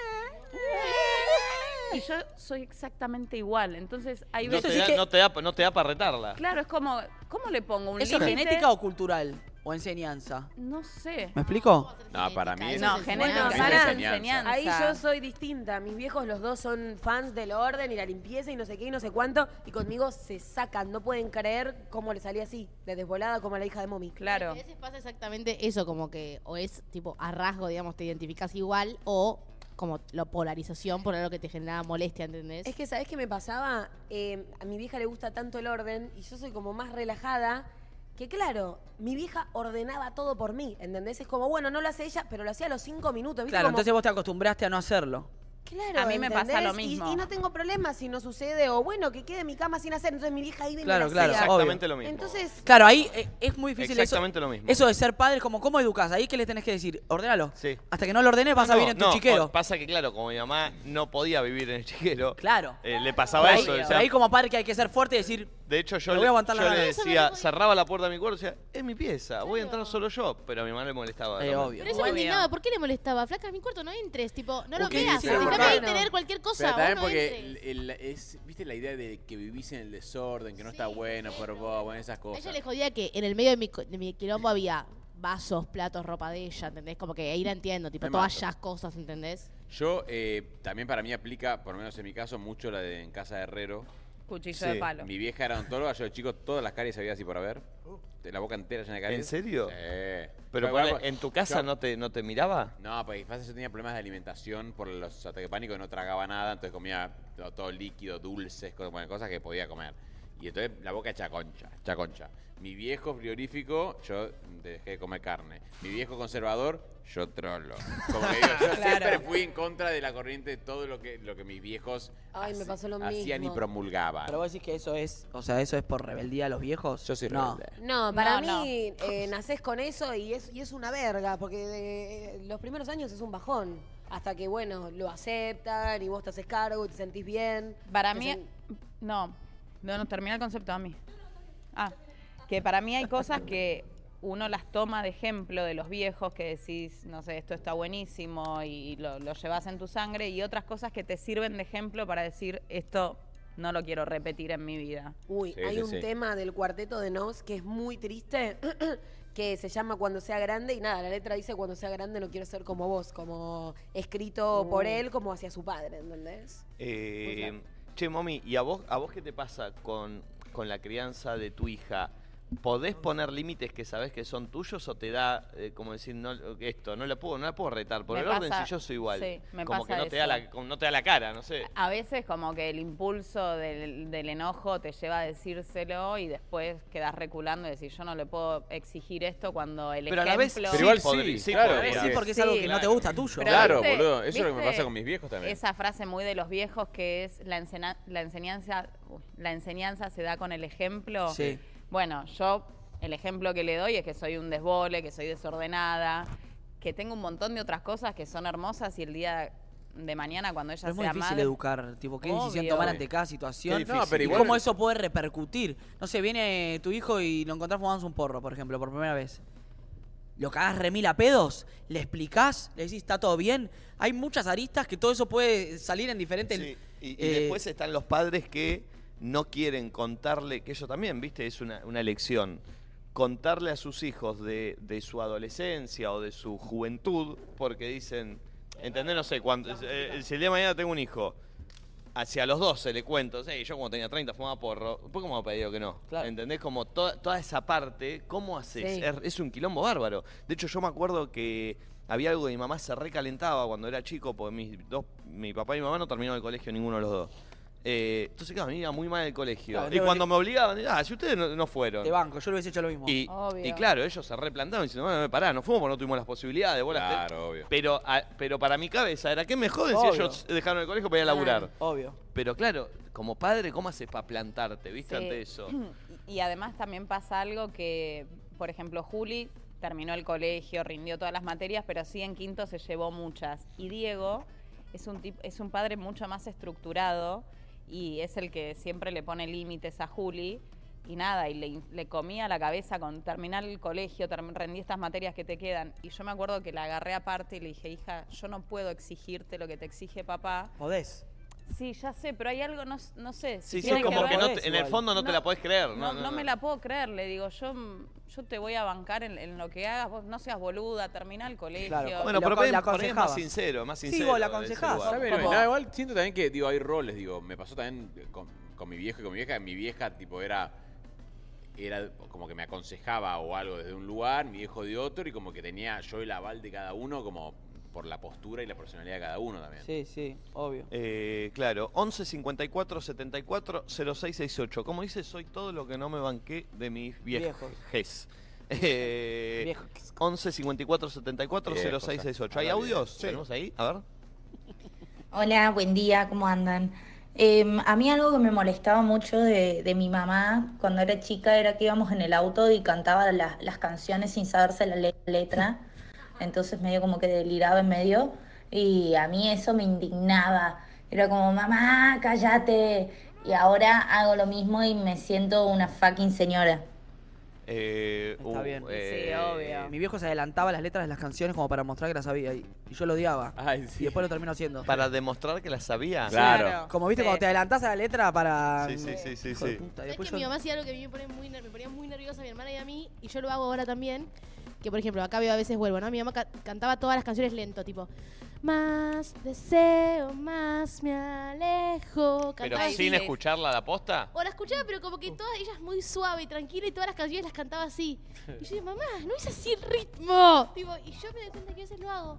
Y yo soy exactamente igual, entonces hay
No
veces
te, da,
que-
no, te da, no te da para retarla.
Claro, es como, ¿cómo le pongo un
¿Eso es
límite?
genética o cultural o enseñanza?
No sé.
¿Me explico?
No, para mí
No,
es
genética
enseñanza.
es
Pará.
enseñanza.
Ahí yo soy distinta. Mis viejos los dos son fans del orden y la limpieza y no sé qué y no sé cuánto. Y conmigo se sacan. No pueden creer cómo le salí así, de desvolada como a la hija de mommy.
Claro.
A veces pasa exactamente eso, como que o es tipo a rasgo, digamos, te identificas igual o como la polarización por algo que te generaba molestia, ¿entendés?
Es que, ¿sabes qué me pasaba? Eh, a mi vieja le gusta tanto el orden y yo soy como más relajada. Que claro, mi vieja ordenaba todo por mí, ¿entendés? Es como, bueno, no lo hace ella, pero lo hacía a los cinco minutos, ¿viste?
Claro,
Como,
entonces vos te acostumbraste a no hacerlo.
claro,
a mí me pasa lo
¿entendés? Y-
mismo.
Y, no tengo problema si no sucede, o bueno, que quede mi cama sin hacer, entonces mi vieja ahí viene
Claro, claro,
Exactamente
obvio.
lo mismo.
Entonces,
Claro, ahí eh, es muy difícil eso.
Exactamente lo mismo.
Eso de ser padre, como cómo educás, ahí que le tenés que decir, ordenalo.
Sí.
Hasta que no lo ordenes vas a vivir
No,
en tu
no,
chiquero.
o- Pasa que, claro, como mi mamá no podía vivir en el chiquero.
Claro.
eh, le pasaba
ahí,
eso. o
pero
sea,
ahí como padre que hay que ser fuerte y decir,
De hecho, yo,
Me
le,
voy a aguantar
yo
la
le
gana.
decía, cerraba la puerta de mi cuarto y decía, es mi pieza, voy a entrar solo yo. Pero a mi mamá le molestaba.
Eh,
también.
obvio.
Pero eso me indignaba, ¿por qué le molestaba? Flaca, a mi cuarto no entres, tipo, no lo
Porque
veas,
dice,
déjame
claro.
ahí tener cualquier cosa,
Pero
vos
también
no
porque
entres.
el- el- es, viste la idea de que vivís en el desorden, que no está bueno por vos, bueno, esas
A
cosas.
ella le jodía que en el medio de mi, co- de mi quilombo había vasos, platos, ropa de ella, ¿entendés? Como que ahí la entiendo, tipo,
Me mato.
toallas, cosas, ¿entendés?
Yo eh, también para mí aplica, por lo menos en mi caso, mucho la de en casa de Herrero.
Cuchillo de palo.
Mi vieja era odontóloga, yo de chico todas las caries había así por haber. De La boca entera llena de caries.
¿En serio?
Sí.
Pero
Igual,
ponele, ¿en tu casa
yo-
no te, no te miraba?
No, porque pasa yo tenía problemas de alimentación por los ataques de pánico, no tragaba nada, entonces comía todo, todo líquido, dulces, cosas, bueno, cosas que podía comer. Y entonces la boca hecha concha, hecha concha. Mi viejo frigorífico, yo dejé de comer carne. Mi viejo conservador, yo trolo. Como que digo, yo
(laughs) Claro.
siempre fui en contra de la corriente de todo lo que, lo que mis viejos
Ay, me pasó lo
hacían y
mismo.
promulgaban.
Pero vos decís que eso es, o sea, eso es por rebeldía a los viejos. Yo soy no.
No, para
No, no.
mí eh, nacés con eso y es, y es una verga, porque de- eh, los primeros años es un bajón. Hasta que, bueno, lo aceptan y vos te haces cargo y te sentís bien.
Para
Te
mí,
sen-
no, no, no termina el concepto a mí. Ah, que para mí hay cosas que uno las toma de ejemplo de los viejos que decís, no sé, esto está buenísimo y lo, lo llevas en tu sangre y otras cosas que te sirven de ejemplo para decir, esto no lo quiero repetir en mi vida.
Uy,
Sí,
hay
sí,
un
sí.
tema del cuarteto de Nos que es muy triste, (clears throat) que se llama Cuando sea grande y nada, la letra dice Cuando sea grande no quiero ser como vos, como escrito por
Mm.
él como hacia su padre, ¿entendés?
Eh, che, mami, ¿y a vos, a vos qué te pasa con, con la crianza de tu hija? ¿Podés poner límites que sabés que son tuyos o te da, eh, como decir, no, esto, no la puedo, no la puedo retar? Por
Me
el orden,
pasa-
si yo soy igual.
sí, me
como
pasa
que no te, da
eso.
la, como no te da la cara, no sé.
A veces como que el impulso del, del enojo te lleva a decírselo y después quedas reculando y decir yo no le puedo exigir esto cuando el
Pero a la
ejemplo...
vez sí Pero igual sí, podría- sí claro, podría. sí, porque es algo que no te gusta tuyo.
Pero
Claro,
viste-
boludo, eso es lo que me
viste
pasa con mis viejos también.
Esa frase muy de los viejos que es la, ensena- la enseñanza uy, la enseñanza se da con el ejemplo.
Sí.
Bueno, yo el ejemplo que le doy es que soy un desbole, que soy desordenada, que tengo un montón de otras cosas que son hermosas y el día de mañana cuando ella
Pero es muy
sea
difícil
madre
educar, tipo, qué decisión
Obvio.
tomar ante cada situación.
Qué difícil.
pero
pero
y
igual-
cómo eso puede repercutir. No sé, viene eh, tu hijo y lo encontrás fumándose un porro, por ejemplo, por primera vez. Lo cagás remil a pedos, le explicás, le decís, está todo bien. Hay muchas aristas que todo eso puede salir en diferentes.
Sí, Y, y
eh,
después están los padres que no quieren contarle, que eso también, viste, es una, una lección. Contarle a sus hijos de, de su adolescencia o de su juventud, porque dicen, ¿entendés? No sé, cuando, eh, si el día de mañana tengo un hijo, hacia los 12 le cuento, "Sí, yo cuando tenía 30 fumaba porro, ¿por qué me ha pedido que no? ¿Entendés? Como to- toda esa parte, ¿cómo haces?
Sí.
Es, es un quilombo bárbaro. De hecho, yo me acuerdo que había algo que mi mamá se recalentaba cuando era chico, porque mis dos, mi papá y mi mamá no terminaron el colegio ninguno de los dos. Eh, entonces, claro, me iba muy mal el colegio.
Claro,
y
no,
cuando me obligaban, ah, si ustedes no, no fueron.
Te banco, yo lo hubiese hecho lo mismo.
Y, y claro, ellos se replantaron diciendo, no, no, pará, no fuimos porque no tuvimos las posibilidades. Vos las
Claro,
ten-".
obvio.
Pero, ah, pero para mi cabeza era, ¿qué me joden
Obvio.
si ellos dejaron el colegio para ir a laburar?
Obvio.
Pero claro, como padre, ¿cómo haces para plantarte, viste,
Sí.
(clears throat)
ante eso?
(clears throat) Y y además también pasa algo que, por ejemplo, Juli terminó el colegio, rindió todas las materias, pero sí en quinto se llevó muchas. Y Diego es un, tip- es un padre mucho más estructurado y es el que siempre le pone límites a Juli. Y nada, y le, le comía la cabeza con terminar el colegio, term- rendí estas materias que te quedan. Y yo me acuerdo que la agarré aparte y le dije, hija, yo no puedo exigirte lo que te exige papá.
Podés.
Sí, ya sé, pero hay algo, no, s- no sé. si
Sí, sí,
tiene
como que
ver-
no te- en el fondo no, te la podés creer. No,
no,
no,
no
no.
me la puedo creer, le digo, yo, yo te voy a bancar en, en lo que hagas, vos no seas boluda, termina el colegio.
la-
Bueno, pero por ahí-
la
por ahí es más
aconsejaba.
sincero, más
Sí,
sincero.
vos la
de ese
aconsejás,
lugar.
¿sabes?
Bueno,
Como-
nada, igual siento también que digo, hay roles, digo, me pasó también con, con mi viejo y con mi vieja, mi vieja tipo era era como que me aconsejaba o algo desde un lugar, mi viejo de otro y como que tenía yo el aval de cada uno como por la postura y la personalidad de cada uno también.
Sí, sí, obvio.
Eh, claro, 11 54 74 0668. Como dice, soy todo lo que no me banqué de mis
Viejos.
viejes. (laughs) Eh, 11 54 74
Viejos,
0668.
ah.
¿Hay
Habla bien.
audios?
Sí.
¿Tenemos ahí? A ver.
Hola, buen día, ¿cómo andan? Em, a mí algo que me molestaba mucho de, de mi mamá cuando era chica era que íbamos en el auto y cantaba las, las canciones sin saberse la le- letra, entonces medio como que deliraba en medio y a mí eso me indignaba, era como, mamá, cállate, y ahora hago lo mismo y me siento una fucking señora.
Eh,
Está
uh,
bien.
eh,
Mi viejo se adelantaba las letras de las canciones como para mostrar que las sabía y, y yo lo odiaba. Y después lo termino haciendo.
Para demostrar que la sabía.
Sí. Como viste, cuando te adelantás a la letra para.
Sí, sí, sí, sí,
Hijo de
sí.
puta,
¿Sabés que
después yo-
mi mamá hacía algo que a mí me ponía, muy, ner- me ponía muy nerviosa, a mi hermana y a mí, y yo lo hago ahora también? Que, por ejemplo, acá veo a veces vuelvo, ¿no? Mi mamá ca- cantaba todas las canciones lento, tipo... Más deseo, más me alejo.
Pero
Cantaba
sin
así.
escucharla a la posta.
O la escuchaba, pero como que todas ellas muy suave y tranquila y todas las canciones las cantaba así. Y yo dije, mamá, no hice así el ritmo. Tipo, y yo me doy cuenta que a veces lo hago.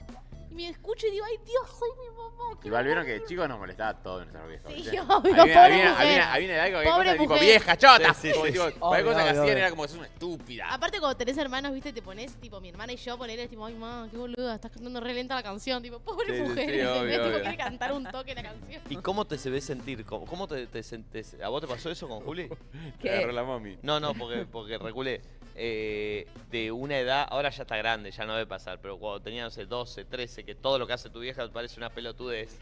Y me escucho y digo, ay Dios, soy mi mamá. qué
Igual vieron que chicos nos molestaba a todos nuestros viejos.
Sí,
¿viste?
obvio,
Había-
pobre
había-
mujer.
había- había algo que
Pobre
cosas tipo
mujer.
vieja chota.
Sí, sí,
como
sí.
tipo,
Obvio,
cualquier cosa que
obvio,
hacían
obvio.
era como, es una estúpida.
Aparte cuando tenés hermanos, viste, te pones, tipo, mi hermana y yo, poner tipo, ay mamá, qué boluda, estás cantando re lenta la canción, tipo, pobre
Sí, sí,
mujer,
sí,
¿entendés?
obvio,
(laughs) tipo,
obvio.
quiere cantar un toque la canción.
(laughs) ¿Y cómo te se ve sentir? ¿Cómo, cómo te, te sentes? ¿A vos te pasó eso
(laughs)
con Juli?
¿Qué? agarró la mami.
No, no, porque, porque reculé. eh, de una edad, ahora ya está grande, ya no debe pasar, pero cuando tenía, no sé, 12, 13, que todo lo que hace tu vieja te parece una pelotudez,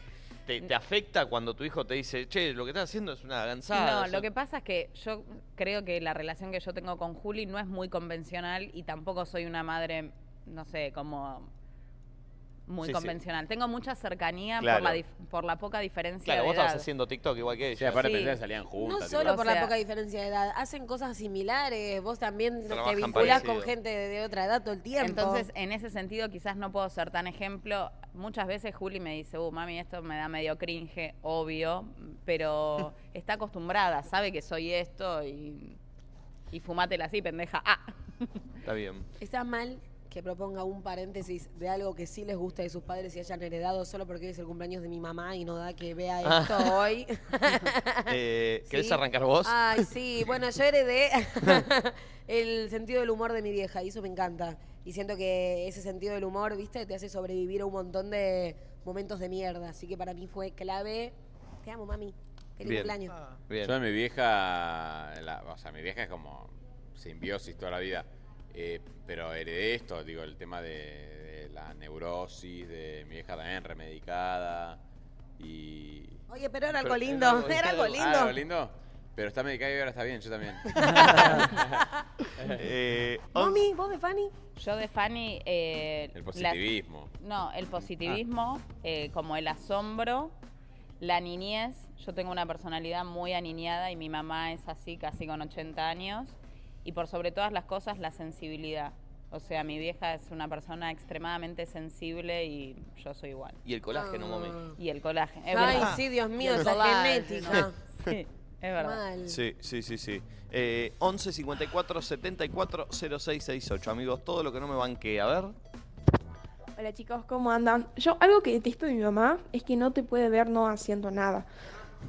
¿te, te afecta cuando tu hijo te dice, che, lo que estás haciendo es una gansada?
No,
o sea,
lo que pasa es que yo creo que la relación que yo tengo con Juli no es muy convencional y tampoco soy una madre, no sé, como muy
Sí, sí.
convencional. Tengo mucha cercanía
Claro.
por, la dif- por la poca diferencia
Claro,
de
vos estabas
edad.
haciendo TikTok igual que ella.
Sí, aparte Sí. pensé que salían juntas,
No solo por la poca diferencia de edad, hacen cosas similares, vos también te
Trabajan
vinculás
parecido.
con gente de, de otra edad todo el tiempo.
Entonces, en ese sentido, quizás no puedo ser tan ejemplo. Muchas veces Juli me dice, uh, mami, esto me da medio cringe, obvio,
(laughs)
pero está acostumbrada, sabe que soy esto y, y fumátela así, pendeja. Ah,
Está bien.
¿Está mal que proponga un paréntesis de algo que sí les gusta de sus padres y hayan heredado solo porque hoy es el cumpleaños de mi mamá y no da que vea
Ah.
esto hoy?
(laughs) Eh, ¿Querés
Sí.
arrancar vos?
Ay,
(laughs)
sí. Bueno, yo heredé (laughs) el sentido del humor de mi vieja y eso me encanta. Y siento que ese sentido del humor, viste, te hace sobrevivir a un montón de momentos de mierda. Así que para mí fue clave. Te amo, mami. Feliz
Bien.
cumpleaños.
Yo a mi vieja, la- o sea, mi vieja es como simbiosis toda la vida. Eh, pero heredé esto, digo, el tema de, de la neurosis, de mi vieja también remedicada. Y.
Oye, pero era algo lindo, era algo lindo.
Ah, algo lindo. Pero está medicada y ahora está bien,
(laughs)
yo también.
Eh,
Mami, ¿vos de Fanny?
Yo de Fanny... eh,
El
la-
positivismo.
no, el positivismo, eh, como el asombro, la niñez. Yo tengo una personalidad muy aniñada y mi mamá es así, casi con 80 años. Y por sobre todas las cosas, la sensibilidad. O sea, mi vieja es una persona extremadamente sensible y yo soy igual.
Y el colágeno,
Ah.
mami.
Y el colágeno. es
Ay,
verdad.
sí, Dios mío,
Y el
esa
colágeno.
genética.
(laughs) Sí, es verdad.
Mal.
Sí, sí, sí, sí. Eh, 11 54 74 0668. Amigos, todo lo que no me banqué. A ver.
Hola chicos, ¿cómo andan? Yo algo que detesto de mi mamá es que no te puede ver no haciendo nada.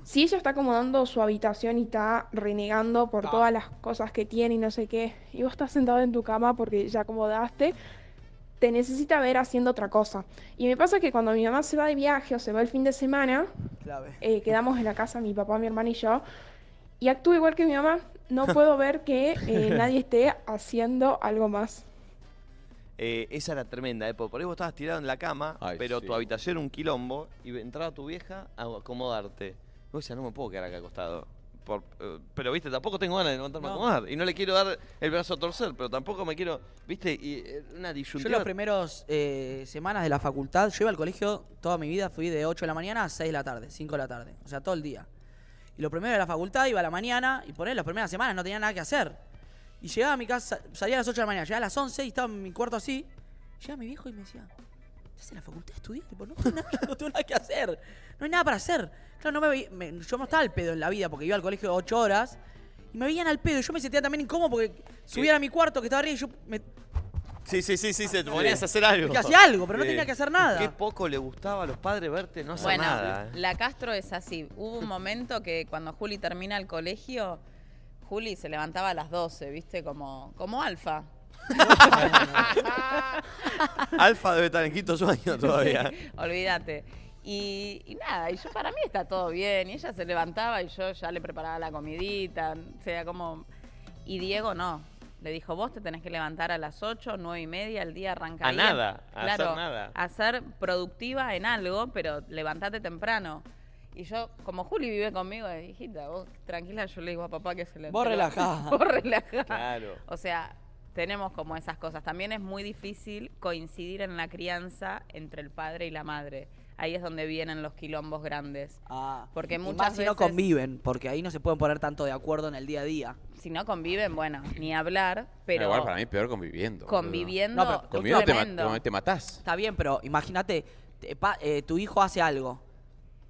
Si ella está acomodando su habitación y está renegando
Ah.
por todas las cosas que tiene y no sé qué, y vos estás sentado en tu cama porque ya acomodaste, te necesita ver haciendo otra cosa. Y me pasa que cuando mi mamá se va de viaje o se va el fin de semana, eh, quedamos en la casa mi papá, mi hermana y yo, y actúo igual que mi mamá. No puedo ver que eh, nadie esté haciendo algo más.
Eh, esa era tremenda, ¿eh? porque por ahí vos estabas tirado en la cama, pero tu habitación era un quilombo y entraba tu vieja a acomodarte. Y vos decías, no me puedo quedar acá acostado. Por- eh, pero viste, tampoco tengo ganas de levantarme a
No.
acomodar. Y no le quiero dar el brazo a torcer, pero tampoco me quiero. Viste, y eh, una
Yo
disyuntiva.
las primeras semanas de la facultad, yo iba al colegio toda mi vida, fui de 8 de la mañana a 6 de la tarde, 5 de la tarde, o sea, todo el día. Y lo primero de la facultad iba a la mañana y por ahí las primeras semanas no tenía nada que hacer. Y llegaba a mi casa, salía a las 8 de la mañana, llegaba a las 11 y estaba en mi cuarto así. Llegaba mi viejo y me decía, ¿estás en la facultad? Estudié, tipo, no, tengo (laughs) nada- no tengo nada que hacer. No hay nada para hacer. Claro, no me, veía- me- yo no estaba al pedo en la vida porque iba al colegio 8 horas y me veían al pedo. Yo me sentía también incómodo porque subían a mi cuarto que estaba arriba y yo me
Sí, sí, sí, sí, se te ponías a hacer algo.
Ah, Que hacía algo, pero no tenía que hacer nada.
Qué poco le gustaba a los padres verte no hacer
Bueno,
nada. ¿eh?
la Castro es así. Hubo un momento que cuando Juli termina el colegio, Juli se levantaba a las 12, ¿viste? Como, como alfa.
Alfa debe estar en quinto sueño todavía.
Sí, (laughs) olvídate. Y, y nada, y yo para mí está todo bien. Y ella se levantaba y yo ya le preparaba la comidita. O sea, como. Y Diego no. Le dijo, vos te tenés que levantar a las 8, 9 y media, el día arranca.
A
bien".
nada, a hacer
claro,
nada.
A ser productiva en algo, pero levantate temprano. Y yo, como Juli vive conmigo, eh, hijita, vos tranquila, yo le digo a papá que se le
Vos
pero-
relajá.
(laughs) Vos relajá.
Claro.
O sea, tenemos como esas cosas. También es muy difícil coincidir en la crianza entre el padre y la madre. Ahí es donde vienen los quilombos grandes. Porque
Y
muchas
más si no
veces-
conviven, porque ahí no se pueden poner tanto de acuerdo en el día a día.
Si no conviven, bueno, ni hablar, pero
Igual para mí peor conviviendo. boludo.
Conviviendo,
conviviendo te, ma-
tremendo.
te matás.
Está bien, pero imagínate, te pa- eh, tu hijo hace algo.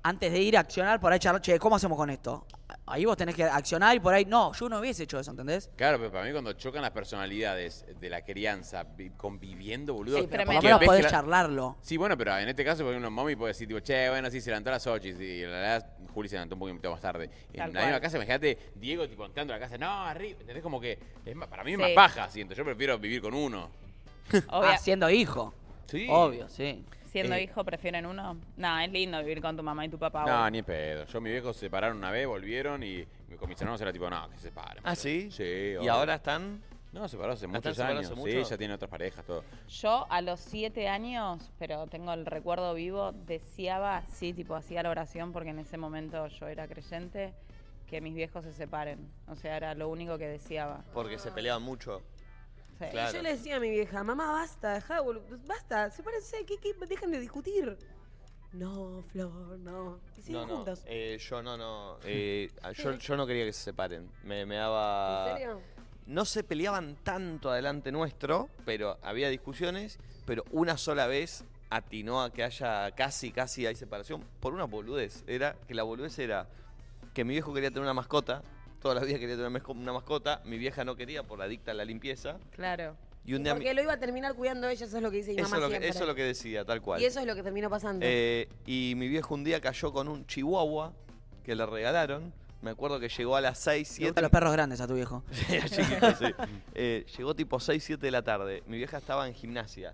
antes de ir a accionar, por ahí charlar, che, ¿cómo hacemos con esto? Ahí vos tenés que accionar y por ahí, no, yo no hubiese hecho eso, ¿entendés?
Claro, pero para mí cuando chocan las personalidades de la crianza vi- conviviendo, boludo.
Sí, pero por lo
que
menos
ves
podés
que la-
charlarlo.
Sí, bueno, pero en este caso, por ejemplo, mommy puede decir, tipo, che, bueno, sí, se levantó a las 8 y y la verdad, Juli se levantó un poquito más tarde.
Tal
en la misma
cual.
casa, imagínate, Diego, tipo, entrando a la casa, no, arriba, ¿entendés? Como que, es más- para mí es
Sí.
más baja, siento, yo prefiero vivir
(laughs)
con uno.
Obvio.
Ah, siendo hijo.
Sí.
Obvio, sí.
Siendo
Eh,
hijo, ¿prefieren uno? No, es lindo vivir con tu mamá y tu papá.
No,
boludo.
ni en pedo. Yo, mis viejos se separaron una vez, volvieron y con mis hermanos era tipo, no, que se separen.
¿Ah, sí?
Sí.
¿Y
obvio.
ahora están?
No, separados hace
¿Están
muchos
separados
años.
hace
Sí,
mucho?
ya tienen otras parejas, todo.
Yo a los siete años, pero tengo el recuerdo vivo, deseaba, sí, tipo hacía la oración porque en ese momento yo era creyente, que mis viejos se separen. O sea, era lo único que deseaba.
Porque se peleaban mucho.
Sí.
Y
Claro.
yo le decía a mi vieja, mamá, basta, dejá de bolu- basta, sepárense, ¿qué, qué, dejen de discutir. No, Flor, no. Y siguen
No, no,
juntos.
eh, yo no, no. eh, a- yo, yo no quería que se separen. Me, me daba.
¿En serio?
No se peleaban tanto adelante nuestro, pero había discusiones, pero una sola vez atinó a que haya casi, casi hay separación por una boludez. Era que la boludez era que mi viejo quería tener una mascota, toda la vida quería tener mezco- una mascota, mi vieja no quería por la dicta a la limpieza.
Claro.
Y un día mi-
Porque lo iba a terminar cuidando ella, eso es lo que dice mi
eso,
mamá
es lo que,
siempre.
eso es lo que decía, tal cual.
Y eso es lo que terminó pasando.
Eh, y mi viejo un día cayó con un chihuahua que le regalaron. Me acuerdo que llegó a las 6, 7.
Le gustan los perros grandes a tu viejo.
chiquito, (laughs) sí. Eh, llegó tipo 6, 7 de la tarde. Mi vieja estaba en gimnasia.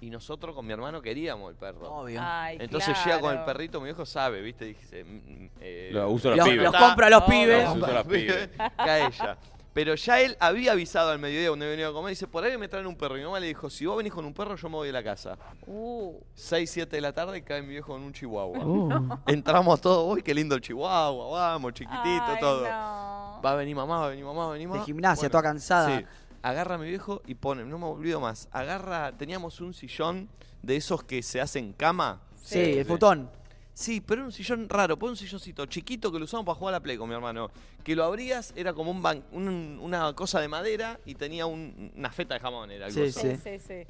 Y nosotros con mi hermano queríamos el perro.
Obvio.
Ay,
Entonces llega con el
claro.
perrito, mi viejo sabe, ¿viste? Dice, mm, mm, eh,
Lo uso a los Los- pibes. los
Está-
compra a los pibes.
Los uso a los pibes. Cae ella. Pero ya él había avisado al mediodía cuando venía a comer. Dice, por ahí me traen un perro. Y mi mamá le dijo, si vos venís con un perro, yo me voy de la casa.
Uh,
6, 7 de la tarde cae mi viejo en un chihuahua.
Oh.
(laughs) Entramos todos, uy, qué lindo el chihuahua, vamos, chiquitito,
Ay,
todo. Va a venir mamá, va a venir mamá, va a venir mamá.
De gimnasia, toda cansada.
Sí. Agarra a mi viejo y pone, no me olvido más, agarra, teníamos un sillón de esos que se hacen cama.
Sí, el futón.
Sí, pero era un sillón raro, pone un silloncito chiquito que lo usamos para jugar a la play con mi hermano. Que lo abrías, era como un ban- un- una cosa de madera y tenía un- una feta de jamón, era algo
Sí,
así.
sí.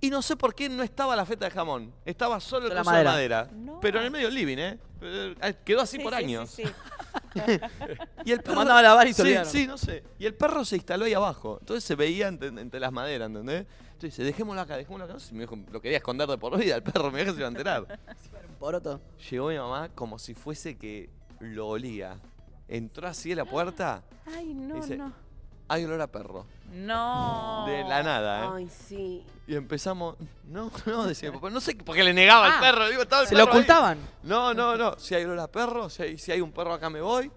Y no sé por qué no estaba la feta de jamón. Estaba solo el
Solo
coso
madera.
de madera. Pero en el medio del living, ¿eh? Eh, Quedó así
Sí,
por
sí, sí,
años.
sí.
(laughs)
y el
Lo
perro...
mandaba a lavar y se
sí,
olvidaron.
sí, no sé. Y el perro se instaló ahí abajo. Entonces se veía entre, entre las maderas, ¿entendés? Entonces dice, dejémoslo acá, dejémoslo acá. No sé si mi viejo lo quería esconder de por vida el perro. Mi viejo se iba a enterar.
Poroto.
Llegó mi mamá como si fuese que lo olía. Entró así a la puerta.
Ay, no,
Dice-
Oh, no. Oh.
Hay olor a perro.
No.
De la nada, ¿eh?
Ay, sí.
Y empezamos, no, (laughs) no, decía mi papá, no sé por qué le negaba
Ah,
al perro, digo, estaba el
se lo
perro ahí.
ocultaban.
No, no, no, si hay olor a perro, si hay, si hay un perro acá me voy.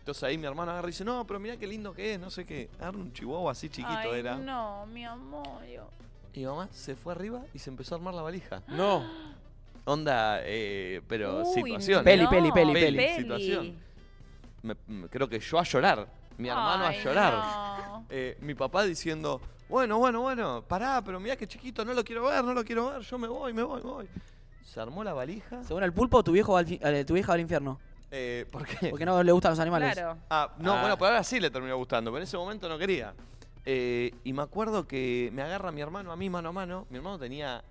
Entonces ahí mi hermana agarra y dice, no, pero mirá qué lindo que es, no sé qué. Agarra un chihuahua así chiquito
Ay,
era.
No, mi amor. yo-
Y mi mamá se fue arriba y se empezó a armar la valija.
No.
Onda, eh, pero
Uy,
situación.
Peli, peli, peli,
peli.
peli.
Situación. Me- me- creo que yo a llorar, mi hermano
Ay,
a llorar.
no.
Eh, mi papá diciendo, bueno, bueno, bueno, pará, pero mirá qué chiquito, no lo quiero ver, no lo quiero ver, yo me voy, me voy, me voy. Se armó la valija.
(laughs) Según el pulpo, tu, viejo va al fi- eh, tu vieja va al infierno.
Eh, ¿Por qué?
Porque no le gustan los animales.
Ah, no,
Ah.
bueno, por ahora sí le terminó gustando, pero en ese momento no quería. Eh, y me acuerdo que me agarra mi hermano a mí mano a mano. Mi hermano tenía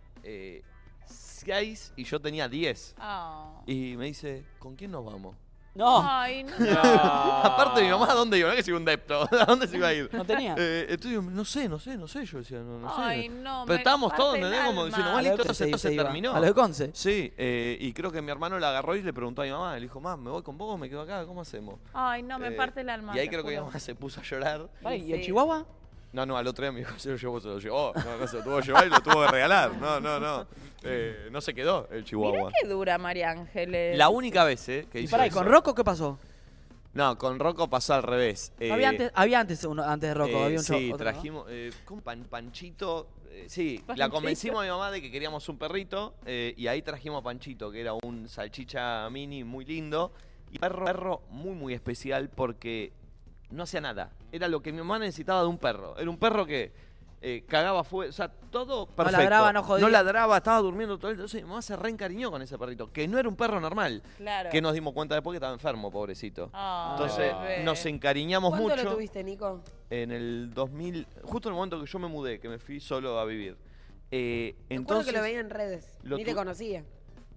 6 y yo tenía 10.
Ah.
Y me dice, ¿con quién nos vamos?
No.
Ay, no.
(laughs) Aparte, mi mamá, ¿a dónde iba? No es que se iba un depto. (laughs) ¿A dónde se iba a ir?
No tenía.
Eh, entonces, yo, no sé, no sé, no sé. Yo decía, no, no sé.
Ay, no, me
Pero estábamos todos,
parte el
¿entendés? Como
alma.
diciendo, bueno,
A
listo,
la otra
esto
se-
se, esto
se
se
iba.
terminó.
A los de Conce.
Sí, eh, y creo que mi hermano la agarró y le preguntó a mi mamá. Le dijo, mamá, ¿me voy con vos o me quedo acá? ¿Cómo hacemos?
Ay, no, me
Eh,
parte el alma.
Y ahí
te
creo que mi
juro.
mamá se puso a llorar.
Ay, ¿Y el
Sí.
chihuahua?
No, no, al otro día mi hijo se lo llevó, se
(laughs)
lo llevó. No, no se lo tuvo que llevar y lo tuvo que regalar. No, no, no. Eh, no se quedó el
Mirá
chihuahua.
qué dura, María Ángeles.
La única vez eh, que
Y
hizo
pará, ¿y
eso.
con Rocco qué pasó?
No, con Rocco pasó al revés. Eh,
había antes, había antes uno, antes de Rocco,
eh,
había un cho-
sí,
otro, ¿no?
trajimos eh, ¿cómo? Pan- Panchito. eh, sí, la
Panchito.
convencimos a mi mamá de que queríamos un perrito eh, y ahí trajimos a Panchito, que era un salchicha mini muy lindo. Y perro, perro muy, muy especial porque no hacía nada. Era lo que mi mamá necesitaba de un perro. Era un perro que eh, cagaba fuego, o sea, todo perfecto.
ladraba, no jodía.
No ladraba, estaba durmiendo todo el Entonces mi mamá se reencariñó con ese perrito, que no era un perro normal.
Claro.
Que nos dimos cuenta después que estaba enfermo, pobrecito.
Ay,
Entonces
bebé.
nos encariñamos
¿Cuánto
mucho.
lo tuviste, Nico?
En el 2000, justo en el momento que yo me mudé, que me fui solo a vivir. Eh,
Recuerdo
entonces
que lo veía en redes.
lo
Ni te
tu-
conocía.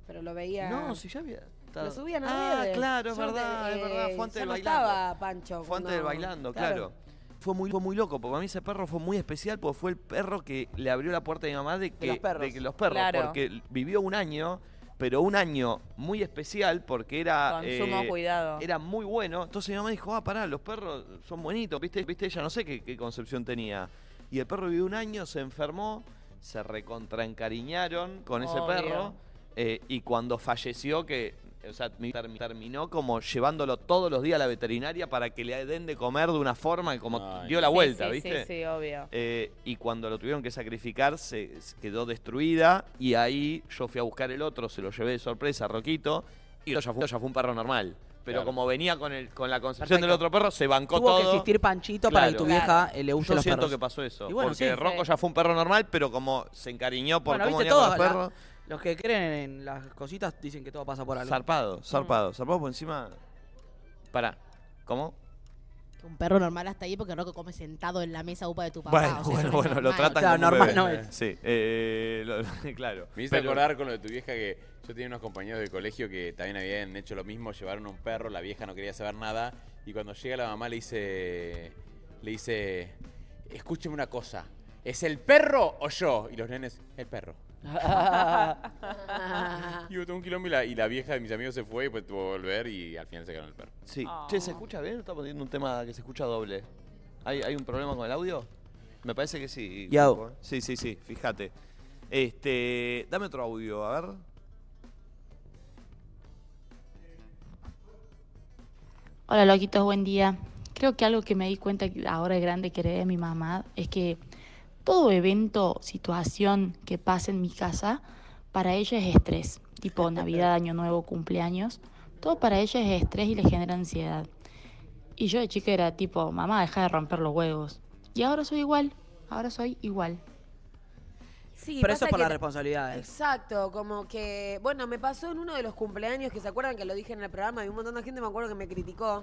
Pero lo veía.
No, si ya había. estado.
Lo subían a
Ah,
redes.
claro, es
Yo no te-
verdad, es verdad.
eh,
Fuente
ya
del
no
bailando.
estaba Pancho.
Fuente del
cuando-
bailando, claro. Fue muy, fue muy loco, porque para mí ese perro fue muy especial, porque fue el perro que le abrió la puerta a mi mamá de que
los perros.
que los perros,
Claro.
porque vivió un año, pero un año muy especial porque era... eh,
Con sumo cuidado.
Era muy bueno. Entonces mi mamá dijo, ah, pará, los perros son bonitos, ¿viste? ¿Viste? Ella no sé qué, qué concepción tenía. Y el perro vivió un año, se enfermó, se recontraencariñaron con ese
Obvio.
perro. eh, y cuando falleció, que o sea, mi- termi- terminó como llevándolo todos los días a la veterinaria para que le den de comer de una forma que como dio la
Sí,
vuelta,
sí,
¿viste?
Sí, sí, obvio.
Eh, y cuando lo tuvieron que sacrificar, se, se quedó destruida. Y ahí yo fui a buscar el otro, se lo llevé de sorpresa a Roquito. Y ya fue, ya fue un perro normal. Pero
Claro.
como venía con, el, con la concepción
Perfecto.
del otro perro, se bancó
Tuvo
todo.
que existir Panchito para que tu vieja, eh, le guste
Yo
los
siento
perros.
que pasó eso.
Y bueno,
porque
sí.
Rocco ya fue un perro normal, pero como se encariñó por
bueno,
cómo
viste
venía con
todo.
los
la-
perros.
los que creen en las cositas dicen que todo pasa por algo. Mm.
Zarpado, zarpado, zarpado por encima. Pará. ¿Cómo?
Un perro normal hasta ahí porque Rocco come sentado en la mesa upa de tu papá.
Ah,
Bueno,
o sea, eso
bueno,
no es
bueno, lo
normal.
tratan como un bebé. Sí, eh, lo- (laughs) claro.
Me hice
Pero-
acordar con lo de tu vieja que yo tenía unos compañeros de colegio que también habían hecho lo mismo, llevaron un perro, la vieja no quería saber nada y cuando llega la mamá le dice, le dice, escúcheme una cosa, ¿es el perro o yo? Y los nenes,
(laughs)
el perro. y yo tengo un quilombo y la, y la vieja de mis amigos se fue y pues tuvo que volver y al final se quedaron el perro.
Sí.
Ah.
Che, ¿se escucha bien o está poniendo un tema que se escucha doble? ¿Hay, hay un problema con el audio? Me parece que sí.
Yao.
Coco, ¿eh? Sí, sí, sí, fíjate. Este, dame otro audio, a ver.
Hola, loquitos, buen día. Creo que algo que me di cuenta que ahora de grande que heredé de mi mamá es que todo evento, situación que pase en mi casa, para ella es estrés. Tipo Navidad, Año Nuevo, cumpleaños. Todo para ella es estrés y le genera ansiedad. Y yo de chica era tipo, mamá, deja de romper los huevos. Y ahora soy igual, ahora soy igual.
Sí,
Pero eso
pasa
es por
que-
las responsabilidades.
Exacto, como que, bueno, me pasó en uno de los cumpleaños que se acuerdan que lo dije en el programa y un montón de gente me acuerdo que me criticó,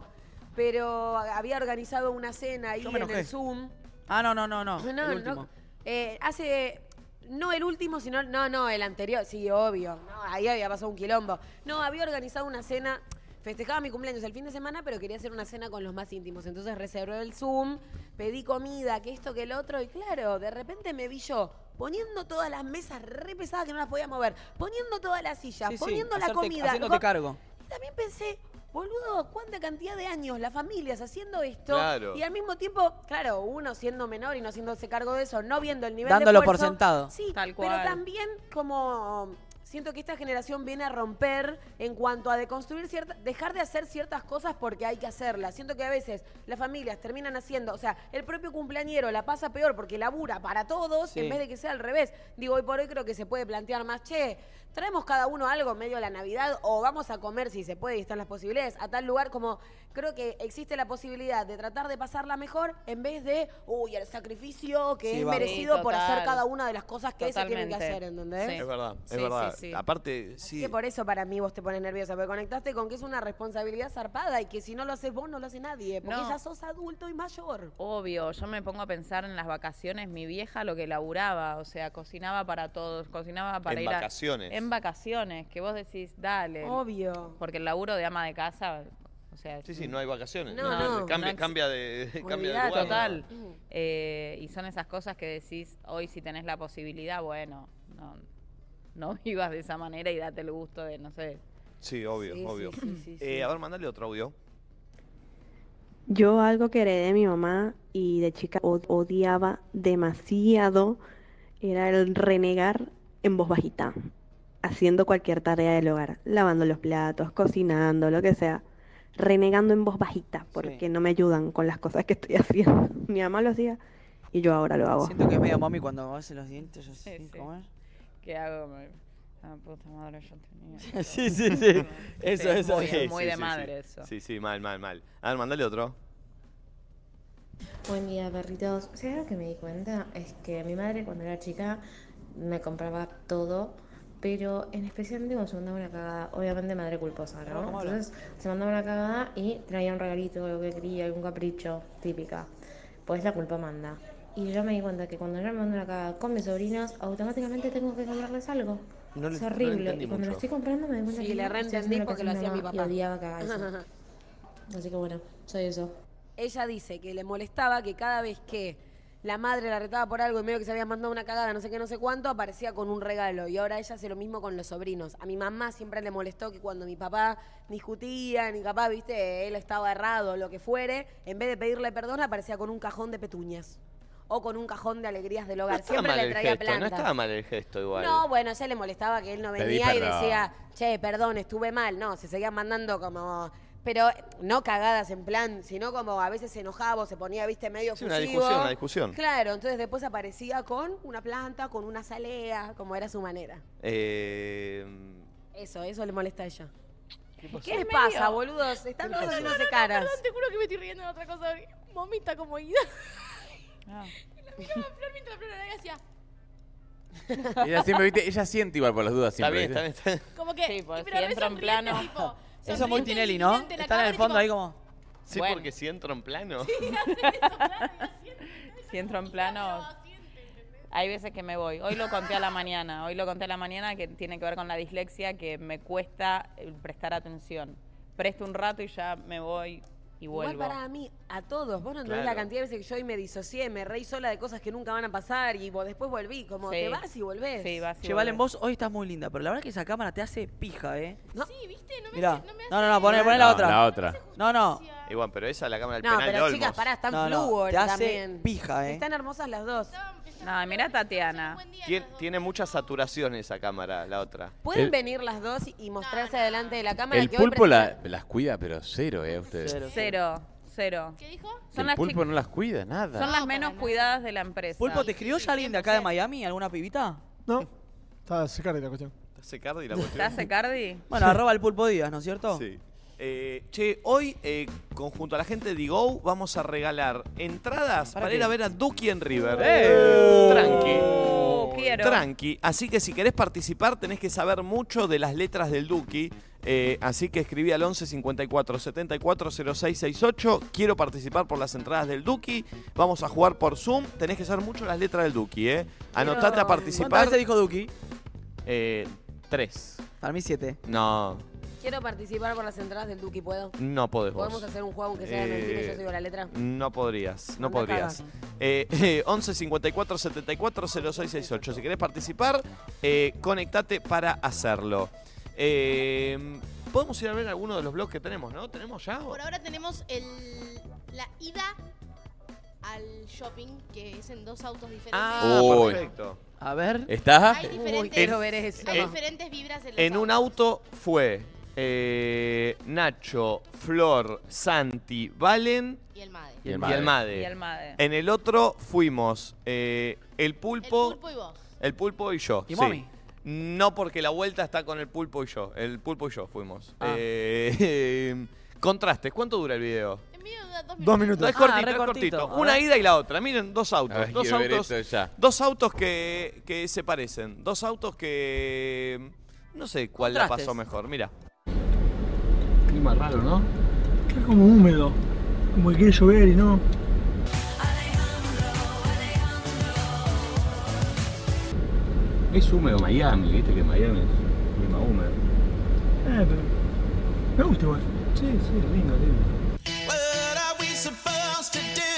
pero había organizado una cena ahí
Yo me
en
enojé.
el Zoom.
Ah, no, no, no, no.
No,
el
no,
último.
eh, hace. No el último, sino. No, no, el anterior. Sí, obvio. No, ahí había pasado un quilombo. No, había organizado una cena. Festejaba mi cumpleaños el fin de semana, pero quería hacer una cena con los más íntimos. Entonces reservé el Zoom, pedí comida, que esto, que el otro. Y claro, de repente me vi yo poniendo todas las mesas re pesadas que no las podía mover, poniendo todas las sillas,
Sí, sí,
poniendo la
hacerte-
comida.
Haciéndote
co-
cargo.
también pensé, boludo, cuánta cantidad de años las familias haciendo esto.
Claro.
Y al mismo tiempo, claro, uno siendo menor y no haciéndose cargo de eso, no viendo el nivel de
Dándolo por
esfuerzo.
sentado.
Sí,
Tal
pero
cual.
también como siento que esta generación viene a romper en cuanto a deconstruir cierta, dejar de hacer ciertas cosas porque hay que hacerlas. Siento que a veces las familias terminan haciendo, o sea, el propio cumpleañero la pasa peor porque labura para todos
Sí.
en vez de que sea al revés. Digo, hoy por hoy creo que se puede plantear más, che, traemos cada uno algo medio a la Navidad o vamos a comer si se puede y están las posibilidades a tal lugar como creo que existe la posibilidad de tratar de pasarla mejor en vez de, uy, el sacrificio que
Sí,
es
vamos.
merecido
Sí,
por hacer
total.
cada una de las cosas que se tienen que
Totalmente.
hacer,
¿Eh?
¿entendés?
Es verdad, es
Sí, sí,
verdad.
sí.
Aparte, sí.
Que por eso para mí vos te pones nerviosa, porque conectaste con que es una responsabilidad zarpada y que si no lo haces vos no lo hace nadie, porque
No.
ya sos adulto y mayor.
Obvio, yo me pongo a pensar en las vacaciones, mi vieja lo que laburaba, o sea, cocinaba para todos, cocinaba para
En
ir a-
vacaciones.
En vacaciones, que vos decís, dale.
Obvio.
Porque el laburo de ama de casa, o sea...
Sí, sí, no hay vacaciones.
No, no.
Cambia,
No
cambia de, (laughs) cambia de
Olvidate,
lugar.
Total. Eh, y son esas cosas que decís, hoy si tenés la posibilidad, bueno, no, no (laughs) vivas de esa manera y date el gusto de, no sé...
Sí, obvio,
Sí, sí,
obvio.
sí, sí,
Eh,
sí.
A ver, mandale otro audio.
Yo algo que heredé de mi mamá y de chica od- odiaba demasiado era el renegar en voz bajita, haciendo cualquier tarea del hogar, lavando los platos, cocinando, lo que sea, renegando en voz bajita porque no me ayudan con las cosas que estoy (laughs) haciendo. Mi mamá lo hacía y yo ahora lo hago.
Siento que es medio mami cuando me hace los dientes yo sin comer.
¿Qué hago? Me- Ah, puta madre, yo
(laughs)
tenía...
Sí, sí, sí.
Eso,
es
eso.
Muy,
sí,
muy
sí,
de
sí,
madre
sí.
eso.
Sí, sí, mal, mal, mal. A ver, mandale otro.
Buen día, perritos. O sea, algo que me di cuenta es que mi madre cuando era chica me compraba todo, pero en especialmente cuando se mandaba una cagada, obviamente madre culposa,
Pero, ¿cómo
¿no?
habla?
Entonces se mandaba una cagada y traía un regalito, lo que quería, algún capricho, típica. Pues la culpa manda. Y yo me di cuenta que cuando yo me mando una cagada con mis sobrinos, automáticamente tengo que comprarles algo.
No le-
es
no le
horrible.
entendí
y cuando
mucho.
lo estoy comprando me doy cuenta
Sí,
que
le
estoy haciendo
reentendí porque lo
que
hacía mi
mamá
papá.
Y odiaba cada
(laughs)
eso. Así que bueno, soy eso.
Ella dice que le molestaba que cada vez que la madre la retaba por algo y medio que se había mandado una cagada, no sé qué, no sé cuánto, aparecía con un regalo. Y ahora ella hace lo mismo con los sobrinos. A mi mamá siempre le molestó que cuando mi papá discutía, ni capaz, viste, él estaba errado, lo que fuere, en vez de pedirle perdón, aparecía con un cajón de petuñas. O con un cajón de alegrías del
Ah,
hogar.
Está
siempre
mal
le
el
traía
gesto,
plantas.
no estaba mal el gesto igual.
No, bueno, ya le molestaba que él no
Pedí
venía y
perdón.
decía, che, perdón, estuve mal. No, se seguían mandando como. Pero no cagadas en plan, sino como a veces se enojaba o se ponía, viste, medio
Sí, una
efusivo.
discusión, una discusión.
Claro, entonces después aparecía con una planta, con una salea, como era su manera.
Eh,
Eso, eso le molesta a ella. ¿Qué
Es
les
medio-
pasa, boludos? Están
No,
todos
no, no,
haciéndose
no,
caras.
Perdón, te juro que me estoy riendo de otra cosa. Mommy está como
(laughs)
ida. Y la miraba a Flor mientras Flor era
(laughs)
hacía.
Ella siempre, viste, (laughs) ella siente igual por las dudas siempre.
bien,
¿viste?
Como que.
Sí, pues,
pero
si
re
entro en
sonriente,
plano.
tipo,
Eso es muy Tinelli, ¿no?
sonriente, la
Está en
cámara
el fondo ahí como.
Sí, porque si entro en
(laughs)
plano.
Si entro en plano. Hay veces que me voy. Hoy lo conté a la mañana. Hoy lo conté a la mañana que tiene que ver con la dislexia, que me cuesta eh, prestar atención. Presto un rato y ya me voy y vuelvo.
Igual para mí, a todos. Vos no entendés
Claro.
la cantidad de veces que yo hoy me disocié, me reí sola de cosas que nunca van a pasar y vos después volví. Como
Sí.
te vas y volvés.
Che, Valen, vos hoy estás muy linda, pero la verdad que esa cámara te hace pija, ¿eh?
Sí, viste, no
Mirá. No, no, no, poné, poné la
No,
otra.
la otra.
No, no.
Igual, pero esa es la cámara del
No,
penal de
pero
Olmos.
chicas, pará, están
No, no,
flúor
te hace
también.
pija, ¿eh?
Están hermosas las dos.
No, mirá Tatiana.
Tien- tiene mucha saturación esa cámara, la otra.
¿Pueden
El-
venir las dos y mostrarse delante de la cámara?
El
que hoy
pulpo la-
presenta-
las cuida, pero cero, ¿eh? a Ustedes.
Cero, cero. ¿Qué dijo? Son
el
las,
pulpo
chi-
no las cuida, nada.
son las menos cuidadas de la empresa.
Pulpo, ¿te escribió ya alguien de acá de Miami? ¿Alguna pibita?
No. Está secardi la cuestión.
Está secardi la
¿Te hace Cardi?
Bueno, (laughs) arroba el pulpo Díaz, ¿no es cierto?
Sí. Eh, che, hoy, eh, conjunto a la gente de Go, vamos a regalar entradas para,
qué?
ir a ver a Duki en River. Uh,
¡Eh!
Tranqui.
Oh,
quiero.
Tranqui. Así que si querés participar, tenés que saber mucho de las letras del Duki. Eh, así que escribí al 11 54 74 06 68. Quiero participar por las entradas del Duki. Vamos a jugar por Zoom. Tenés que saber mucho las letras del Duki, ¿eh? Anotate a
¿Cuántas
participar.
veces dijo Duki?
Eh, tres.
Para mí, siete.
No,
Quiero participar por las entradas del Duki, ¿puedo?
no podés vos.
¿Podemos hacer un juego aunque sea de mentira y yo
Eh,
sigo la letra?
No podrías, no
Anda a
podrías.
cagar.
Eh, eh, (laughs) 11 54 74 0668. Si querés participar, eh, conectate para hacerlo. Eh, Podemos ir a ver alguno de los blogs que tenemos, ¿no? ¿Tenemos ya?
Por ahora tenemos el, la ida al shopping, que es en dos autos diferentes.
Ah,
Uy.
perfecto.
A ver.
¿Está?
Hay diferentes,
quiero ver eso.
hay
En-
diferentes vibras en los
En un auto fue eh, Nacho, Flor, Santi, Valen
Y el Made.
y el Made.
Y el Made.
En el otro fuimos eh, el pulpo.
y vos.
El pulpo y yo.
¿Y
sí.
Momi?
No, porque la vuelta está con el pulpo y yo. El pulpo y yo fuimos.
Ah.
Eh, (laughs) contrastes, ¿cuánto dura el video?
Dos minutos.
No,
Ah,
es cortito, es cortito. Una ida y la otra. Miren, dos autos.
A ver,
dos
quiero ver
autos,
esto ya.
dos autos que, que se parecen. Dos autos que. No sé cuál la
Contrastes.
pasó mejor. Mira.
Clima raro, ¿no? Está como húmedo. Como que quiere llover y no.
Es húmedo Miami, viste que Miami es clima húmedo.
Eh, pero. Me gusta igual. Sí, sí, lindo, lindo.
What are we supposed to do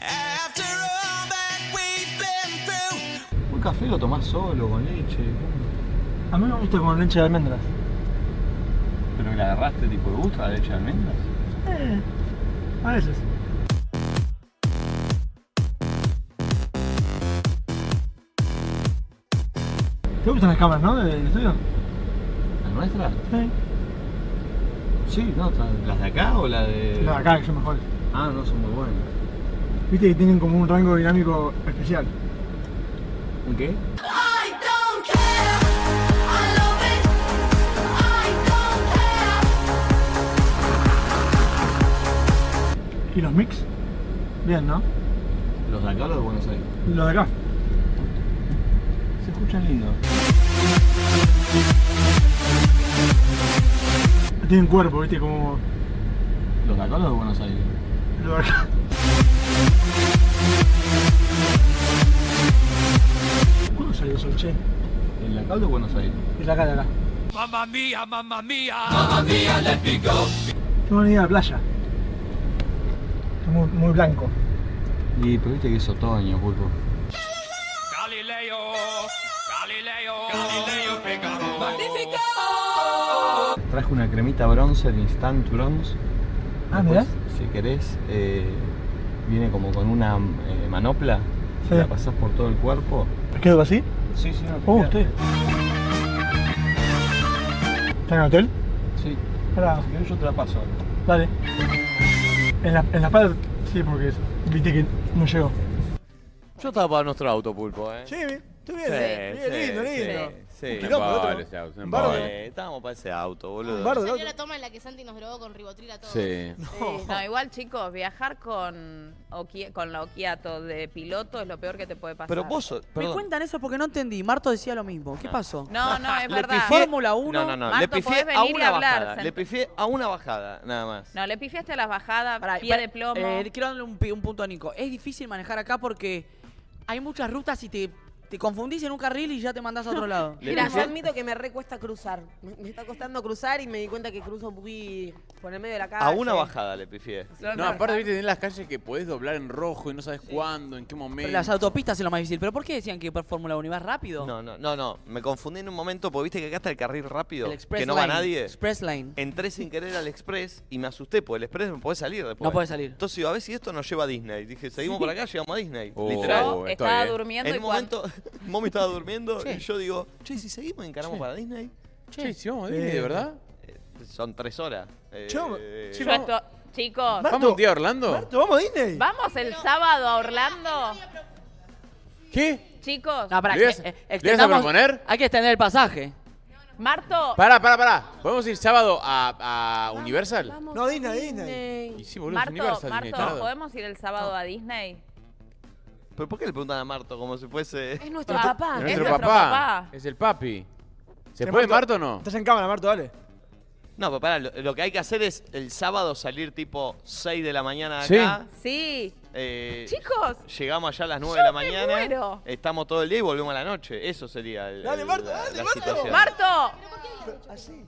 after all that we've been through?
Un café lo tomás solo, con leche.
A mí me gusta con leche de almendras.
Pero la agarraste tipo de gusto la leche de almendras.
Eh, a veces. ¿Te gustan las cámaras, no? Del estudio.
¿La nuestra?
Sí.
Sí, no, ¿las de acá o la de.?
Las de acá, que son mejores.
Ah, no, son muy buenas.
Viste que tienen como un rango dinámico especial.
¿Un qué?
I don't care. I love it. I don't care.
¿Y los mix? Bien, ¿no?
¿Los de acá o los de Buenos Aires?
Los de acá. Se escuchan lindo. Tienen cuerpo, viste, como.
¿Los de acá o los de Buenos Aires?
Los de acá. (laughs) ¿Cuándo salió Sol Che?
¿En la calle o Buenos Aires?
Es la acá de acá.
Mamma mía, mamma mía, mamma mía, let me go.
No van a ir a la playa. Es muy, muy blanco.
Y pero viste que es otoño, pulpo.
Galileo, Galileo, Galileo Figaro. Magnífico.
Traje una cremita bronce de Instant Bronze.
Ah,
Después,
mirá.
Si querés, eh, viene como con una eh, manopla.
Sí.
La pasás por todo el cuerpo. Uh,
¿Qué algo así?
Sí, sí, no.
Oh, usted. ¿Está en el hotel?
Sí.
Pará.
Si querés, yo te la paso.
Dale. En la, en la espalda, sí, porque viste que no llegó.
Yo estaba para nuestro auto, Pulpo, ¿eh? Sí,
estuvo bien, eh. bien, lindo, lindo.
Sí,
Un quilombo, otro, ¿no?
Un
Un bardo.
Eh, Estábamos para ese auto, boludo.
Salió la toma en la que Santi nos grabó con Ribotril a todos.
Sí.
Sí, no, igual chicos, viajar con, Oki- con la Okiato de piloto es lo peor que te puede pasar.
Me cuentan eso porque no entendí. Marto decía lo mismo. ¿Qué pasó?
No, no, es
Le
verdad.
pifié- Fórmula 1.
No, no, no.
Marto,
le
podés
pifié a
venir y
una
hablar,
bajada. Le
senta-
pifié a una bajada, nada más.
No, le pifiaste a las bajadas, pie
Pará,
de plomo.
eh, quiero darle un, pi- un punto a Nico. Es difícil manejar acá porque hay muchas rutas y te, te confundís en un carril y ya te mandás a otro
(laughs)
lado.
Mira, yo admito que me recuesta cruzar. Me, me está costando cruzar y me di cuenta que cruzo muy por el medio de la calle.
A una bajada le pifié.
No, aparte, viste, en las calles que podés doblar en rojo y no sabes cuándo, en qué momento.
Las autopistas es lo más difícil. ¿Pero por qué decían que por Fórmula 1 ibas rápido?
No, no, no, no. Me confundí en un momento porque viste que acá está el carril rápido.
El Express
que no va
Lane.
nadie.
Express Lane.
Entré sin querer al Express y me asusté porque el Express no puede salir después.
No puede salir.
Entonces digo, a ver si esto nos lleva a Disney. Dije, seguimos
Sí.
por acá, llegamos a Disney.
Oh,
Literal.
Yo estoy, estaba eh. durmiendo
En
y
un momento, (laughs) Mommy estaba durmiendo
Che.
y yo digo, che, si seguimos encaramos
Che.
para Disney.
Che, si vamos a Disney, ¿de verdad?
Eh, Son tres horas. Eh,
Yo-
eh,
Yo esto- chicos,
¿Vamos un día a Orlando?
¿vamos a Disney?
¿Vamos el sábado a Orlando?
¿Qué?
Chicos,
No, pará,
¿Le ibas-
eh,
le ibas a
extendamos-
proponer?
Hay que extender el pasaje. (laughs)
Marto,
Pará, pará, pará. ¿Podemos ir sábado a, a Universal?
No, Disney, Disney.
Y sí, boludo, es
Marto,
Universal Disney,
Marto,
tarado.
¿podemos ir el sábado a Disney?
¿Pero por qué le preguntan a Marto como si fuese.
Es nuestro Ah, papá.
Es
es
nuestro
nuestro
papá.
papá.
Es el papi. ¿Se puede Marto o no?
Estás en cámara, Marto, dale.
No, pero pará, lo, lo que hay que hacer es el sábado salir tipo 6 de la mañana de
Sí.
acá.
Sí.
Eh,
Chicos.
Llegamos allá a las 9
Yo
de la
me
mañana.
muero.
Estamos todo el día y volvemos a la noche. Eso sería el,
Dale,
el-
Marto,
la,
dale,
la
Marto.
situación.
Marto.
Así.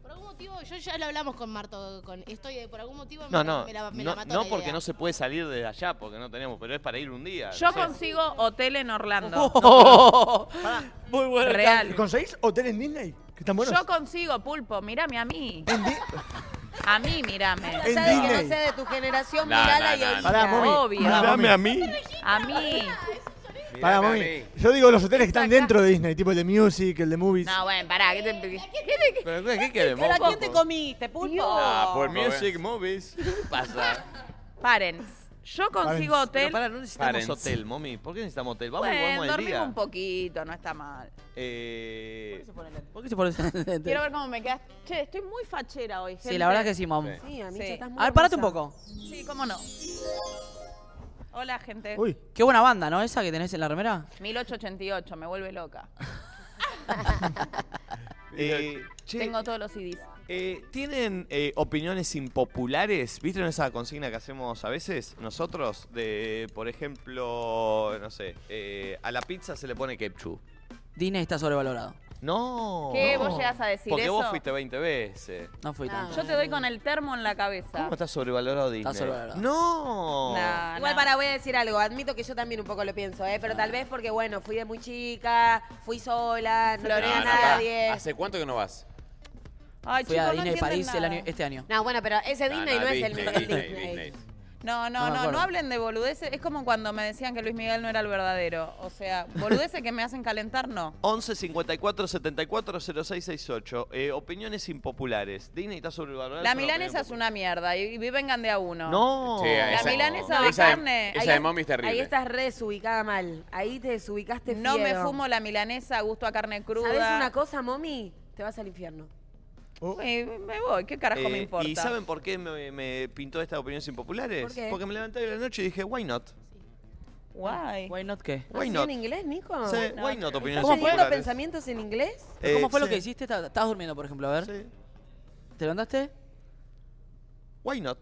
Por algún motivo, yo ya lo hablamos con Marto, con esto, y por algún motivo me
No,
la-
no.
me la, me la
no
mató
no
la
porque
idea.
no se puede salir desde allá, porque no tenemos, pero es para ir un día.
Yo
no sé.
consigo hotel en Orlando.
Muy
bueno, Real.
¿Conseguís hoteles en Disney? Que están buenos.
Yo consigo pulpo, mírame a mí. A mí, mírame.
En Ya de que Disney. no sea de tu generación,
No, mirala no, y no, no. Pará, mami,
Obvio.
pará, mami. Mírame a mí.
A mí.
Pará, mami. Yo digo los hoteles que están dentro de Disney, tipo el de Music, el de Movies.
No, bueno, pará. ¿Qué te
¿Pero qué, qué queremos?
¿Pero a quién te comiste, pulpo?
Ah,
pues,
por
Pulpo,
Music Movies. ¿Qué
(laughs)
pasa?
Paren. Yo consigo
Parens.
hotel.
Pero pará, no necesitamos
Parens.
hotel, mami. ¿Por qué necesitamos hotel? Vamos,
Bueno,
vamos al
dormimos
día.
un poquito, no está mal.
Eh,
¿Por qué se pone (laughs) ese-
Quiero ver cómo me quedas. Che, estoy muy fachera hoy, gente.
Sí, la verdad que sí, mom.
Sí, a mí estás muy
A ver, parate un
hermosa.
poco.
Sí, cómo no. Hola, gente.
Qué buena banda, ¿no? Esa que tenés en la remera.
1888, me vuelve loca.
eh, che,
Tengo todos los CDs.
Eh, ¿Tienen eh, opiniones impopulares? ¿Viste esa consigna que hacemos a veces nosotros? De, por ejemplo, no sé, eh, a la pizza se le pone ketchup.
Disney está sobrevalorado.
No.
¿Qué?
no.
¿Vos llegas a decir
Porque vos
eso? Ah.
fuiste 20 veces.
No fui
Ah.
tanto.
Yo te doy con el termo en la cabeza.
¿Cómo está sobrevalorado Disney?
sobrevalorado.
Ah, No.
Nah,
Igual para voy a decir algo, admito que yo también un poco lo pienso, ¿eh? pero tal vez porque bueno, fui de muy chica, fui sola, no
No,
tenía
no, pará.
nadie.
Ah.
¿Hace cuánto que no vas?
Ay,
Fui
chicos,
a
no
Disney
entienden
París el
nada.
año- este año.
No, bueno, Ah, pero ese Disney no, es el mismo que
Ah, Disney,
Disney.
Disney.
No
No, no,
me
no, no,
acuerdo.
hablen de boludeces. Es como cuando me decían que Luis Miguel no era el verdadero. O sea, boludeces que me hacen calentar, no.
11 54 74 06 68. Eh, opiniones impopulares. Disney está sobrevalorado.
La
es una
milanesa es
opinión
una mierda y y vengan de a uno.
No. Sí,
la
esa-
milanesa
no,
de
esa de-
carne.
esa de mami es terrible.
Ahí estás re desubicada mal, ahí te desubicaste
No me
fiero.
fumo la milanesa, gusto a carne cruda.
¿Sabes una cosa, mommy? Te vas al infierno.
Eh, me voy, ¿qué carajo me
Eh,
importa?
¿Y saben por qué me, me pintó estas opiniones impopulares?
¿Por qué?
Porque me levanté de la noche y dije, why not?
Why?
Why not qué?
Why
¿Así
not?
en inglés, Nico?
Sí, why not, opiniones
¿Estás teniendo
impopulares.
pensamientos en inglés?
¿Pero ¿Cómo
Eh,
fue lo
sí.
que hiciste? Estabas estabas durmiendo, por ejemplo, a ver.
Sí.
¿Te levantaste?
Why not?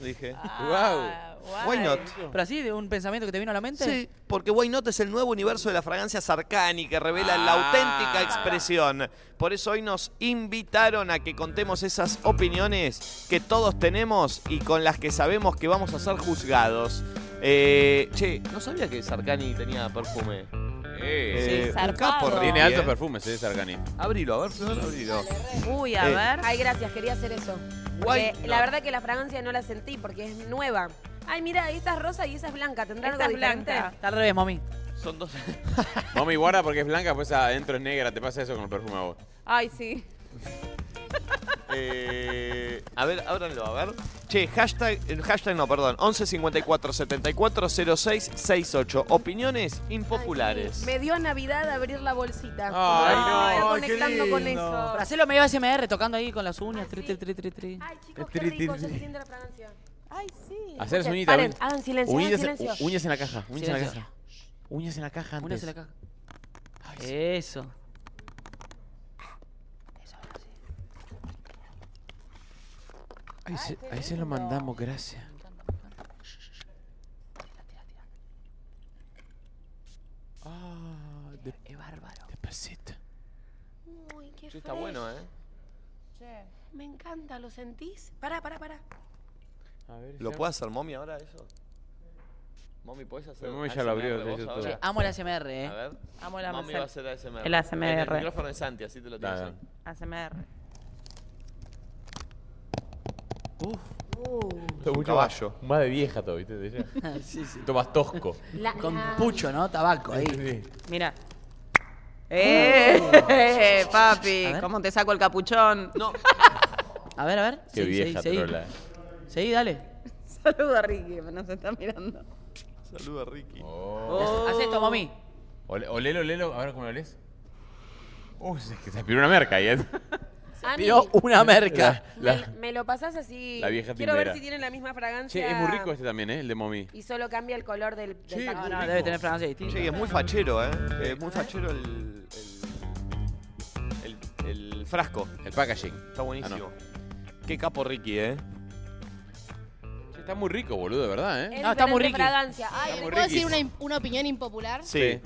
Dije.
Ah,
wow. Why not?
Pero así, de un pensamiento que te vino a la mente.
Sí, porque Why Not es el nuevo universo de la fragancia Sarcani que revela la
Ah.
auténtica expresión. Por eso hoy nos invitaron a que contemos esas opiniones que todos tenemos y con las que sabemos que vamos a ser juzgados. Eh, che, no sabía que Sarcani tenía perfume.
Eh,
un capo, Ricky,
Tiene altos
eh.
perfumes, eh, Sargani.
Abrilo, a ver, Flor, abrilo.
Uy, a
Eh,
ver.
Ay, gracias, quería hacer eso.
Guay,
Porque La
no.
verdad que la fragancia no la sentí porque es nueva. Ay, mira, esta es rosa y esa es blanca. ¿Tendrá
Esta
algo
es blanca.
diferente?
Está al revés, mami.
Son dos.
Mami, guarda porque es blanca, pues adentro es negra. Te pasa eso con el perfume a vos.
Ay, sí.
Eh, a ver, ábranlo, a ver. Che, hashtag, eh, hashtag no, perdón, 11 54 74 06 68. Opiniones impopulares.
Me dio a Navidad abrir la bolsita.
Ah.
Ay, no,
Me estaba
ay, qué
conectando con
lindo.
eso.
Para hacerlo medio ASMR, tocando ahí con las uñas. Tri, tri, tri, tri, tri.
Tri, tri,
se
tri.
siente la fragancia. Ay, sí.
Hacer las
Escuchen,
uñitas.
paren,
uñ-
hagan silencio, hagan
uñitas-
silencio.
u- Uñas en la caja. Uñas en la
Silencio.
caja. Uñas en la caja antes.
Uñas en la caja. Eso.
Ahí se, ahí se lo mandamos, gracias. Ah, de,
es bárbaro.
Despacito.
Uy, qué
Che, está bueno, ¿eh?
Me encanta, ¿lo sentís? Pará, pará, pará.
¿Lo puede hacer mommy ahora eso? Mommy, ¿puedes hacer?
Pero Mommy ya lo abrió,
ASMR vos
lo hizo
ahora?
todo.
Amo el ASMR, eh.
A ver.
Amo el
Mommy
ASMR.
va a hacer ASMR.
El ASMR.
En el micrófono de Santi, así te lo tienes.
Dale.
ASMR.
Un caballo.
Más de vieja todo, ¿viste? De ella.
(laughs)
Tomas tosco.
La-
Con
la-
pucho, ¿no? Tabaco ahí.
Mira. Uh.
(laughs)
¡Eh!
A
Papi,
ver.
¿cómo te saco el capuchón?
No.
A ver, a ver.
Qué
Seguí,
vieja
seguí, seguí.
trola.
Seguí, dale.
(laughs) Saludo a Ricky, nos está mirando.
Saluda, Ricky.
Haz esto, mami.
Ole- Olelo, olelo, a ver cómo lo lees. Uy, se- que se aspiró una merca ahí. ¿eh?
Ani,
Tiró una merca. La-
me, me lo pasás así.
La vieja
Quiero ver
timbrera.
si tienen la misma fragancia.
Che, es muy rico este también, ¿eh? El de Momi.
Y solo cambia el color del, del paquete.
Ah, debe tener fragancia distinta.
Che, y es muy fachero, ¿eh? Es muy fachero el. el, el- el frasco.
El packaging.
Está
Ah,
buenísimo. Qué capo Ricky, ¿eh?
Che, está muy rico, boludo, de verdad, ¿eh?
Es
Ah,
No, está muy
diferente
riqui.
fragancia.
Ay,
Ay,
¿le
muy
¿Puedo
riquis.
decir una, im- una opinión impopular?
Sí.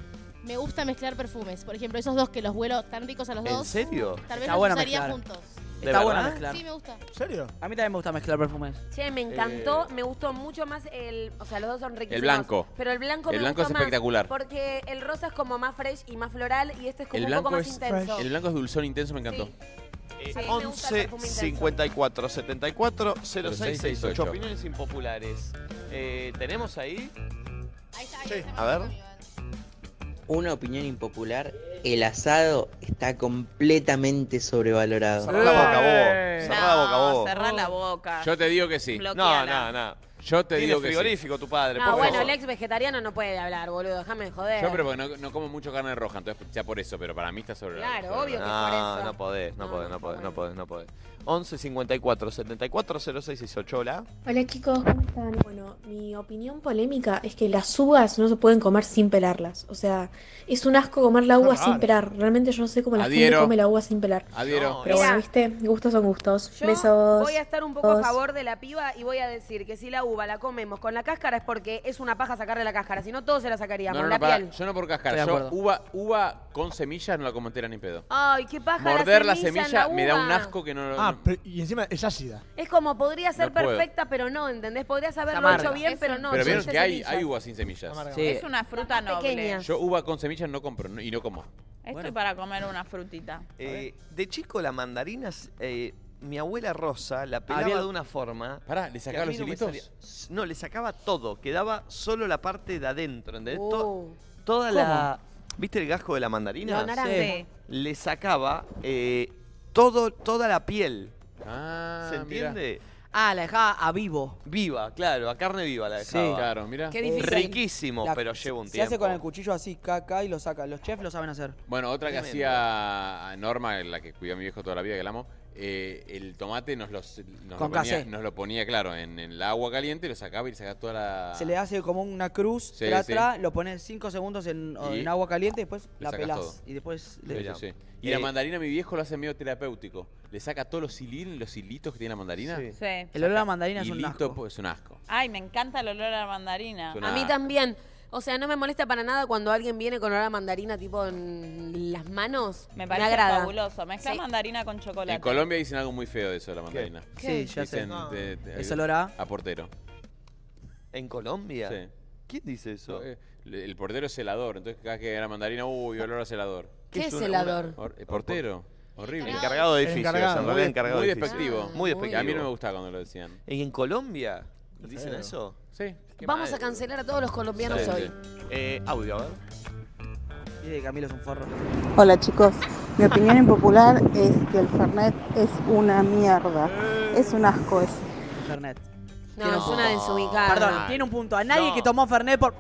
Me gusta mezclar perfumes. Por ejemplo, esos dos que los vuelo tan ricos a los
¿En
dos.
serio?
Tal vez
Está
los
buena
usaría
mezclar.
juntos.
¿De
Está bueno
verdad?
mezclar.
Sí, me gusta.
¿En serio?
A mí también me gusta mezclar perfumes.
Che,
Eh,
me encantó, me gustó mucho más el. O sea, los dos son riquísimos.
blanco.
Pero el blanco
El
me
blanco
gustó
es
más
espectacular.
porque el rosa es como más fresh y más floral y este es como
El
un poco
blanco
más
es.
intenso.
El blanco es dulzón intenso, me encantó.
Eh,
Sí, me gusta el
11
perfume intenso.
54 74
0668.
0668. Opiniones impopulares. Eh, ¿Tenemos ahí?
Ahí está, ahí
Sí.
está.
A ver.
Una opinión impopular, el asado está completamente sobrevalorado.
Cerrá la boca
Eh.
vos. Cerrá la boca vos.
Cerrá la
Oh.
boca.
Yo te digo que sí.
No,
Bloqueala.
no, no.
Yo te
Tiene
digo que sí.
frigorífico tu padre.
No,
por
bueno,
favor.
el ex vegetariano no puede hablar, boludo. Déjame de joder.
Yo, pero porque no, no como mucho carne roja, entonces ya por eso, pero para mí está sobre
Claro, obvio que
no,
por eso.
No podés, no, podés, no podés, no podés, no podés. 11 54 74 0668, hola.
Hola chicos, ¿cómo están? Bueno, mi opinión polémica es que las uvas no se pueden comer sin pelarlas. O sea, es un asco comer la uva sin
raro.
pelar. Realmente yo no sé cómo la
Adhiero.
gente come la uva sin pelar.
Adhiero. No,
Pero
es-
bueno, viste, gustos son gustos.
Yo
Besos.
voy a estar un poco a
Vos.
favor de la piba y voy a decir que si la uva la comemos con la cáscara es porque es una paja sacarle la cáscara, si no todos se la
No,
sacaríamos,
no, no,
la
pará,
piel.
yo no por cáscara,
Estoy de
yo
acuerdo.
uva, uva con semillas no la como entera ni pedo.
Ay, qué paja
Morder
Ah, la
la
semilla,
semilla,
en la
me da
uva.
un asco que no lo...
Ah, pero- y encima es ácida.
Es como podría ser
No puedo.
perfecta, pero no, ¿entendés? Podrías haberlo
amarga.
hecho bien,
Es
pero
un-
no.
pero vieron
lleva
que hay,
semillas.
hay uva sin semillas.
Sí.
Es una fruta noble.
pequeña.
Yo uva con semillas no compro no- y no como.
Estoy para comer una frutita.
Eh, de chico, las mandarinas, eh, mi abuela Rosa la pelaba
Ah, Había-
de una forma.
Pará, ¿le
que
sacaba
a mí
los
no me
hilitos?
salía. S- No, le sacaba todo, quedaba solo la parte de adentro, ¿entendés? To-
Oh.
toda
¿Cómo?
la. ¿Viste el gasco de la mandarina?
No, naranja. Sí.
Le sacaba eh, todo, toda la piel.
Ah,
¿Se
mirá.
entiende?
Ah, la dejaba a vivo.
Viva, claro, a carne viva la
Sí.
dejaba.
Claro,
mirá.
Qué difícil.
Riquísimo,
La-
pero lleva un
Se
tiempo.
hace con el cuchillo así, caca, y lo saca. Los chefs lo saben hacer.
Bueno, otra que
Tremendo.
hacía Norma, la que cuidó a mi viejo toda la vida, que la amo, eh, el tomate nos, los- nos
Con
lo ponía,
casé.
nos lo ponía, claro, en, en el agua caliente, lo sacaba y le sacaba toda la...
Se le hace como una cruz,
Sí,
tra,
sí.
tra, lo pones 5 segundos en, o
Y
en agua caliente y después
le
la
sacas
pelás.
todo.
Y después
Sí,
le-
sí, sí. Y
Eh,
la mandarina, mi viejo lo hace medio terapéutico. Le saca todos los hilin, los hilitos que tiene la mandarina.
Sí. Sí. El
Saca
olor a mandarina es un
hilito,
asco.
po- Es un asco.
Ay, me encanta el olor a la mandarina.
Es una-
A mí también. O sea, no me molesta para nada cuando alguien viene con olor a mandarina tipo en las manos.
Me parece
agrada.
fabuloso. Mezcla mandarina con chocolate.
En Colombia dicen algo muy feo de eso, de la mandarina.
¿Qué? Sí, ya sé.
Dicen
No.
de- de-
¿Es olor a?
A portero.
¿En Colombia?
Sí.
¿Quién dice eso?
Eh, le- El portero es helador, entonces cada vez que era mandarina, uy, olor a celador.
¿Qué ¿Qué es es una- helador? una-
Or- eh, portero. Horrible.
El encargado de edificios, en realidad encargado
Muy
de edificios.
despectivo.
Ah, Muy despectivo.
A mí no me gustaba cuando lo decían.
¿Y en Colombia? ¿Dicen
feo.
eso?
Sí.
Vamos a cancelar a todos los colombianos
Sí,
hoy.
sí. Eh, audio, a ver.
Dice que Camilo es un forro.
Hola chicos, mi opinión impopular es que el Fernet es una mierda, es un asco, es
Fernet.
No,
Tiene un
es
punto.
una desubicada.
Perdón, tiene un punto. A nadie
No.
que tomó Fernet por...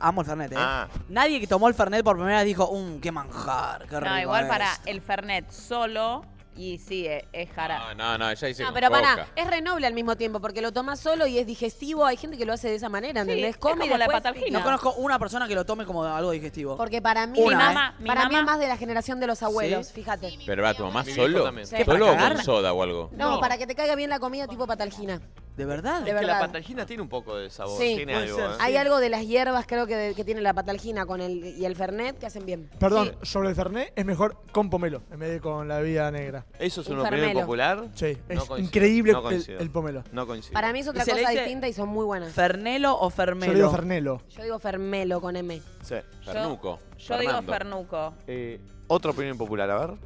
Amo el Fernet, ¿eh?
Ah.
Nadie que tomó el Fernet por primera vez dijo, mmm, qué manjar, qué rico
No, igual
es".
para el Fernet solo y sí, es, es jara.
No, no, no, ella dice
No,
con
pero pará,
coca.
es renoble al mismo tiempo, porque lo tomas solo y es digestivo. Hay gente que lo hace de esa manera, ¿entendés?
es
Come y
como la
después-
No conozco una persona que lo tome como algo digestivo.
Porque para mí,
Una,
es
¿eh?
más- para mí es más de la generación de los abuelos,
Sí.
fíjate.
Pero va, tu mamá
Mi viejo
solo.
también. Sí, para
Solo o con
cagarla.
soda o algo.
No, para que te caiga bien la comida tipo patalgina.
¿De verdad?
De
Es que la
verdad.
patalgina tiene un poco de sabor.
Sí.
Tiene
Puede
algo,
ser,
¿eh?
Hay algo de las hierbas, creo que, que tiene la patalgina con el, y el fernet que hacen bien.
Perdón, sobre el Fernet es mejor con pomelo en vez de con la bebida negra.
¿Eso es Un una opinión fermelo. popular?
Sí, es
Eh, No coincido,
increíble
no
el-
coincido.
el,
(laughs)
pomelo.
No coincido.
Para mí es otra
Y se le
cosa
dice
distinta y son muy buenas.
¿Fernelo o
Yo
Fermelo?
le digo Fernelo.
Yo digo fermelo con M.
Sí.
Fernuco.
Yo digo Fernuco.
Eh, otra opinión popular, a ver.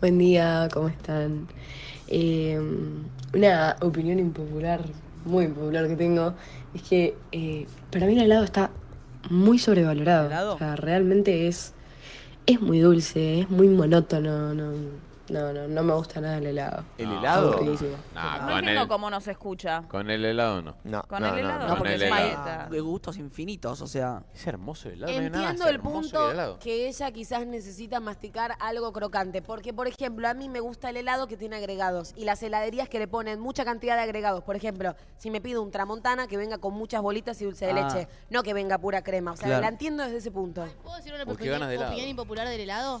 Buen día, ¿cómo están? Eh, una opinión impopular, muy impopular que tengo, es que eh, para mí el helado está muy sobrevalorado. O sea, realmente es, es muy dulce, es muy monótono, no, no, no, no me gusta nada el helado.
¿El helado?
Aburridísimo.
Nah,
No
Ah, con,
entiendo
el,
cómo nos escucha.
con el helado no.
No,
Con no, el no, helado. no,
No, porque
el
es
helado.
Ah, de gustos infinitos, o sea...
Es hermoso el helado. no hay nada
Entiendo
más
el
hermoso que
punto
helado.
que ella quizás necesita masticar algo crocante, porque por ejemplo a mí me gusta el helado que tiene agregados y las heladerías que le ponen mucha cantidad de agregados, por ejemplo, si me pido un tramontana que venga con muchas bolitas y dulce de
Ah.
leche, no que venga pura crema, o sea,
Claro.
la entiendo desde ese punto.
¿Puedo decir una
Uy, qué
opinión,
ganas de helado.
opinión impopular del helado?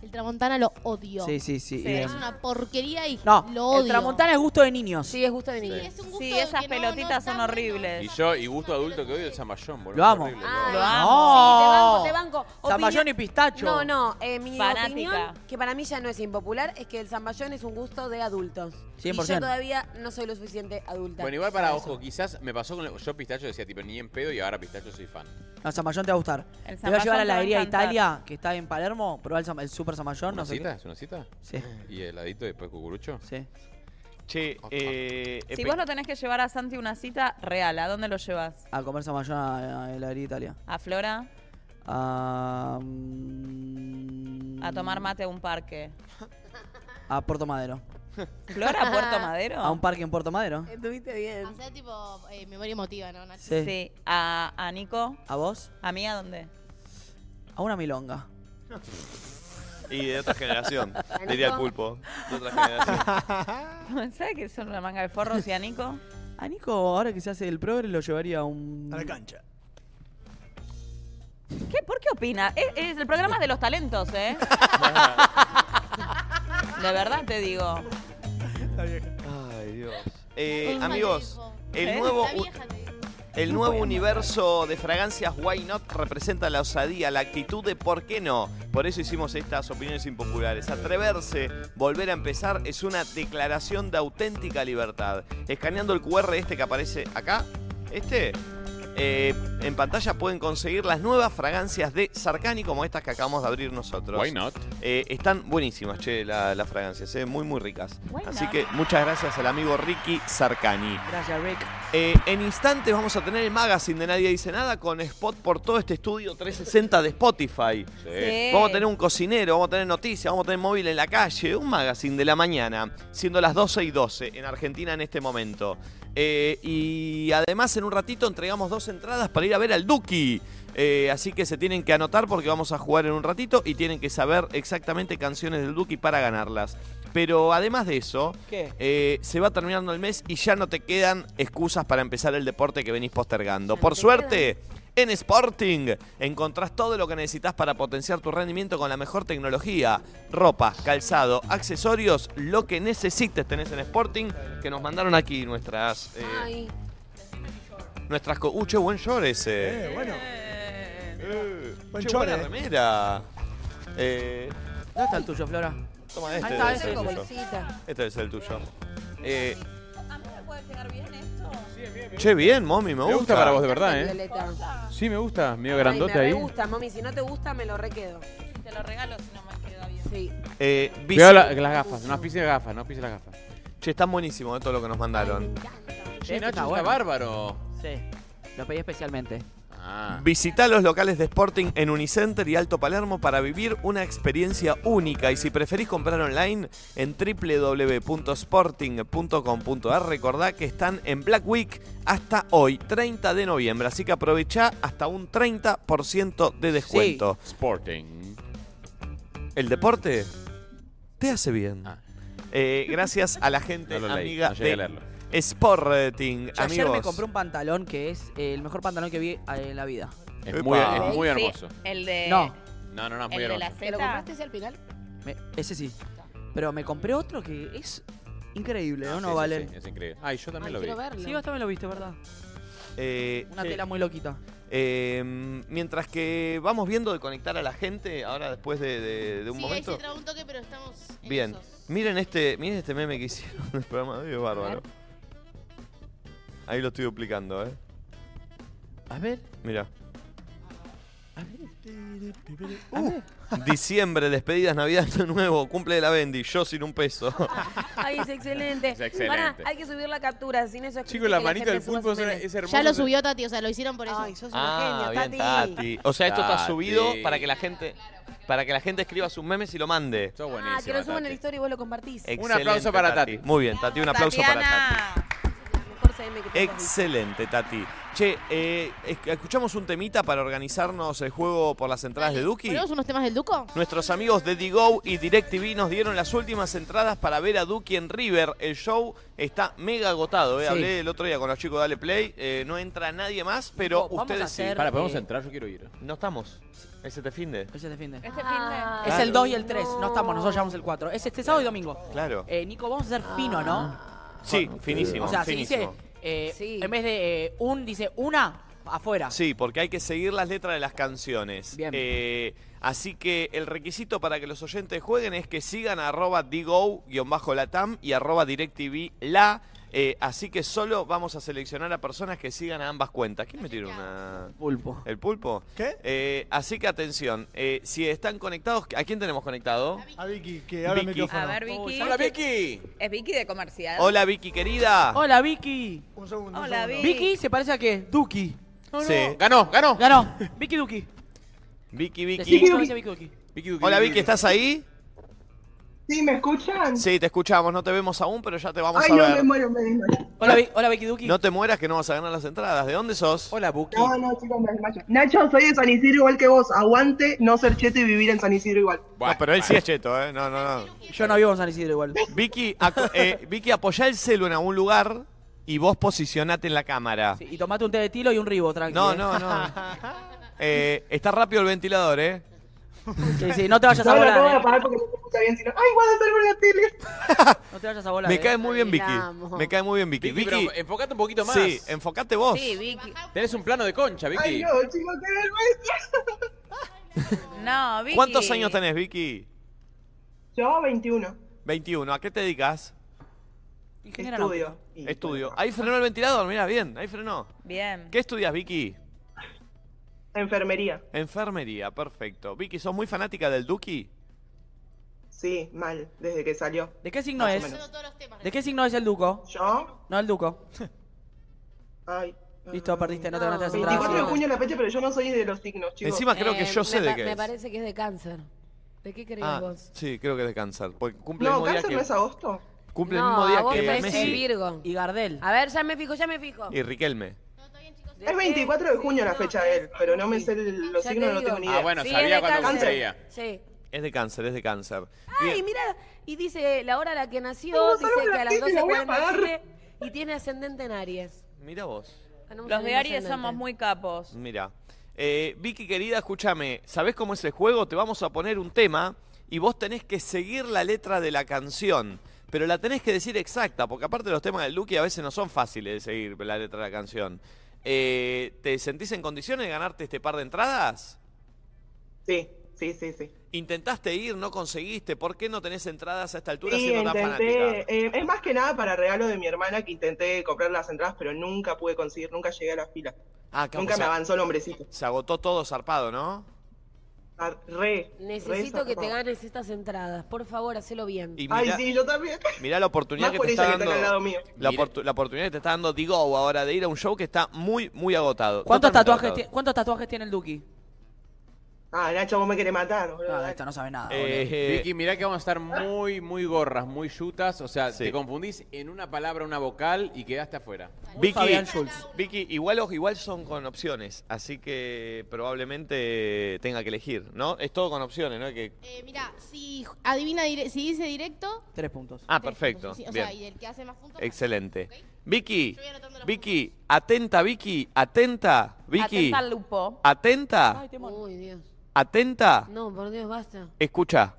El tramontana lo odio.
Sí, sí, sí, y-
Es una porquería y
No,
lo odio.
el tramontana es gusto de niños.
Sí, es gusto de
niños.
Sí, esas pelotitas son horribles.
Y yo, y gusto adulto que odio el zamballón, boludo.
Lo amo.
horrible,
Ay,
odio.
lo amo.
Ah,
Sí,
Oh.
te banco, te banco.
Zamballón y pistacho.
No, no, eh, mi
Fanática.
opinión, que para mí ya no es impopular, es que el zamballón es un gusto de adultos. Y
100%.
yo todavía no soy lo suficiente adulta.
Bueno, igual para,
eso.
ojo, quizás me pasó con... el- Yo pistacho decía, tipo, ni en pedo y ahora pistacho soy fan.
No, Zamballón te va a gustar.
El
Te voy a llevar a
Zamballón te va
la
a
heladería de
encantar.
Italia, que está en Palermo, probá el, zam- el super Zamballón,
¿Una
no sé
cita?
qué.
¿Es una cita?
Sí.
¿Y heladito y después cucurucho?
Sí.
Che, eh,
Si
epi-
vos lo tenés que llevar a Santi a una cita real, ¿a dónde lo llevas?
A comer Zamballón a a la heladería de Italia.
¿A Flora?
A, mm,
¿A tomar mate a un parque?
a Puerto
(laughs)
Madero.
¿Flora, Puerto Madero?
A un parque en Puerto Madero.
Estuviste bien.
Hacer tipo eh, memoria emotiva, ¿no? Nacho?
Sí.
Sí. ¿A, a Nico?
¿A vos?
¿A mí a dónde?
A una milonga.
Y de otra generación, diría el pulpo. De otra generación.
¿Sabes que son una manga de forros y a Nico?
A Nico, ahora que se hace el progre, lo llevaría a un...
A la cancha.
¿Qué? ¿Por qué opina? Es, es el programa de los talentos, ¿eh? De verdad te digo.
Ay, Dios. Eh,
Ufa,
amigos,
te
¿Eh?
dijo.
el nuevo,
La vieja
el nuevo universo de fragancias Why Not representa la osadía, la actitud de por qué no. Por eso hicimos estas opiniones impopulares. Atreverse, volver a empezar, es una declaración de auténtica libertad. Escaneando el QR este que aparece acá, este... eh, en pantalla pueden conseguir las nuevas fragancias de Sarcani como estas que acabamos de abrir nosotros.
Why not?
Eh, están buenísimas, che, la- las fragancias, eh, muy, muy ricas.
Why
Así
not?
que muchas gracias al amigo Ricky Sarcani.
Gracias, Rick.
Eh, en instantes vamos a tener el magazine de Nadie Dice Nada con spot por todo este estudio 360 de Spotify.
Sí.
Vamos a tener un cocinero, vamos a tener noticias, vamos a tener móvil en la calle, un magazine de la mañana, siendo las 12 y 12 en Argentina en este momento. Eh, y además en un ratito entregamos dos entradas para ir a ver al Duki. Eh, así que se tienen que anotar porque vamos a jugar en un ratito y tienen que saber exactamente canciones del Duki para ganarlas. Pero además de eso,
¿Qué?
eh, se va terminando el mes y ya no te quedan excusas para empezar el deporte que venís postergando. Por suerte, en Sporting encontrás todo lo que necesitas para potenciar tu rendimiento con la mejor tecnología. Ropa, calzado, accesorios, lo que necesites tenés en Sporting, que nos mandaron aquí nuestras... eh,
Ay.
nuestras... co- Uh, che, buen short ese.
Eh, bueno.
Eh. Che,
Eh, short,
buena
eh.
remera. Eh,
¿Dónde está el tuyo, Flora?
Toma este.
Ahí está,
debe ser
ese.
el tuyo. Este es el tuyo. Eh,
Che,
bien, mommy, me
gusta.
gusta.
para vos, de verdad,
El
¿eh?
violeta.
Sí, me gusta, medio
Ay,
grandote
me
ahí.
re gusta, mami. Si no te gusta, me lo requedo. Te lo regalo si no me queda bien. Sí.
eh, bici-
Cuidado la- las gafas, no pise las gafas, no pise las gafas.
Che, están buenísimos eh, todo lo que nos mandaron.
Che, Nacho,
Este
está
bueno.
bárbaro. Ah.
Sí, lo pedí especialmente.
Visita los locales de Sporting en Unicenter y Alto Palermo para vivir una experiencia única y si preferís comprar online en www.sporting.com.ar recordá que están en Black Week hasta hoy, 30 de noviembre, así que aprovechá hasta un 30% de descuento.
Sporting.
El deporte te hace bien. Eh, gracias a la gente
Ah. (laughs) No lo leí,
amiga
no llegué a
de
leerlo.
Sporting,
Yo ayer
amigos.
me compré un pantalón que es eh, el mejor pantalón que vi eh, en la vida.
Es muy- Epa. es muy
Sí, el de.
No.
No, no, no,
El de la
¿Te lo
Z.
compraste ese al final?
Me- ese sí. Pero me compré otro que es increíble, ¿no?
Ah,
Sí,
no
sí,
valen.
sí, es increíble. Ay, yo también lo vi.
Sí, vos también lo viste, ¿verdad?
Eh,
Una
che,
tela muy loquita.
eh, mientras que vamos viendo de conectar a la gente, ahora después de, de- de un
sí, ahí
momento.
se traba un toque, pero estamos. en
Bien,
esos.
miren este, miren este meme que hicieron (laughs) del programa de hoy, es bárbaro. Ahí lo estoy duplicando, ¿eh?
A ver.
Mira.
A ver.
Uh, Diciembre, despedidas, Navidad, Año Nuevo, cumple de la Bendy, yo sin un
(laughs)
peso.
(laughs) Ay, es excelente.
Es excelente.
Pará, hay que subir la captura. Sin eso es
Chico,
triste
la
que
manito
gente
del
suba
pulpo
sus
es-
memes.
es hermoso.
Ya lo subió Tati, o sea, lo hicieron por eso. Ay, sos
Ah, bien, Tati. O sea, esto está subido para que la gente para que la gente escriba sus memes y lo mande. Está
Ah, que lo suban en la historia y vos lo compartís.
Excelente, Tati. Muy bien, Tati, un aplauso para Tati.
Mejor CM que tengo.
Excelente, Tati. Che, eh, es- escuchamos un temita para organizarnos el juego por las entradas de Duki.
¿Ponemos unos temas del Duco?
Nuestros amigos de Digo y DirecTV nos dieron las últimas entradas para ver a Duki en River. El show está mega agotado. eh.
Sí.
Hablé el otro día con los chicos de Dale Play. eh, no entra nadie más, pero ustedes sí.
Para, podemos entrar, yo quiero ir.
No estamos. Ese te finde.
Ese te finde.
Este fin de-
Es el 2 y el 3, no. estamos, nosotros llevamos el 4. Es este sábado y domingo.
Claro.
Eh, Nico, vamos a ser fino, ¿no?
Sí, finísimo.
o sea, si
finísimo.
dice, eh, en vez de eh, un, dice una, afuera.
Sí, porque hay que seguir las letras de las canciones. Eh, así que el requisito para que los oyentes jueguen es que sigan a arroba digo-latam y arroba directv la. Eh, así que solo vamos a seleccionar a personas que sigan a ambas cuentas. ¿Quién me tiró una...?
Pulpo.
¿El pulpo? ¿Qué? así que atención, eh, si están conectados, ¿a quién tenemos conectado?
A Vicky, que habla el
Vicky.
micrófono.
A ver, Vicky.
hola, Vicky.
Es Vicky de comercial.
Hola Vicky querida.
Hola, Vicky.
Un segundo.
un Hola, segundo. Vicky.
Vicky se parece a qué? Duki.
Sí.
Ganó, ganó. (laughs)
Ganó. Vicky Duki.
Vicky,
Decí
Vicky.
que se parece a Vicky Duki.
Hola Vicky, ¿estás ahí?
Sí, ¿me escuchan?
Sí, te escuchamos, no te vemos aún, pero ya te vamos
Ay,
a
no,
ver.
me muero, me desmayo.
Hola, hola Vicky Duki.
No te mueras que no vas a ganar las entradas. ¿De dónde sos?
Hola, Buki.
No, no, chicos, me desmayo. Nacho, soy de San Isidro igual que vos. Aguante no ser cheto y vivir en San Isidro igual.
No, pero él sí es cheto, ¿eh? No, no, no.
Yo no vivo en San Isidro igual.
(laughs) Vicky, acu- eh, Vicky apoyá el celu en algún lugar y vos posicionate en la cámara.
Y tomate un té de tilo y un ribo, tranqui.
No,
¿eh?
no, no. Eh, está rápido el ventilador, ¿eh?
(laughs) Sí, sí, no te vayas a
No, lo acabo de
volar. ¿eh?
apagar porque no se escucha bien, sino. ¡Ay, guarda salgo en la tele!
(laughs) No te vayas a volar.
Me
¿eh?
cae muy bien Vicky.
amo.
Me cae muy bien Vicky.
Vicky,
Vicky,
pero enfocate un poquito más.
sí, enfocate vos.
Vicky.
Tenés un plano de concha, Vicky.
¡Ay, no,
Ah,
chicos, qué vergüenza!
No, Vicky.
¿Cuántos años tenés, Vicky?
Yo, 21.
21. ¿A qué te dedicas?
Estudio.
Estudio. Ahí frenó el ventilador, mira, bien, ahí frenó.
Bien.
¿Qué estudias, Vicky?
Enfermería.
Enfermería, perfecto. Vicky, ¿sos muy fanática del Duki?
Sí, mal, desde que salió.
¿De qué signo
Más o
es?
menos.
¿De qué signo es el Duco?
Yo.
No, el Duco.
Ay.
Listo, perdiste, no te ganaste las
24 de
entradas.
junio es la fecha, pero yo no soy de los signos, chicos.
Encima creo que yo sé
Eh, me
de
pa-
qué
Me
es.
parece que es de cáncer. ¿De qué
Ah,
crees vos?
Ah, sí, creo que es de cáncer. Porque cumple el
No,
mismo día
cáncer
que...
no es agosto.
Cumple
No,
el mismo día
vos
que
pensé
Messi
Virgo.
Y Gardel.
A ver, ya me fijo, ya me fijo.
y Riquelme.
Es 24 de junio la fecha de él, pero no me sé el- los
Ya
signos,
te
no
digo.
tengo ni idea.
Ah, bueno,
Sí,
sabía
es de
cuándo
cáncer.
cumplía.
Sí.
Es de cáncer, es de cáncer. Bien.
Ay, mira, y dice la hora a la que nació,
No,
dice
pará, me la
que a las
quito y la voy a
12.47 y tiene ascendente en Aries.
Mira vos.
Tenemos
Los
el
de
mismo
Aries
ascendente.
somos muy capos.
Mira. Eh, Vicky, querida, escúchame. ¿Sabés cómo es el juego? Te vamos a poner un tema y vos tenés que seguir la letra de la canción. Pero la tenés que decir exacta, porque aparte los temas del Duki a veces no son fáciles de seguir la letra de la canción. Eh, ¿Te sentís en condiciones de ganarte este par de entradas?
Sí, sí, sí, sí.
¿Intentaste ir? ¿No conseguiste? ¿Por qué no tenés entradas a esta altura
Sí,
siendo tan
intenté.
fanática?
eh, es más que nada para regalo de mi hermana que intenté comprar las entradas, pero nunca pude conseguir, nunca llegué a la fila.
Ah, claro,
nunca
o sea,
me avanzó el hombrecito.
Se agotó todo zarpado, ¿no?
Ah, Re.
Necesito que te
zarpado.
ganes estas entradas. Por favor, hacelo bien.
Y mirá- Ay, sí,
yo también.
Mirá la oportunidad
Más
que
por
te
ella
está
que
dando.
está acá al lado mío.
La, oportu- la oportunidad que te está dando Digo ahora de ir a un show que está muy, muy agotado.
¿Cuántos
Totalmente
tatuajes,
agotado.
tie- ¿Cuántos tatuajes tiene el Duki?
Ah, Nacho, vos me querés matar, boludo.
No, esto no sabe nada.
Eh, Vicky, mirá que vamos a estar muy, muy gorras, muy yutas. O sea, te confundís en una palabra, una vocal y quedaste afuera.
Vicky, Vicky, igual, igual son con opciones, así que probablemente tenga que elegir, ¿no? Es todo con opciones, ¿no? Hay Que...
Eh, mira, si adivina, dire- si dice directo,
Tres puntos.
Ah, perfecto.
sí, o
Bien.
sea, y el que hace más
(laughs)
puntos.
Excelente. Vicky, Vicky, atenta, Vicky, atenta, Vicky,
Atenta al lupo.
atenta,
Uy, Dios.
atenta,
No, por Dios, basta.
escucha.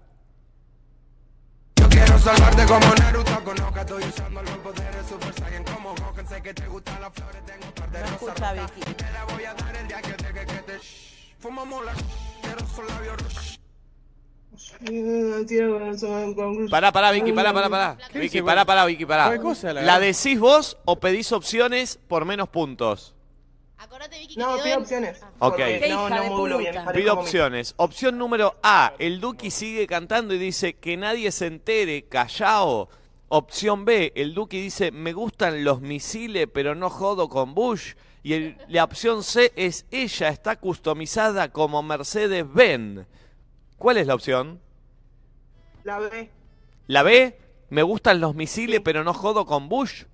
Quiero salvarte como Naruto con Oka, estoy usando los poderes Super Saiyan como Gohan, sé que te gustan las flores, tengo un par de rosas rojas, y te la voy a dar el día que te que, que te shh. fumamos la shh, quiero su labio shh.
Pará, pará, Vicky, pará, pará, pará.
¿Qué
Vicky,
dice,
pará,
bueno?
pará, Vicky, pará.
¿Cuál cosa, la
¿La
verdad?
decís vos o pedís opciones por menos puntos?
No, pido opciones.
Ah,
Ok.
porque No, no modulo bien. parezco
Pido
como mi-
opciones. Opción número A, el Duki sigue cantando y dice que nadie se entere, callao. Opción B, el Duki dice me gustan los misiles pero no jodo con Bush. Y el- la opción C es ella está customizada como Mercedes Benz. ¿Cuál es la opción?
La B.
¿La B? Me gustan los misiles pero no jodo con Bush.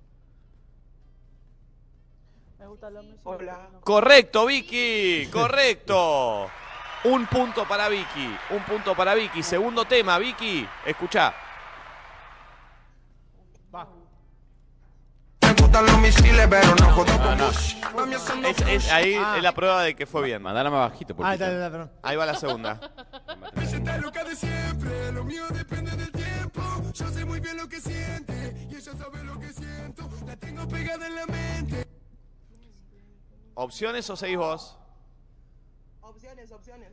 Hola.
Correcto, Vicky, correcto. Un punto para Vicky, un punto para Vicky. Segundo tema, Vicky, escucha.
Me gustan los misiles, pero no jodo con Bush.
Es, es- ahí
Ah.
es la prueba de que fue bien. Mandala más bajito,
Ah, está, está, perdón.
Ahí va la segunda.
Me sienta loca de siempre, lo mío depende del tiempo. Yo sé muy bien lo que siente, y ella sabe lo que siento. La tengo pegada en la mente.
¿Opciones o seguís vos?
Opciones, opciones.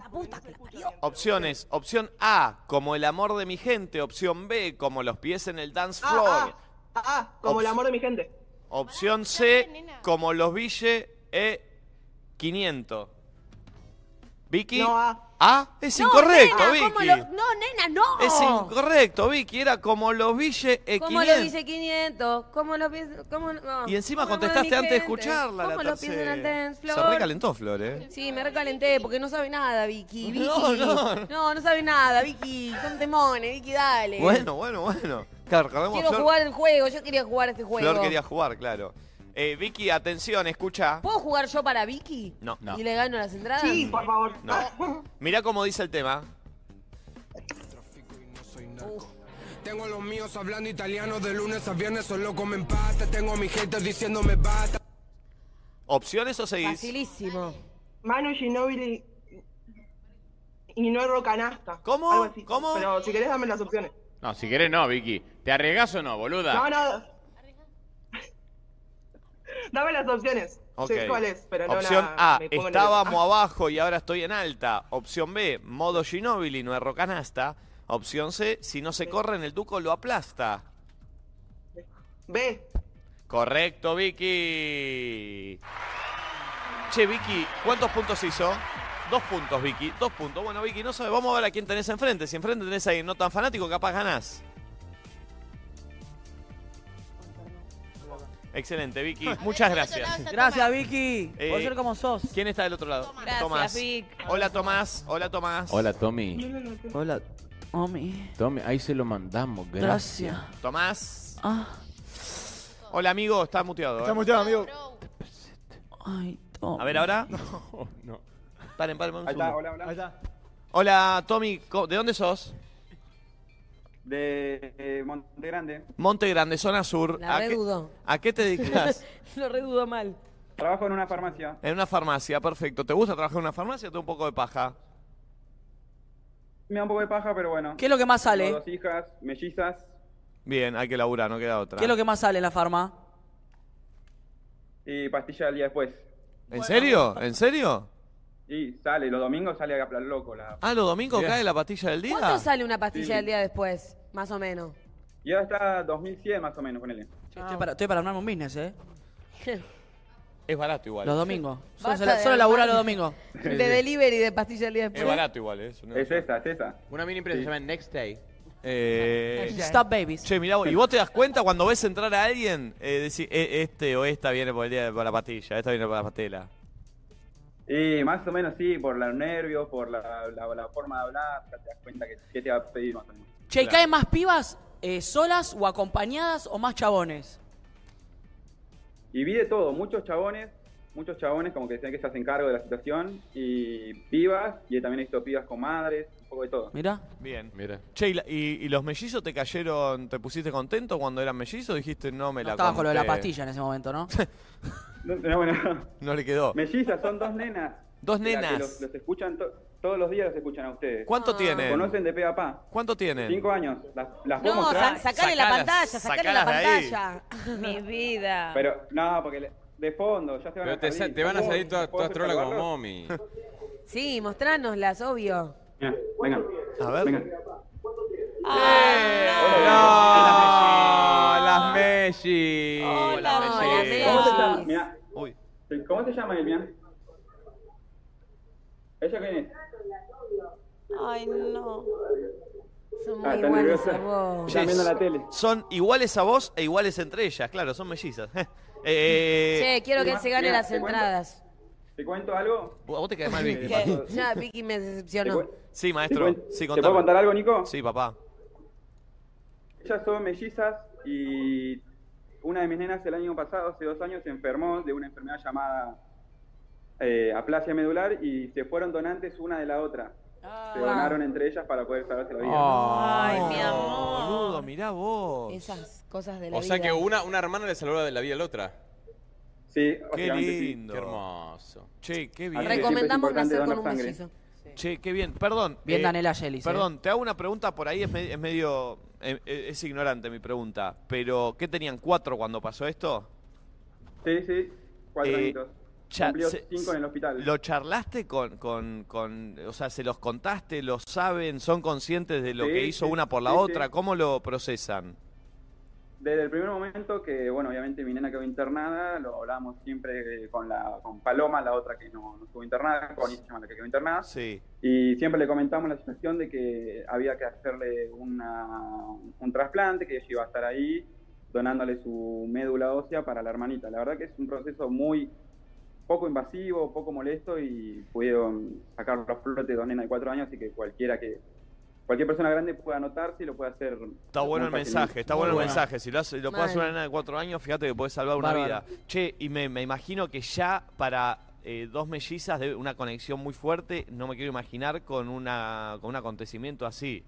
Opciones. Opción A, como el amor de mi gente. Opción B, como los pies en el dance
Ah,
floor.
Ah, ah, como el
Ops-
amor de mi gente.
Ah,
Opción C, como los Ville E E500. Vicky.
No,
A.
A.
Es
No,
incorrecto,
nena, ¿cómo
Vicky.
lo- No, nena, no.
Es incorrecto, Vicky. Era como los Ville E500.
¿Cómo lo dice 500? ¿Cómo lo piensa? ¿Cómo no?
Y encima
¿Cómo
contestaste
lo
antes de
dijiste?
escucharla.
¿Cómo
la
lo piensa en el
tercera.
dance
Se
floor?
recalentó, Flor, ¿eh?
Sí, me recalenté porque no sabe nada, Vicky. Vicky.
No, no.
No, no sabe nada, Vicky. Son temones, Vicky, dale.
Bueno, bueno, bueno. Claro, recordemos
Quiero
Flor.
jugar el juego, yo quería jugar este juego.
Flor quería jugar, claro. Eh, Vicky, atención, escucha.
¿Puedo jugar yo para Vicky?
No, no.
¿Y le gano las entradas?
Sí, por favor. Ah.
No. Mirá cómo dice el tema.
Tengo los míos hablando italiano de lunes a viernes, solo comen pasta. Tengo a mi gente diciéndome basta.
¿Opciones o seguís?
Facilísimo.
Manu Ginóbili y no erro canasta.
¿Cómo?
¿Cómo? Pero si querés dame las opciones.
No, si querés no, Vicky. ¿Te arriesgás o no, boluda?
Ah.
No, no.
(laughs)
Dame las opciones.
Ok.
Sé cuál es, pero no
Opción
la-
A,
me Ah. pongo
estábamos
nerviosa.
abajo y ahora estoy en alta. Opción B, modo Ginóbili, no erro canasta. Opción C, si no se corre en el Duco lo aplasta.
B.
Correcto, Vicky. Che, Vicky, ¿cuántos puntos hizo? Dos puntos, Vicky. Dos puntos. Bueno, Vicky, no sabes. Vamos a ver a quién tenés enfrente. Si enfrente tenés a alguien no tan fanático, capaz ganás.
(laughs)
Excelente, Vicky. Muchas gracias.
Gracias, Vicky. por
Eh,
ser como sos.
¿Quién está del otro lado?
Gracias, Vic.
Hola, Tomás. Hola, Tomás.
Hola, Tommy.
Hola, Omi.
Tommy, ahí se lo mandamos. Gracias.
Tomás.
Ah.
Hola, amigo. Está muteado.
Está
eh.
muteado, amigo.
Ay,
A ver, ahora.
No, no.
(laughs)
Paren, paren, un
Ahí está,
segundo.
hola, hola. Ahí está.
Hola, Tommy, co- ¿de dónde sos?
de eh, Monte Grande.
Monte Grande, zona sur.
La
¿A qué-
redudo.
¿A qué
(laughs)
te dedicas?
Lo redudo mal. Trabajo en una farmacia.
en una farmacia, perfecto. ¿Te gusta trabajar en una farmacia o te da un poco de paja?
Me da un poco de paja, pero bueno.
¿Qué es lo que más sale?
Tengo dos hijas, mellizas.
Bien, hay que laburar, no queda otra.
¿Qué es lo que más sale en la farma?
Y pastilla al día después.
¿En serio? ¿En serio?
Y sale, los domingos sale a plan loco. La...
Ah, los domingos cae la pastilla del día.
Ah.
¿Cuánto sale una pastilla
Sí.
del día después? Más o menos.
Y ahora está 2100 más o menos, ponele.
Estoy para, estoy para armar un business, ¿eh?
Es barato igual.
Los domingos. Solo,
(laughs) Basta
se la-
de
solo labura
armar-
los
(laughs)
domingos.
De delivery de pastilla del día después.
igual, ¿eh? Es,
esa, es esa.
Una mini empresa se llama Next Day.
Eh,
Stop babies.
Che, mirá, vos- y vos te das cuenta cuando ves entrar a alguien, eh, decís, "E- este o esta viene por el día de- por la pastilla, esta viene por la pastela.
Y más o menos sí, por los nervios, por la, la- la forma de hablar, ya te das cuenta que, que te va a pedir más o menos.
Che, ¿y ¿caen más pibas eh, solas o acompañadas o más chabones?
Y vi de todo, muchos chabones, muchos chabones como que decían que se hacen cargo de la situación, y pibas, y también he visto pibas con madres, un poco de todo.
Mira.
Bien. Che, ¿y, la- y- y los mellizos te cayeron, te pusiste contento cuando eran mellizos? Dijiste, no me la
Estaba con lo de la
conté".
pastilla en ese momento, ¿no?
No, no, bueno.
(laughs) No le quedó.
Mellizas, son dos nenas.
Dos
Mira, que
nenas.
Los, los escuchan to- todos los días, los escuchan a ustedes.
¿Cuánto
Ah.
tienen?
Conocen de pe a pa.
¿Cuánto tienen?
Cinco años. Las, las puedo
No,
mostrar.
sa- sacale la pantalla, sacale la pantalla.
Mi vida.
Pero no, porque le- de fondo ya se van
Pero
a
te, sa-
salir.
te van a
¿Puedo-
salir todas
puedo
todas trolas como
saludarlos?
mommy.
Sí, mostránoslas, obvio.
Mirá, vengan.
A ver.
las Messi.
Hola, ¿Cómo te llamas? Mirá. ¿Cómo te llamas, Elvia? ¿Ella quién es?
Ay, no.
Ah,
Son muy
está
iguales
nerviosa.
a vos.
Che,
viendo la tele.
Son iguales a vos e iguales entre ellas, claro, son mellizas. (laughs) eh,
Che, quiero que
Mirá,
se gane
mirá,
las
te cuento-
entradas.
¿Te cuento algo?
¿A vos te caes mal, Vicky?
¿Qué? (laughs) Ya, Vicky me
Te
decepcionó.
cu-
Sí,
¿Te
maestro.
cuen-
Sí,
te
contame.
puedo contar algo, Nico?
Sí, papá.
Ellas son mellizas y una de mis nenas el año pasado, hace dos años, se enfermó de una enfermedad llamada eh, aplasia medular y se fueron donantes una de la otra. se donaron entre ellas para poder salvarse la vida.
Ay,
mi
amor. Boludo, mirá vos.
Esas cosas de la
O sea
vida.
que una, una hermana le salvó la vida a la otra.
Sí,
Qué lindo.
Qué hermoso.
Che, qué bien.
Recomendamos nacer con un mellizo.
Che, qué bien. Perdón. eh,
Bien, Daniela Yelis,
eh.
Perdón, te hago una pregunta por ahí, es, me- es medio. eh, eh, es ignorante mi pregunta. Pero, ¿qué tenían cuatro cuando pasó esto?
Sí, sí, cuatro
Eh,
añitos.
cha-
Cumplió
se-
cinco en el hospital.
¿Lo charlaste con, con, con- O sea, ¿se los contaste? ¿Lo saben? ¿Son conscientes de lo
Sí,
que hizo
sí,
una por la
sí, sí.
otra? ¿Cómo lo procesan?
Desde el primer momento que, bueno, obviamente mi nena quedó internada, lo hablábamos siempre eh, con la con Paloma, la otra que no, no estuvo internada, con Isma, la que quedó internada.
Sí.
Y siempre le comentamos la situación de que había que hacerle una- un trasplante, que ella iba a estar ahí donándole su médula ósea para la hermanita. La verdad que es un proceso muy poco invasivo, poco molesto y pudieron sacar los flote dos nenas de cuatro años, así que cualquiera que cualquier persona grande pueda anotarse y lo puede hacer.
Está bueno el mensaje, está bueno el mensaje. Si lo, hace- lo puede hacer una
Mal.
nena de cuatro años, fíjate que puede salvar una
Bárbaro.
vida. Che, y me, me imagino que ya para eh, dos mellizas de una conexión muy fuerte, no me quiero imaginar con, una, con un acontecimiento así.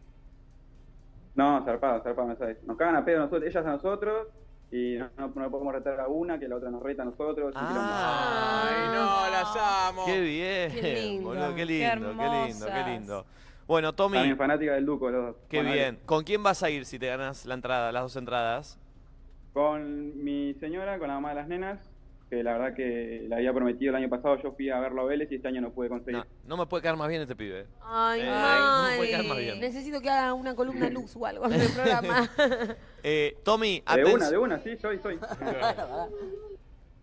No, zarpado, zarpado, no sabes. Nos cagan a pedo nosotros, ellas a nosotros y no, no- no podemos retar a una, que la otra nos reta a nosotros.
Ay,
no, las amo.
Qué bien,
Qué lindo,
boludo, qué
qué
lindo, qué, lindo, qué
hermosas.
lindo. Bueno, Tommy,
También fanática del Duco, los dos.
qué
Bueno,
bien. ¿Con quién vas a ir si te ganas la entrada, las dos entradas?
Con mi señora, con la mamá de las nenas, que la verdad que la había prometido el año pasado, yo fui a verlo a Vélez y este año no pude conseguir.
No me puede caer más bien este pibe.
Ay,
Eh,
mal.
no puede caer más bien.
Necesito que haga una columna luz o algo en el programa.
Eh, Tommy,
De
atenci-
una, de una, sí, soy, soy.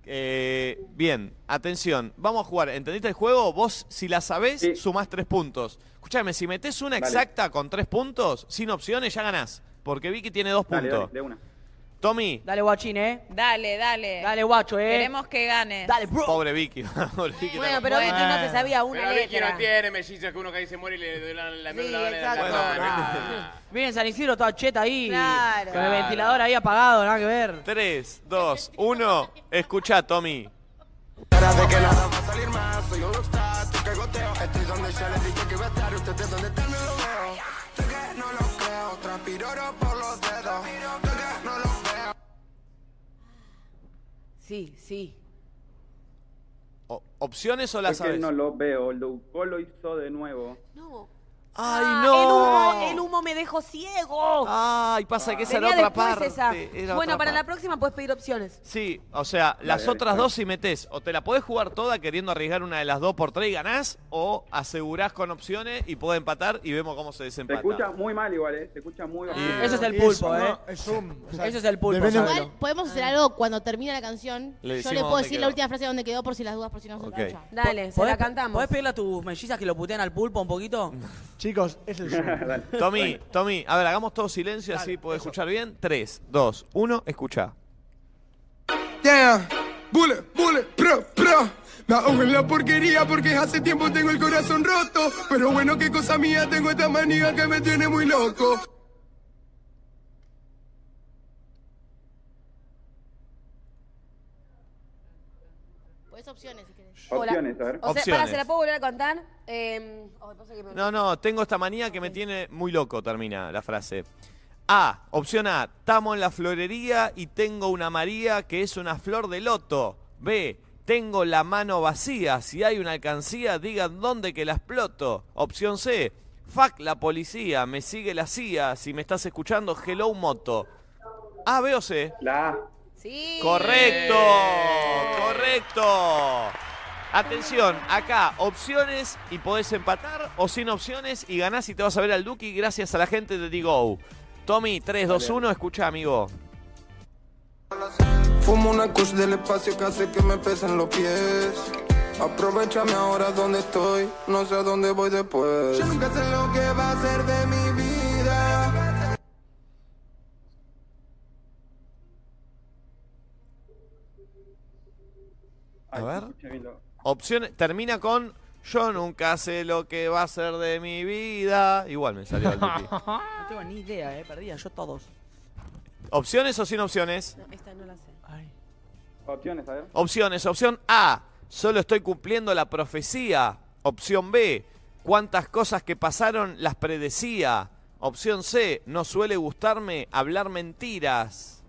Eh, bien, atención, vamos a jugar. ¿Entendiste el juego? Vos, si la sabés, sumás tres puntos. Escúchame, si metés una
Dale.
exacta con tres puntos, sin opciones, ya ganás. Porque Vicky tiene dos
Dale, dale,
puntos.
de una.
Tommy,
Dale, guachín, ¿eh?
Dale, dale.
Dale, guacho, ¿eh?
Queremos que ganes.
Dale, bro.
pobre Vicky. (laughs) Pobre Vicky
Bueno,
también.
pero Vicky no se sabía una
Pero Vicky
letra.
no tiene mellizos que uno cae y se muere y le doy la médula ahora en la
exacto.
(laughs)
cara.
Viene San Isidro toda cheta ahí.
Claro.
Con el
Claro.
ventilador ahí apagado, nada que ver.
3, 2, 1. Escucha, Tommy.
Soy un rockstar, tú que gota volteo. Estoy donde yo les dije que iba a estar, ustedes donde están no lo veo. Yo que no lo creo, transpiro oro por los dedos. Yo que no lo veo.
Sí, sí.
¿Opciones o las
Fue que
sabes?
no lo veo. Leucó lo hizo de nuevo.
No.
¡Ay,
Ah, El humo, el humo me dejó ciego.
Ay, pasa que esa
Venía
era otra
después
parte,
esa.
era
bueno, para
otra parte.
la próxima puedes pedir opciones.
Sí, o sea, las
dale,
otras
dale.
dos si metes, o te la podés jugar toda queriendo arriesgar una de las dos por tres y ganás, o asegurás con opciones y podés empatar y vemos cómo se
Se
desempata.
escucha muy mal igual, ¿eh? Se escucha muy mal.
Eso es el Y eso, pulpo, ¿eh? no,
es un- o sea,
Eso es el pulpo.
depende-
¿sabes?
Igual podemos
Ah.
hacer algo cuando termina la canción.
Le
yo
decimos
le puedo
dónde
decir
quedó.
la última frase donde quedó por si las dudas, por si no se
Ok.
engancha.
Dale, se
¿Podés-
la cantamos.
¿Podés pedirle a tus mellizas que lo puteen al pulpo un poquito?
(laughs) Chicos, es
(laughs)
el Zoom.
Tommy, Tommy, a ver, hagamos todo silencio así podés escuchar bien. Tres, dos, uno, escuchá.
Yeah, bullet, bullet, pro, pro. Me ahogo en la porquería porque hace tiempo tengo el corazón roto. Pero bueno, qué cosa mía, tengo esta manía que me tiene muy loco.
Puedes opciones si querés.
Opciones, a ver.
O sea, para,
Opciones.
¿se la puedo volver a contar? Eh, ay, pasa que me-
No, no, tengo esta manía que me tiene muy loco, termina la frase. A, opción A, tamo en la florería y tengo una María que es una flor de loto. B, tengo la mano vacía, si hay una alcancía digan dónde que la exploto. Opción C, fuck la policía, me sigue la CIA, si me estás escuchando, hello moto. A, B o C.
La A.
Sí.
Correcto, correcto. Atención, acá opciones y podés empatar o sin opciones y ganás y te vas a ver al Duki gracias a la gente de Digo. Tommy, 3, 2, 1, escucha amigo.
Fumo una kush del espacio que hace que me pesen los pies. Aprovechame ahora donde estoy, no sé a dónde voy después. Yo nunca sé lo que va a ser de mi vida.
A ver.
Escuché bien lo-
Opciones, termina con yo nunca sé lo que va a ser de mi vida. Igual me salió al Duki.
No tengo ni idea, eh. Perdía yo todos.
¿Opciones o sin opciones?
Esta no la sé.
Opciones, a ver.
Opciones. Opción A, solo estoy cumpliendo la profecía. Opción B, cuántas cosas que pasaron las predecía. Opción C, no suele gustarme hablar mentiras.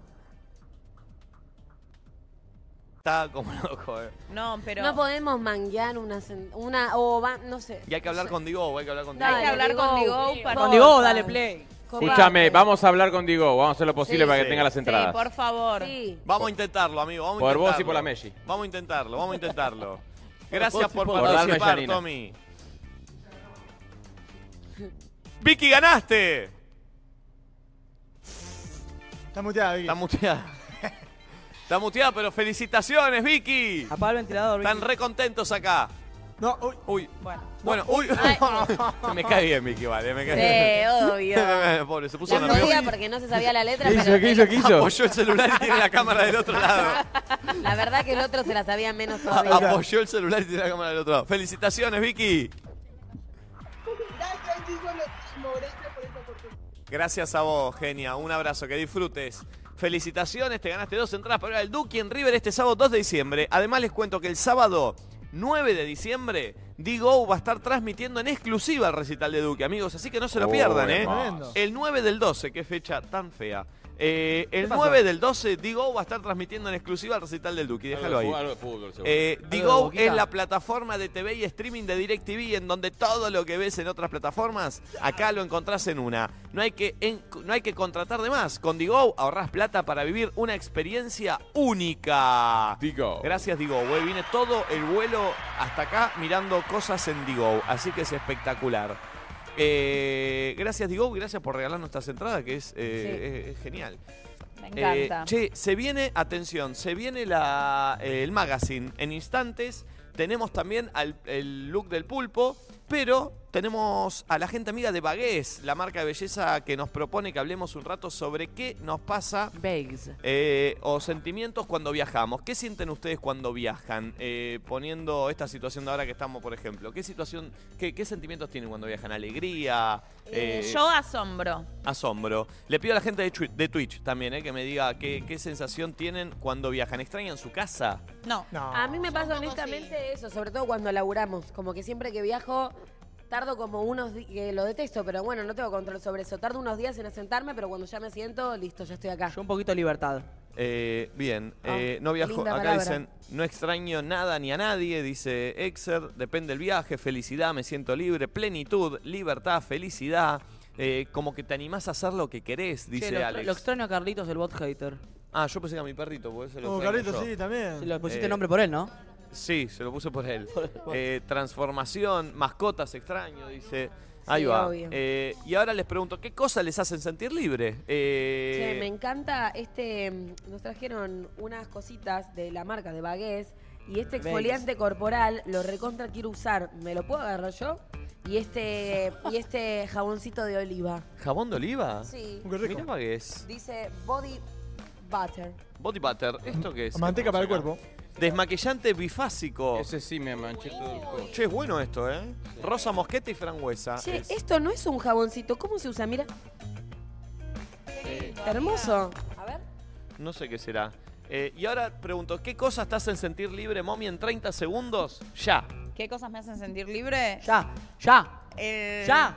Está como (laughs) loco, eh.
No, pero.
No podemos manguear una, sen- una o va- no sé.
Y hay que hablar con Digo, hay que hablar con Digo.
Dale,
Digo para-
por
Con Digo,
favor.
dale play.
Escúchame, vamos a hablar con Diego, vamos a hacer lo posible
Sí,
para que
sí.
tenga las
Sí,
entradas.
Por favor.
Vamos a intentarlo, amigo. Vamos a
Por vos y
intentarlo.
por la Messi.
Vamos a intentarlo, vamos a (laughs) intentarlo.
vos
Gracias
y
por,
por la
participar,
Messi.
Tommy. Vicky, ganaste.
Está muteada, Vicky.
Está muteada. Está muteada, pero felicitaciones, Vicky. Apaga el ventilador, Están re contentos acá.
No, uy.
Uy. Bueno, uy. (laughs) me cae bien, Vicky, vale. Me cae
Sí,
bien.
obvio.
(laughs) Pobre, se puso
La jodía
nervioso.
porque no se sabía la letra,
¿Qué hizo,
pero
qué hizo, qué hizo? Apoyó el celular y tiene la cámara del otro lado.
(laughs) la verdad que el otro se la sabía menos todavía.
Apoyó el celular y tiene la cámara del otro lado. Felicitaciones, Vicky.
Gracias, digo lo mismo. Gracias por esta oportunidad.
Gracias a vos, genia. Un abrazo, que disfrutes. Felicitaciones, te ganaste dos entradas para ver al Duque en River este sábado 2 de diciembre. Además les cuento que el sábado 9 de diciembre, Digo va a estar transmitiendo en exclusiva el recital de Duque, amigos, así que no se lo
Oh,
pierdan, ¿eh?
hermoso.
El 9 del 12, qué fecha tan fea. Eh, el
pasó?
9 del 12, Digo va a estar transmitiendo en exclusiva el recital del Duque, déjalo ahí.
Algo de fútbol, seguro.
Eh,
Algo de
Digo
Boquita.
es la plataforma de TV y streaming de DirecTV en donde todo lo que ves en otras plataformas, acá lo encontrás en una. No hay que, en- no hay que contratar de más. Con Digo ahorrás plata para vivir una experiencia única. Digo. Gracias Digo. eh. Vine todo el vuelo hasta acá mirando cosas en Digo. Así que es espectacular. Eh, gracias Digo, gracias por regalarnos estas entradas que es, eh, es- es genial.
Me
Eh,
encanta.
che, se viene, atención, se viene la, eh, el magazine en instantes. Tenemos también al, el look del pulpo, pero Tenemos a la gente amiga de Bagués, la marca de belleza que nos propone que hablemos un rato sobre qué nos pasa eh, o sentimientos cuando viajamos. ¿Qué sienten ustedes cuando viajan? Eh, poniendo esta situación de ahora que estamos, por ejemplo, ¿qué situación, qué, qué sentimientos tienen cuando viajan? Alegría, eh,
Yo asombro.
asombro. Le pido a la gente de, Twi- de Twitch también eh, que me diga qué, qué sensación tienen cuando viajan. ¿Extrañan su casa?
No.
A mí me pasa honestamente eso, sobre todo cuando laburamos. Como que siempre que viajo, tardo como unos días, que lo detesto, pero bueno, no tengo control sobre eso. Tardo unos días en asentarme, pero cuando ya me siento, listo, ya estoy acá.
Yo un poquito de libertad.
Eh, bien,
Ah,
eh, no viajo.
linda
Acá
palabra.
dicen, no extraño nada ni a nadie, dice Exer. Depende del viaje, felicidad, me siento libre, plenitud, libertad, felicidad. Eh, como que te animás a hacer lo que querés, dice
Che, lo,
Alex.
lo extraño a Carlitos, el bot hater.
Ah, yo pensé que a mi perrito, porque se lo
Oh,
extraño
Carlitos,
yo. Eh,
sí, también. Se lo pusiste nombre por él, ¿no?
Sí, se lo puse
(laughs)
por él. Eh, transformación, mascotas extraño, dice. Ahí
Sí,
va.
obvio.
Eh, y ahora les pregunto, ¿qué cosas les hacen sentir libre? Eh,
Che, me encanta este. mm, Nos trajeron unas cositas de la marca de Bagués y este exfoliante corporal lo recontra quiero usar. ¿Me lo puedo agarrar yo? Y este, y este jaboncito de oliva.
¿Jabón de oliva?
Sí.
Qué rico. Mirá Bagués.
Dice body butter.
Body butter, ¿esto qué es?
Manteca para el cuerpo.
Desmaquillante bifásico. Ese
sí me manché todo el cuerpo.
Che, es bueno esto, ¿eh? Rosa Mosqueta y Frangüesa.
Che, esto no Ah, es un jaboncito. ¿Cómo se usa? Mira. Hermoso. A ver.
No sé qué será. Eh, y ahora pregunto, ¿qué cosas te hacen sentir libre, mommy, en 30 segundos? Ya.
¿Qué cosas me hacen sentir libre?
Ya, ya.
Eh,
Ya,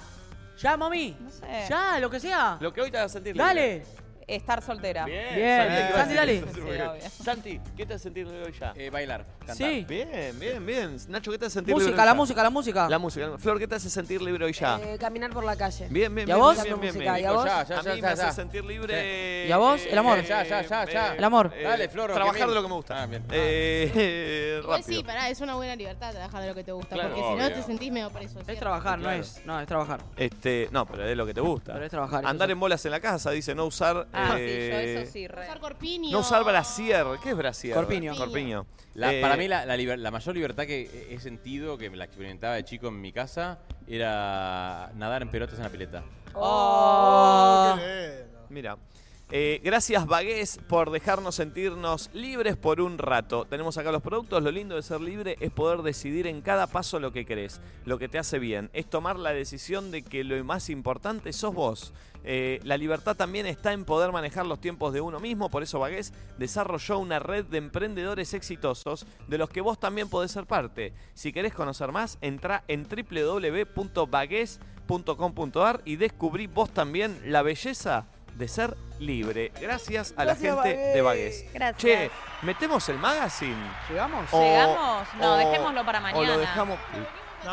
ya, mami.
No sé.
Ya, lo que sea.
Lo que hoy te hace sentir libre.
Dale.
Estar soltera.
Bien.
Bien. Santi,
Santi, ¿qué vas a
dale.
decir?
Sí,
Muy bien.
obvio.
Santi, ¿qué te hace sentir libre hoy ya?
Eh, bailar, cantar.
Sí.
Bien, bien, bien. Nacho, ¿qué te hace sentir
Música,
libre?
la
hoy ya?
música, la música.
La música. Flor, ¿qué te hace sentir libre hoy ya?
Eh, caminar por la calle.
Bien, bien, bien.
¿Y a vos?
Bien, bien, bien.
¿Y a vos?
Ya,
ya,
a mí
ya,
me
ya.
hace sentir libre.
¿Y a vos? El amor.
eh,
Ya, ya, ya, ya.
eh,
El amor.
eh,
Dale, Flor, Ah,
Trabajar
Roquemil.
de lo que me gusta. Eh,
Ah.
eh,
Igual
(laughs) rápido.
sí, pará, es una buena libertad trabajar de lo que te gusta,
Claro,
porque si
obvio.
no te sentís medio preso.
Es trabajar, no es. No, es trabajar.
Este, no, pero es lo que te gusta.
Pero es trabajar,
Andar en bolas en la casa, dice, no usar.
Ah,
eh,
Usar Ah, corpiño.
No usar brasier. ¿Qué es brasier?
Corpiño.
Corpiño.
La-
Eh,
para mí la, la liber- la mayor libertad que he- he sentido, que la experimentaba de chico en mi casa, era nadar en pelotas en la pileta.
Oh, Mira. Eh, gracias, Bagués, por dejarnos sentirnos libres por un rato. Tenemos acá los productos. Lo lindo de ser libre es poder decidir en cada paso lo que crees, lo que te hace bien. Es tomar la decisión de que lo más importante sos vos. Eh, la libertad también está en poder manejar los tiempos de uno mismo. Por eso, Bagués desarrolló una red de emprendedores exitosos de los que vos también podés ser parte. Si querés conocer más, entra en www.bagués.com.ar y descubrí vos también la belleza de ser libre. Gracias a
Gracias,
la gente de
Bagués.
Bagués.
Gracias.
Che, ¿metemos el magazine?
¿Llegamos?
¿Llegamos? No, dejémoslo para
O
mañana.
lo dejamos.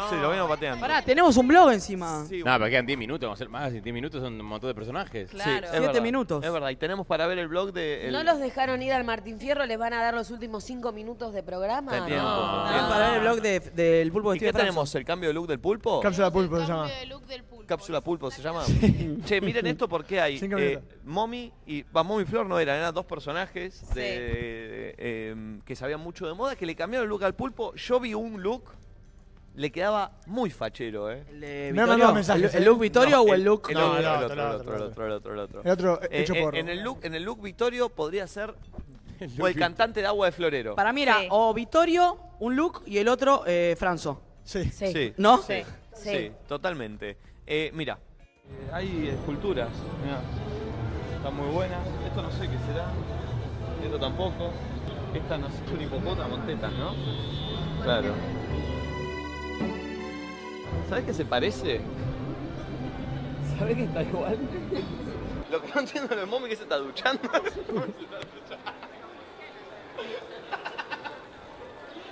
Sí, lo venimos pateando.
Pará, tenemos un blog encima.
no, pero quedan 10 minutos, vamos a hacer más. 10 minutos son un montón de personajes.
Sí, es verdad. Es verdad, y tenemos para ver el blog de. el-
¿No los dejaron ir al Martín Fierro? ¿Les van a dar los últimos cinco minutos de programa?
Ten tiempo,
No.
ten tiempo.
Para ver el blog de- del pulpo
¿Y qué
vestido de
tenemos? ¿El cambio de look del pulpo?
Cápsula pulpo se llama.
Cápsula pulpo se llama. (laughs) Che, miren esto porque hay
Cinco
eh,
minutos.
Mommy y va, Mommy y Flor no eran, eran dos personajes
Sí.
de, eh, que sabían mucho de moda, que le cambiaron el look al pulpo. Yo vi un look, le quedaba muy fachero, ¿eh?
Me Vittorio? mandó mensajes, ¿El- el look eh. Vittorio o el look-
El,
No,
otro,
el
el
otro,
otro, el
el
otro, el otro, el otro, el otro.
El otro,
Eh,
hecho
eh,
por-
en el look, en el look Vittorio
(laughs)
podría ser o el
Vittorio.
cantante de agua de florero.
Para mí era o Vittorio, un look y el otro eh, Franzo.
Sí.
Sí.
¿No?
Sí. Sí, totalmente. Eh, mira. hay esculturas. Está muy buena. Esto no sé qué será. Esto tampoco. Esta no sé, es un hipopótamo en tetas, ¿no? Claro. ¿Sabes qué se parece? ¿Sabes que está igual? (laughs) Lo que no entiendo es el momi que se está (laughs) duchando.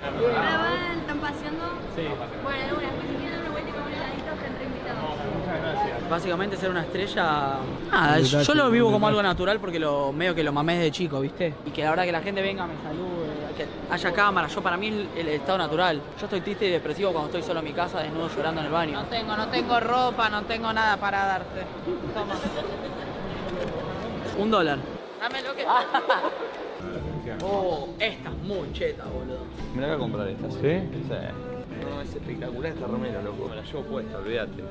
van, están paseando. Sí. Bueno, de una, después si quieren dar una vuelta y comer heladito, están reinvitados. Muchas gracias.
Básicamente ser una estrella. Nada, yo yo lo vivo como algo natural porque lo medio que lo mamé de chico, ¿viste? Y que la verdad que la gente venga, me salude, que haya cámara. Yo para mí el, el estado natural. Yo estoy triste y depresivo cuando estoy solo en mi casa, desnudo llorando en el baño.
No tengo, no tengo ropa, no tengo nada para darte. Toma.
Un dólar.
Dame lo que.
Oh, esta es muy cheta, boludo.
Mirá que voy a comprar esta, ¿sí? Sí. No me es espectacular esta remera, loco. Me la llevo puesta, olvídate.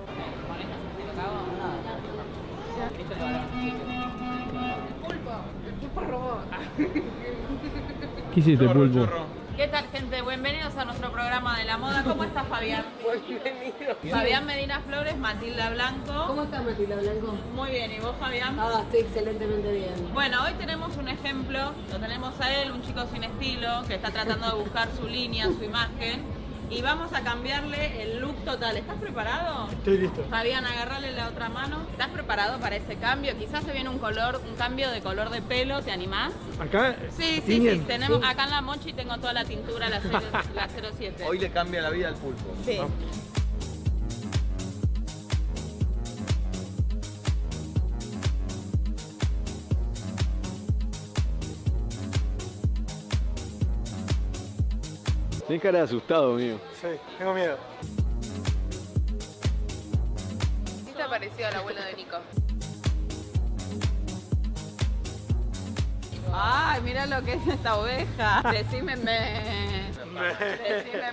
¿Qué hiciste, Pulpo?
¿Qué tal, gente? Bienvenidos a nuestro programa de la moda. ¿Cómo estás, Fabián? Bienvenido. Fabián Medina Flores, Matilda Blanco. ¿Cómo estás, Matilda Blanco? Muy bien, ¿y vos, Fabián?
Ah, estoy excelentemente bien.
Bueno, hoy tenemos un ejemplo, lo tenemos a él, un chico sin estilo, que está tratando de buscar su línea, su imagen, y vamos a cambiarle el look total. ¿Estás preparado?
Estoy listo.
Fabián, agarrale la otra mano. ¿Estás preparado para ese cambio? Quizás se viene un color, un cambio de color de pelo, ¿te animás?
Acá.
Sí, sí, sí.
tiñen.
Tenemos, acá en la mochi tengo toda la tintura,
(laughs)
la, cero- la 07.
Hoy le cambia la vida al pulpo.
Sí.
Tenés cara de asustado, mío.
Sí, tengo miedo.
¿Qué te ha parecido el abuelo de Nico? Ay, mira lo que es esta oveja. Decime me. Decime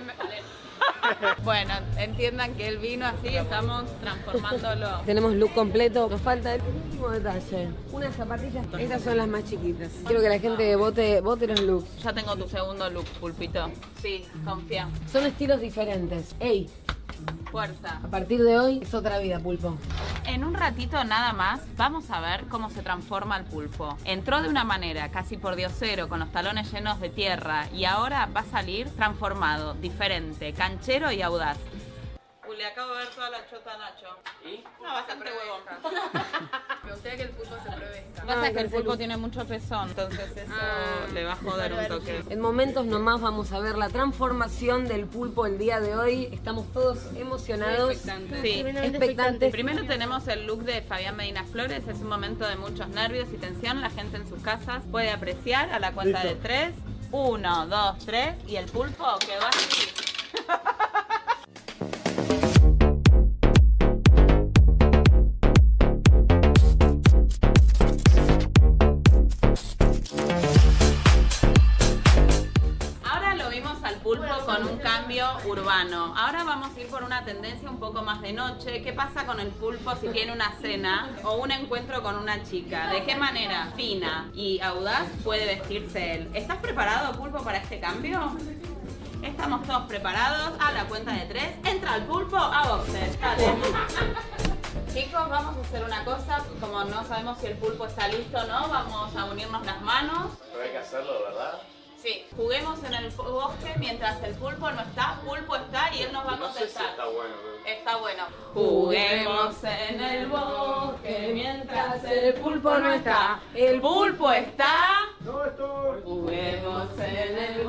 (laughs)
me. Bueno, entiendan que él vino así, estamos transformándolo.
Tenemos look completo. Nos falta el último detalle. Unas zapatillas. Estas son las más chiquitas. Quiero que la gente vote, vote los looks.
Ya tengo tu segundo look, pulpito. Sí, confía.
Son estilos diferentes. Ey,
Fuerza.
a partir de hoy es otra vida, pulpo.
En un ratito nada más vamos a ver cómo se transforma el pulpo. Entró de una manera casi por diosero, con los talones llenos de tierra, y ahora va a salir transformado, diferente, canchero y audaz. Uy, le acabo de ver toda la chota a Nacho. ¿Y? No, bastante huevón.
Me gustaría que el pulpo se pruebe esta.
Pasa que el pulpo tiene mucho pezón, entonces eso le va a joder un toque.
En momentos nomás vamos a ver la transformación del pulpo el día de hoy. Estamos todos emocionados.
Sí,
expectantes.
Primero tenemos el look de Fabián Medina Flores. Es un momento de muchos nervios y tensión. La gente en sus casas puede apreciar a la cuenta
Listo.
de tres. Uno, dos, tres. Y el pulpo quedó así. Ahora lo vimos al pulpo con un cambio urbano. Ahora vamos a ir por una tendencia un poco más de noche. ¿Qué pasa con el pulpo si tiene una cena o un encuentro con una chica? ¿De qué manera fina y audaz puede vestirse él? ¿Estás preparado, pulpo, para este cambio? Estamos todos preparados. A la cuenta de tres, entra el pulpo a boxer. Dale. Chicos, vamos a hacer una cosa. Como no sabemos si el pulpo está listo o no, vamos a unirnos las manos.
Pero hay que hacerlo, ¿verdad?
Sí, juguemos en el fu- bosque mientras el pulpo no está, pulpo está y él nos va a contestar. está bueno. Está bueno. Juguemos en el bosque mientras el pulpo no está. El pulpo está.
No estoy.
Juguemos en el
Me enojé.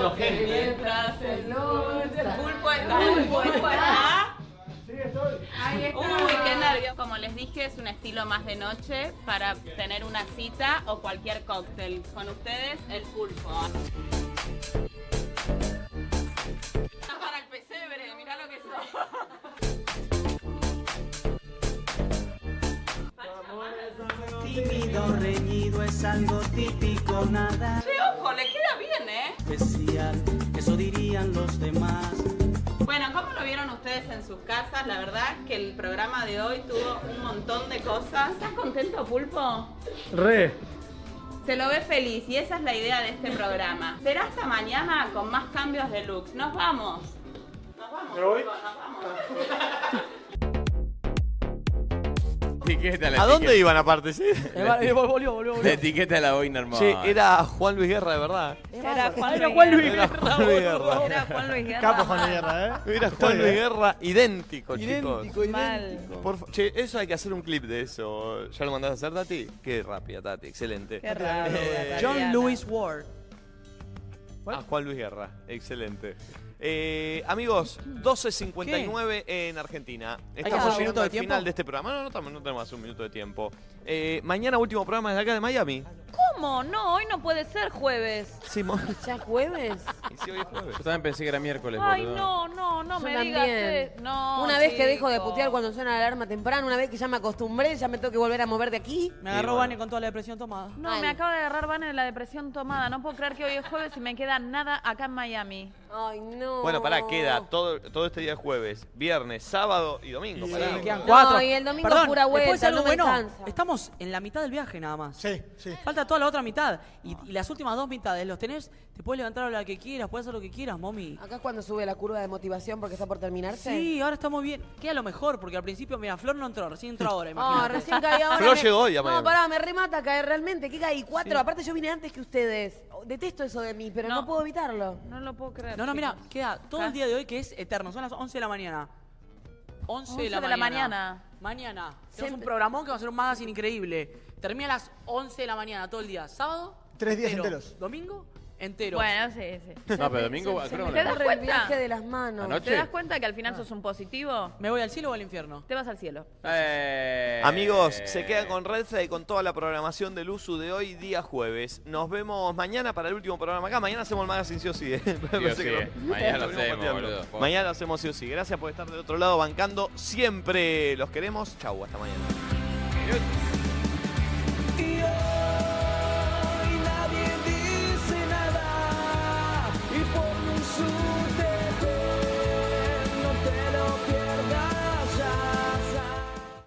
bosque mientras el no está. El pulpo está. El pulpo está. Uy, qué nervios. Como les dije, es un estilo más de noche para tener una cita o cualquier cóctel. Con ustedes, el pulpo. Está para el pesebre, mirá lo que son.
Tímido, reñido es algo típico, nada
Che, ojo, le queda bien, ¿eh?
especial, eso dirían los demás.
Bueno, ¿cómo lo vieron ustedes en sus casas? La verdad que el programa de hoy tuvo un montón de cosas. ¿Estás contento, Pulpo?
Re.
Se lo ve feliz y esa es la idea de este
(laughs)
programa. Será hasta mañana con más cambios de looks. Nos vamos. Nos vamos. chicos, Nos vamos.
Etiqueta la
¿A dónde
etiqueta.
iban aparte, sí?
Eh,
La eti- La etiqueta de la boina hermosa.
Che, era Juan Luis Guerra,
(laughs)
de verdad.
Era Juan
Era
Luis
Juan Luis
Guerra,
Guerra, boludo.
Era Juan Luis Guerra.
Capo Juan Luis
Guerra, ¿eh?
Era Juan Luis Guerra idéntico,
Idéntico,
chicos.
Mal.
Por fa- che, eso hay que hacer un clip de eso. ¿Ya lo mandás a hacer, Tati? Qué rápida, Tati. Excelente.
Qué raro,
Eh,
John Lewis Ward.
A Juan Luis Guerra. Excelente. Eh, amigos, 12.59 en Argentina.
que
Estamos
hacer un
llegando
minuto de
al
tiempo?
final de este programa. No, no, estamos- no tenemos más un minuto de tiempo. Eh, mañana último programa desde acá de Miami.
¿Cómo? No, hoy no puede ser jueves. ¿Ya jueves?
Yo también pensé que era miércoles,
Ay,
boludo.
no, no, no
Yo
me digas
también.
eso.
No,
una vez que dejo de
chicos.
putear cuando suena la alarma temprano, una vez que ya me acostumbré, ya me tengo que volver a mover de aquí.
Me agarró Vane con toda la depresión tomada.
Mal.
No, me acaba de agarrar van de la depresión tomada. No puedo creer que hoy es jueves y me queda nada acá en Miami.
Ay, no.
Bueno, pará, queda todo, todo este día jueves, viernes, sábado y domingo. pará.
Quedan
No,
cuatro.
y el domingo
Perdón,
pura
después
vuelta,
algo
no me
bueno.
cansa.
Estamos en la mitad del viaje nada más.
Sí, sí.
Falta toda la otra mitad. Y, y las últimas dos mitades los tenés, te puedes levantar a la que quieras, puedes hacer lo que quieras, mommy.
Acá es cuando sube la curva de motivación porque está por terminarse.
Sí, ahora está muy bien. Queda lo mejor, porque al principio, mira, Flor no entró, recién entró
(laughs)
ahora,
No,
imagínate.
Ah, recién caí ahora.
Flor
me-
llegó hoy a
No,
Miami.
pará, me remata caer realmente. ¿Qué caí? Cuatro.
Sí.
Aparte, yo vine antes que ustedes. Detesto eso de mí, pero no, puedo evitarlo.
No lo puedo creer.
No, no, mira,
chicos.
queda todo el día de hoy que es eterno. Son las 11 de la mañana. 11,
11 de la mañana.
Mañana. Tenemos un programón que va a ser un magazine increíble. Termina a las 11 de la mañana todo el día. Sábado.
Tres días
entero.
enteros.
Domingo entero.
Bueno, sí, sí.
No, pero domingo
se-
creo
se-
que
¿te
no.
das
¿Te das cuenta?
Viaje de las manos.
Anoche.
¿Te das cuenta que al final sos un positivo?
Ah. ¿Me voy al cielo o al infierno?
Te vas al cielo.
Eh,
Amigos, se queda con Red Flag y con toda la programación del USU de hoy, día jueves. Nos vemos mañana para el último programa acá. Mañana hacemos el magazine sí o sí. eh. (laughs) Pensé
sí,
que no.
eh. Mañana lo
Terminamos
hacemos,
pateando.
boludo. Posta.
Mañana lo hacemos sí o sí. Gracias por estar del otro lado bancando siempre. Los queremos. Chau, hasta mañana.
Dios.